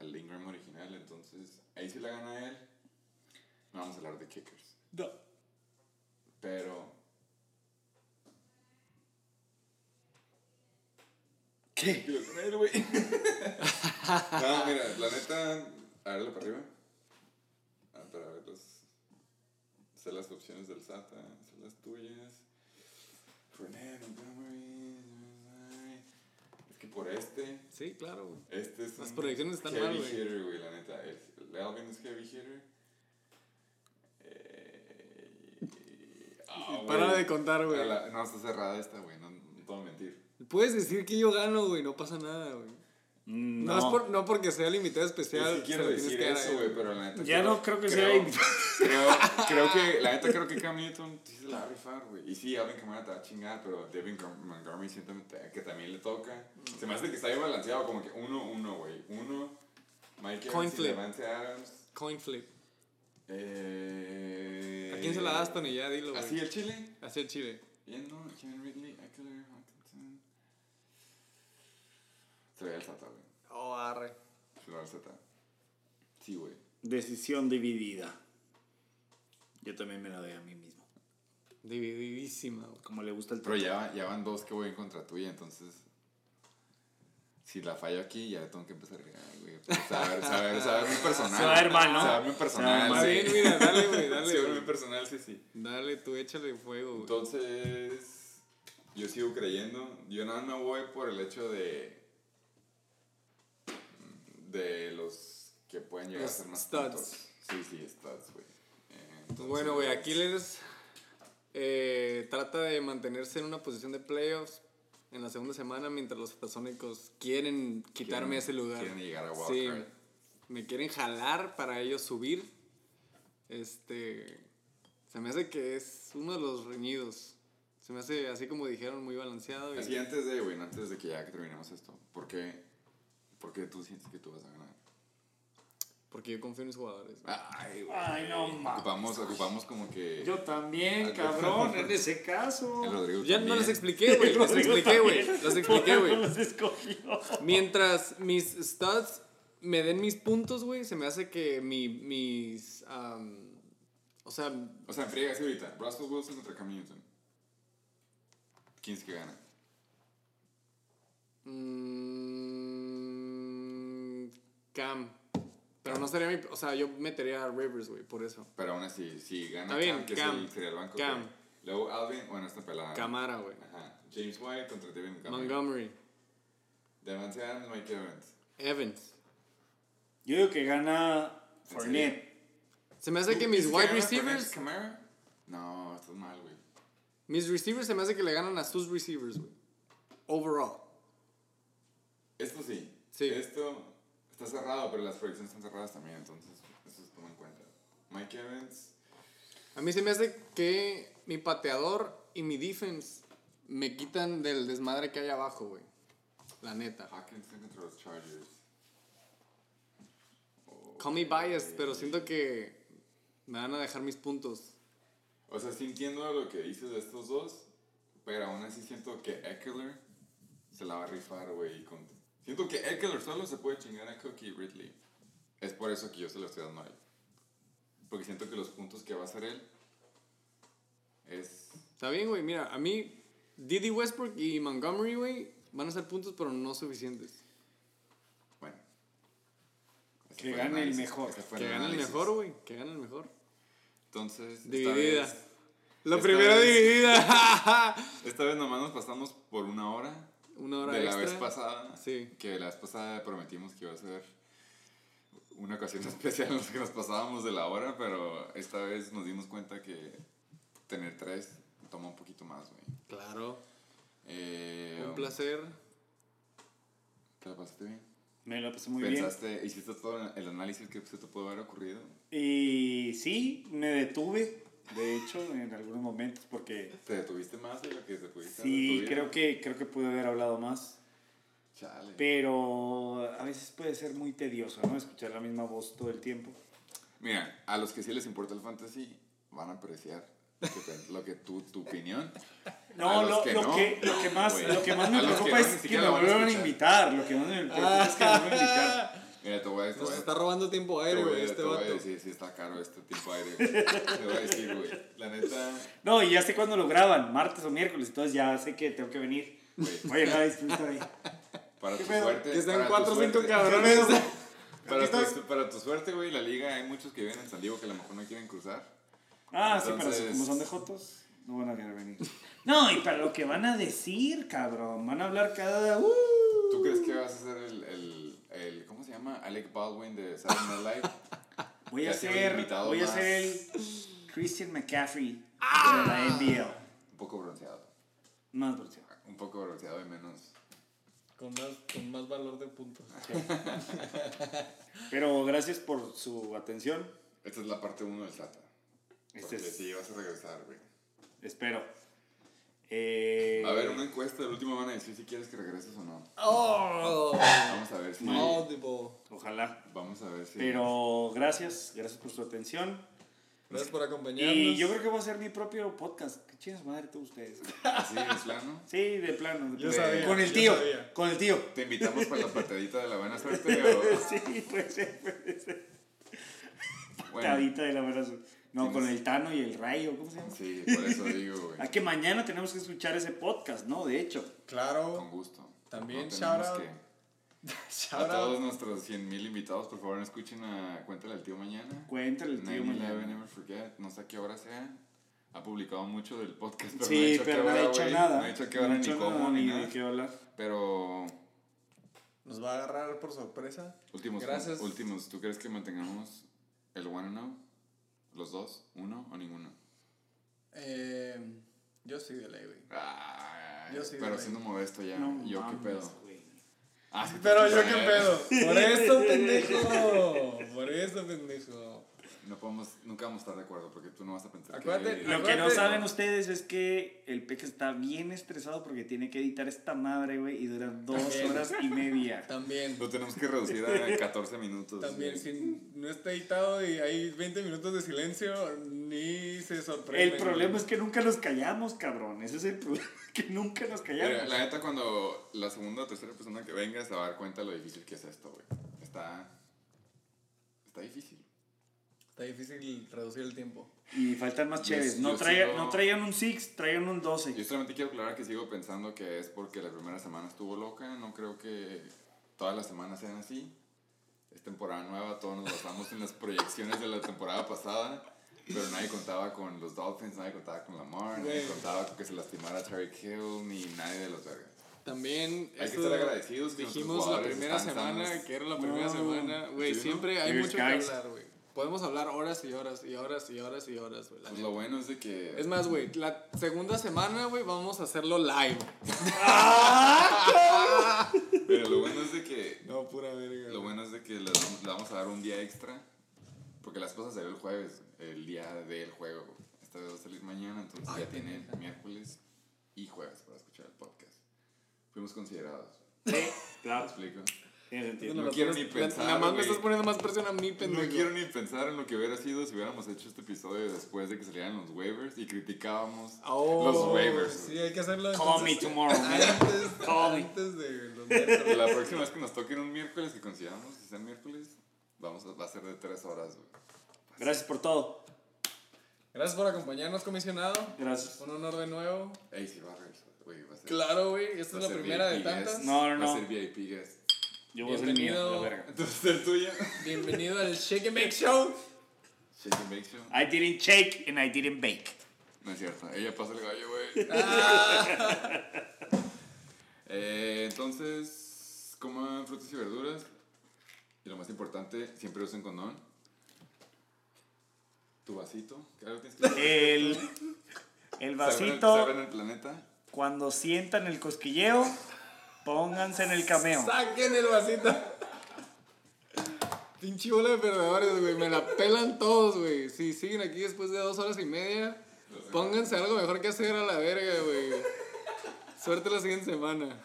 S2: al Ingram original. Entonces, ahí sí la gana él. No vamos a hablar de kickers.
S3: No.
S2: Pero,
S3: ¿Qué?
S2: Digo, con él, güey. no, mira, la neta. A verlo para arriba. Ah, para ver los. Hacer las opciones del SATA, hacer las tuyas. Fournette, Montgomery. ay. Es que por este.
S1: Sí, claro, güey.
S2: Este es.
S1: Las
S2: un
S1: proyecciones están
S2: heavy
S1: mal, güey.
S2: hitter, güey, la neta. El, el Alvin es heavy hitter. Eh, ah,
S1: Para
S2: güey.
S1: de contar, güey.
S2: A la- No, está cerrada esta, güey. No, no te voy a mentir.
S1: Puedes decir que yo gano, güey, no pasa nada, güey. No, es por- no porque sea el invitado especial.
S2: Es que quiero
S1: se lo tienes
S2: decir
S1: que dar a
S2: eso,
S1: él.
S2: güey, pero la neta.
S3: Ya no creo que sea invitado.
S2: Creo, creo que, la neta, creo que Cam Newton sí se la va a rifar, güey. Y sí, Alvin Kamara te va a chingar, pero Devin Grom- Montgomery siento que también le toca. Se me hace que está bien balanceado, como que 1-1, güey. 1, Mike
S1: Coin
S2: Evans y
S1: flip.
S2: Devante Adams.
S1: Coin flip.
S2: Eh,
S1: ¿A quién se la das, Tony? Ya dilo, güey.
S2: Así el Chile.
S1: Así el chile.
S2: Yendo, Kevin Ridley, Eckler, Hawkinson. Se ve el Zata, güey.
S1: Oh, arre.
S2: Se ve el Zata. Sí, güey.
S4: Decisión dividida. Yo también me la doy a mí mismo.
S1: Divididísima, güey.
S4: Como le gusta el
S2: Pero
S4: Pero
S2: ya, va- ya van dos que voy en contra tuya, entonces. Si la fallo aquí, ya tengo que empezar a regalar, güey. Pues, Saber, saber, saber mi personal.
S3: Se va a ver mal, ¿no?
S2: Saber mi
S4: Se va a ver
S2: personal.
S4: mal.
S2: sí.
S1: Está bien, mira, dale, güey, dale,
S2: Saber
S1: güey.
S2: mi personal, sí, sí.
S1: Dale, tú échale fuego, güey.
S2: Entonces, yo sigo creyendo. Yo nada más me voy por el hecho de. de los que pueden llegar
S1: Los
S2: a ser más
S1: studs.
S2: puntos. Sí, sí, studs, güey. Eh,
S1: Pues
S2: entonces,
S1: bueno, güey, Aquiles eh, trata de mantenerse en una posición de playoffs en la segunda semana mientras los supersónicos quieren quitarme
S2: Quieren-
S1: ese lugar.
S2: quieren llegar a
S1: Sí,
S2: wildcard.
S1: me quieren jalar para ellos subir. Este, se me hace que es uno de los reñidos. Se me hace, así como dijeron, muy balanceado. y-
S2: Así antes de, güey, antes de que ya terminemos esto, ¿por qué, por qué tú sientes que tú vas a ganar?
S1: porque yo confío en mis jugadores.
S2: Ah,
S1: güey.
S2: Ay, güey.
S3: Ay, no mames.
S2: Ocupamos, ocupamos como que.
S3: Yo también, cabrón, en ese caso.
S2: el Rodrigo
S1: Ya no
S2: también.
S1: les expliqué, güey. Los expliqué, güey. Los expliqué, güey.
S3: Los escogió.
S1: Mientras mis stats me den mis puntos, güey, se me hace que mi, mis... am, o sea,
S2: O sea, friega así ahorita. Russell Wilson contra Cam Newton. ¿Quién es que gana?
S1: mm, Cam. Pero no sería mi... O sea, yo metería a Rivers, güey, por eso.
S2: Pero aún así, si gana
S1: Está bien,
S2: Cam, que es
S1: Cam,
S2: el- sería el banco.
S1: Cam.
S2: güey. Luego Alvin, bueno, esta pelada.
S1: Camara, güey.
S2: Ajá. James White contra Devin Montgomery.
S1: Montgomery.
S2: Devante Adams, Mike Evans.
S1: Evans.
S3: Yo digo que gana Fournette.
S1: Se me hace que
S2: ¿Tú
S1: mis
S2: dices
S1: wide
S2: gana Fournette,
S1: receivers...
S2: Camara? No, estás mal, güey.
S1: Mis receivers se me hace que le ganan a sus receivers, güey. Overall.
S2: Esto sí.
S1: Sí.
S2: Esto está cerrado, pero las proyecciones están cerradas también, entonces eso es toma en cuenta. Mike Evans.
S1: A mí se me hace que mi pateador y mi defense me quitan del desmadre que hay abajo, güey. La neta.
S2: Hawkinson contra los Chargers.
S1: Call me biased, pero siento que me van a dejar mis puntos.
S2: O sea, sí entiendo lo que dices de estos dos, pero aún así siento que Eckler se la va a rifar, güey. y con- Siento que Eckler solo se puede chingar a Cookie y Ridley. Es por eso que yo se lo estoy dando a él. Porque siento que los puntos que va a hacer él es...
S1: Está bien, güey. Mira, a mí, Didi Westbrook y Montgomery, güey, van a ser puntos, pero no suficientes.
S2: Bueno. Ese
S3: Que
S2: fue
S3: gane el
S2: análisis,
S3: mejor.
S2: ese fue
S1: Que gane el
S2: análisis.
S1: mejor, güey. Que gane el mejor.
S2: Entonces... esta
S1: Dividida.
S2: vez-
S1: La
S2: esta
S1: primera
S2: vez-
S1: dividida.
S2: Esta vez nomás nos pasamos por una hora.
S1: Una hora
S2: de la
S1: extra.
S2: vez pasada.
S1: Sí.
S2: Que la vez pasada prometimos que iba a ser una ocasión especial en la que nos pasábamos de la hora, pero esta vez nos dimos cuenta que tener tres toma un poquito más, güey.
S1: Claro.
S2: Eh,
S1: Un placer.
S2: ¿Te la pasaste bien?
S3: Me lo pasé muy bien.
S2: ¿Pensaste, hiciste todo el análisis que se te pudo haber ocurrido?
S3: Y sí, me detuve, de hecho, en algunos momentos, porque
S2: ¿Te detuviste más de lo que te pudiste haber
S3: sí,
S2: detenido?
S3: creo que, creo que pude haber hablado más.
S2: Chale.
S3: Pero a veces puede ser muy tedioso, ¿no? Escuchar la misma voz todo el tiempo.
S2: Mira, a los que sí les importa el fantasy, van a apreciar lo que, pen- lo que tu, tu opinión.
S3: No,
S2: A los
S3: lo,
S2: que
S3: lo,
S2: no,
S3: que, lo, que más,
S2: güey.
S3: lo que más me
S2: A los que
S3: preocupa
S2: no, ni
S3: es que
S2: siquiera
S3: me
S2: lo van a
S3: vuelvan a
S2: escuchar. Ah.
S3: invitar. Lo que más me preocupa es que me vuelvan a invitar.
S2: Mira, te voy a, te
S1: Nos
S2: voy a-
S1: está robando tiempo aire,
S2: Te voy
S1: güey,
S2: a-
S1: este
S2: te voy a
S1: vato.
S2: decir, sí está caro este tipo de aire. güey. te voy a decir, güey. La neta,
S3: No, y ya sé cuándo lo graban, martes o miércoles, entonces ya sé que tengo que venir.
S2: güey,
S3: Oye, no, disfruta ahí.
S2: para tu
S3: pedo?
S2: suerte.
S1: Que sean
S2: para
S1: 4
S2: tu
S1: o 5
S2: suerte-
S1: cabrones.
S2: Para
S3: Aquí
S2: tu, para tu suerte, güey, la liga hay muchos que viven en San Diego que a lo mejor no quieren cruzar.
S3: Ah, sí, pero
S2: Entonces-
S3: como son de Jotos, no van a querer venir. No, y para lo que van a decir, cabrón, van a hablar cada. ¡Uh!
S2: ¿Tú crees que vas a ser el, el, el- ¿cómo se llama? Alec Baldwin de Saturday Night Live.
S3: Voy a
S2: Ya tiene un
S3: ser.
S2: invitado
S3: Voy a
S2: más.
S3: ser el Christian McCaffrey de la NBL.
S2: Un poco bronceado.
S3: Más bronceado.
S2: Un poco bronceado y menos...
S1: con más, con más valor de puntos.
S3: Pero gracias por su atención.
S2: Esta es la parte 1 del SATA. Porque
S3: Este es-
S2: sí, vas a regresar, güey.
S3: Espero. Eh,
S2: A ver, una encuesta. El último van a decir si quieres que regreses o no.
S1: ¡Oh!
S2: Vamos a ver si.
S1: Audible.
S3: Ojalá.
S2: Vamos a ver si.
S3: Pero gracias, gracias por su atención.
S1: Gracias por acompañarnos.
S3: Y yo creo que voy a hacer mi propio podcast. Qué chingas madre todos ustedes.
S2: Así de plano.
S3: Sí, de plano. de
S1: Yo
S3: plano.
S1: sabía,
S3: con el
S1: yo
S3: tío.
S1: sabía.
S3: Con el tío.
S2: Te invitamos para la patadita de la buena suerte. O...
S3: Sí, puede ser, puede ser.
S2: Bueno,
S3: Tadita de la abrazo. No,
S2: Tienes-
S3: con el Tano y el Rayo, ¿cómo se llama?
S2: sí, por eso digo, güey.
S3: Ah, que mañana tenemos que escuchar ese podcast, ¿no? De hecho.
S2: Con
S1: Claro.
S2: gusto.
S1: También
S2: tenemos
S1: shout out.
S2: que-
S1: Shout
S2: A todos
S1: out.
S2: nuestros 100.000 invitados, por favor, no escuchen a Cuéntale al tío mañana.
S3: Cuéntale al tío
S2: 9/11,
S3: mañana.
S2: Never Forget, no sé a qué hora sea. Ha publicado mucho del podcast, pero no ha
S3: Sí,
S2: dicho a qué
S3: pero no
S2: hora,
S3: ha hecho
S2: güey.
S3: nada.
S2: No ha dicho a qué hora, ni
S3: hecho
S2: cómo,
S3: nada,
S2: ni
S3: de
S2: nada.
S3: qué hablar.
S2: Pero,
S1: Nos va a agarrar por sorpresa.
S2: últimos,
S1: Gracias.
S2: últimos, ¿tú crees que mantengamos el one and no? ¿Los dos? ¿Uno o ninguno?
S1: Eh, yo sí de ley, güey.
S2: Ay,
S1: Yo sí,
S2: pero
S1: güey.
S2: siendo modesto ya.
S3: No
S2: ¿Yo qué
S3: mames,
S2: pedo?
S3: güey.
S2: Ah, sí, tú
S1: Pero
S2: sí
S1: yo qué
S2: sabes.
S1: pedo. Por eso, pendejo. Por eso, pendejo.
S2: No podemos, nunca vamos a estar de acuerdo porque tú no vas a pensar
S1: Acuérdate,
S2: que...
S3: Lo que no
S1: Acuérdate-
S3: saben ustedes es que el Peque está bien estresado porque tiene que editar esta madre, güey, y dura dos
S1: También.
S3: horas y media.
S1: También.
S2: Lo tenemos que reducir a 14 minutos.
S1: También,
S2: güey.
S1: si no está editado y hay 20 minutos de silencio, ni se sorprende.
S3: El problema es que nunca nos callamos, cabrón. Ese es el problema, que nunca nos
S2: Mira,
S3: callamos.
S2: la neta, cuando la segunda o tercera persona que venga se va a dar cuenta lo difícil que es esto, güey. Está. Está difícil.
S1: Está difícil reducir el tiempo.
S3: Y faltan más
S2: Yo-
S3: chéves.
S2: yo
S3: No, traigan-
S2: sigo-
S3: no traigan un six, traigan un
S2: Yo
S3: 12.
S2: solamente quiero aclarar que sigo pensando que es porque la primera semana estuvo loca. No creo que todas las semanas sean así. Es temporada nueva, todos nos basamos en las proyecciones de la temporada pasada. Pero nadie contaba con los Dolphins, nadie contaba con Lamar, nadie
S1: Güey.
S2: contaba con que se lastimara Terry Hill, ni nadie de los vergas.
S1: También
S2: Hay que
S1: eso
S2: estar agradecidos que nuestros
S1: dijimos la
S2: jugadores
S1: primera
S2: están
S1: semana,
S2: sanos.
S1: que era la primera
S3: No.
S1: semana, güey,
S2: Sí, ¿no?
S1: siempre hay
S3: Here's
S1: mucho que
S3: guys.
S1: hablar, güey. Podemos hablar horas y horas y horas y horas y horas, güey. la
S2: Pues
S1: neta.
S2: lo bueno es de que.
S1: Es más, güey, la segunda semana, güey, vamos a hacerlo live.
S2: Pero lo bueno es de que
S1: No, pura verga.
S2: Lo bueno es de que le damos, le vamos a dar un día extra. Porque las cosas salió el jueves, el día del juego. Esta vez va a salir mañana, entonces ya tienen miércoles y jueves para escuchar el podcast. Fuimos considerados.
S3: Sí,
S2: ¿Me
S3: claro.
S2: explico?
S3: tiene sentido.
S2: no quiero ni pensar,
S1: pues, Nada más me
S2: güey.
S1: estás poniendo más presión a mí,
S2: No
S1: pendejo.
S2: quiero ni pensar en lo que hubiera sido si hubiéramos hecho este episodio después de que salieran los waivers y criticábamos
S1: Oh,
S2: los waivers.
S1: Sí, hay que hacerlo.
S3: Call me
S1: entonces,
S3: tomorrow. man.
S1: Antes,
S3: Call me.
S1: antes de los
S2: La próxima vez que nos toquen un miércoles, que consideramos que sea miércoles, vamos a- va a ser de tres horas. güey.
S3: Gracias por todo.
S1: Gracias por acompañarnos, comisionado.
S3: Gracias.
S1: Un honor de nuevo.
S2: Ey, sí, va a regresar, güey, va a ser-
S1: Claro, güey, esta
S2: Va
S1: es
S2: a
S1: la
S2: ser
S1: primera de
S2: VIP
S1: tantas.
S2: guest.
S3: No,
S2: Va
S3: no, no.
S2: a ser VIP guest.
S3: Yo voy a ser el mío, la
S1: Bienvenido.
S3: verga.
S2: Entonces el tuyo.
S1: Bienvenido al Shake and Make Show.
S2: Shake and bake show.
S3: I didn't shake and I didn't bake.
S2: No es cierto. Ella pasa el gallo, güey. Ah. Eh, entonces, coman frutas y verduras. Y lo más importante, siempre usen condón. Tu vasito. que algo tienes que
S3: El, el
S2: Salven el-
S3: vasito,
S2: salven el planeta.
S3: cuando sientan el cosquilleo, pónganse en el cameo.
S1: Saquen el vasito. Pinche bola de perdedores, güey. Me la pelan todos, güey. Si siguen aquí después de dos horas y media, pónganse algo mejor que hacer a la verga, güey. Suerte la siguiente semana.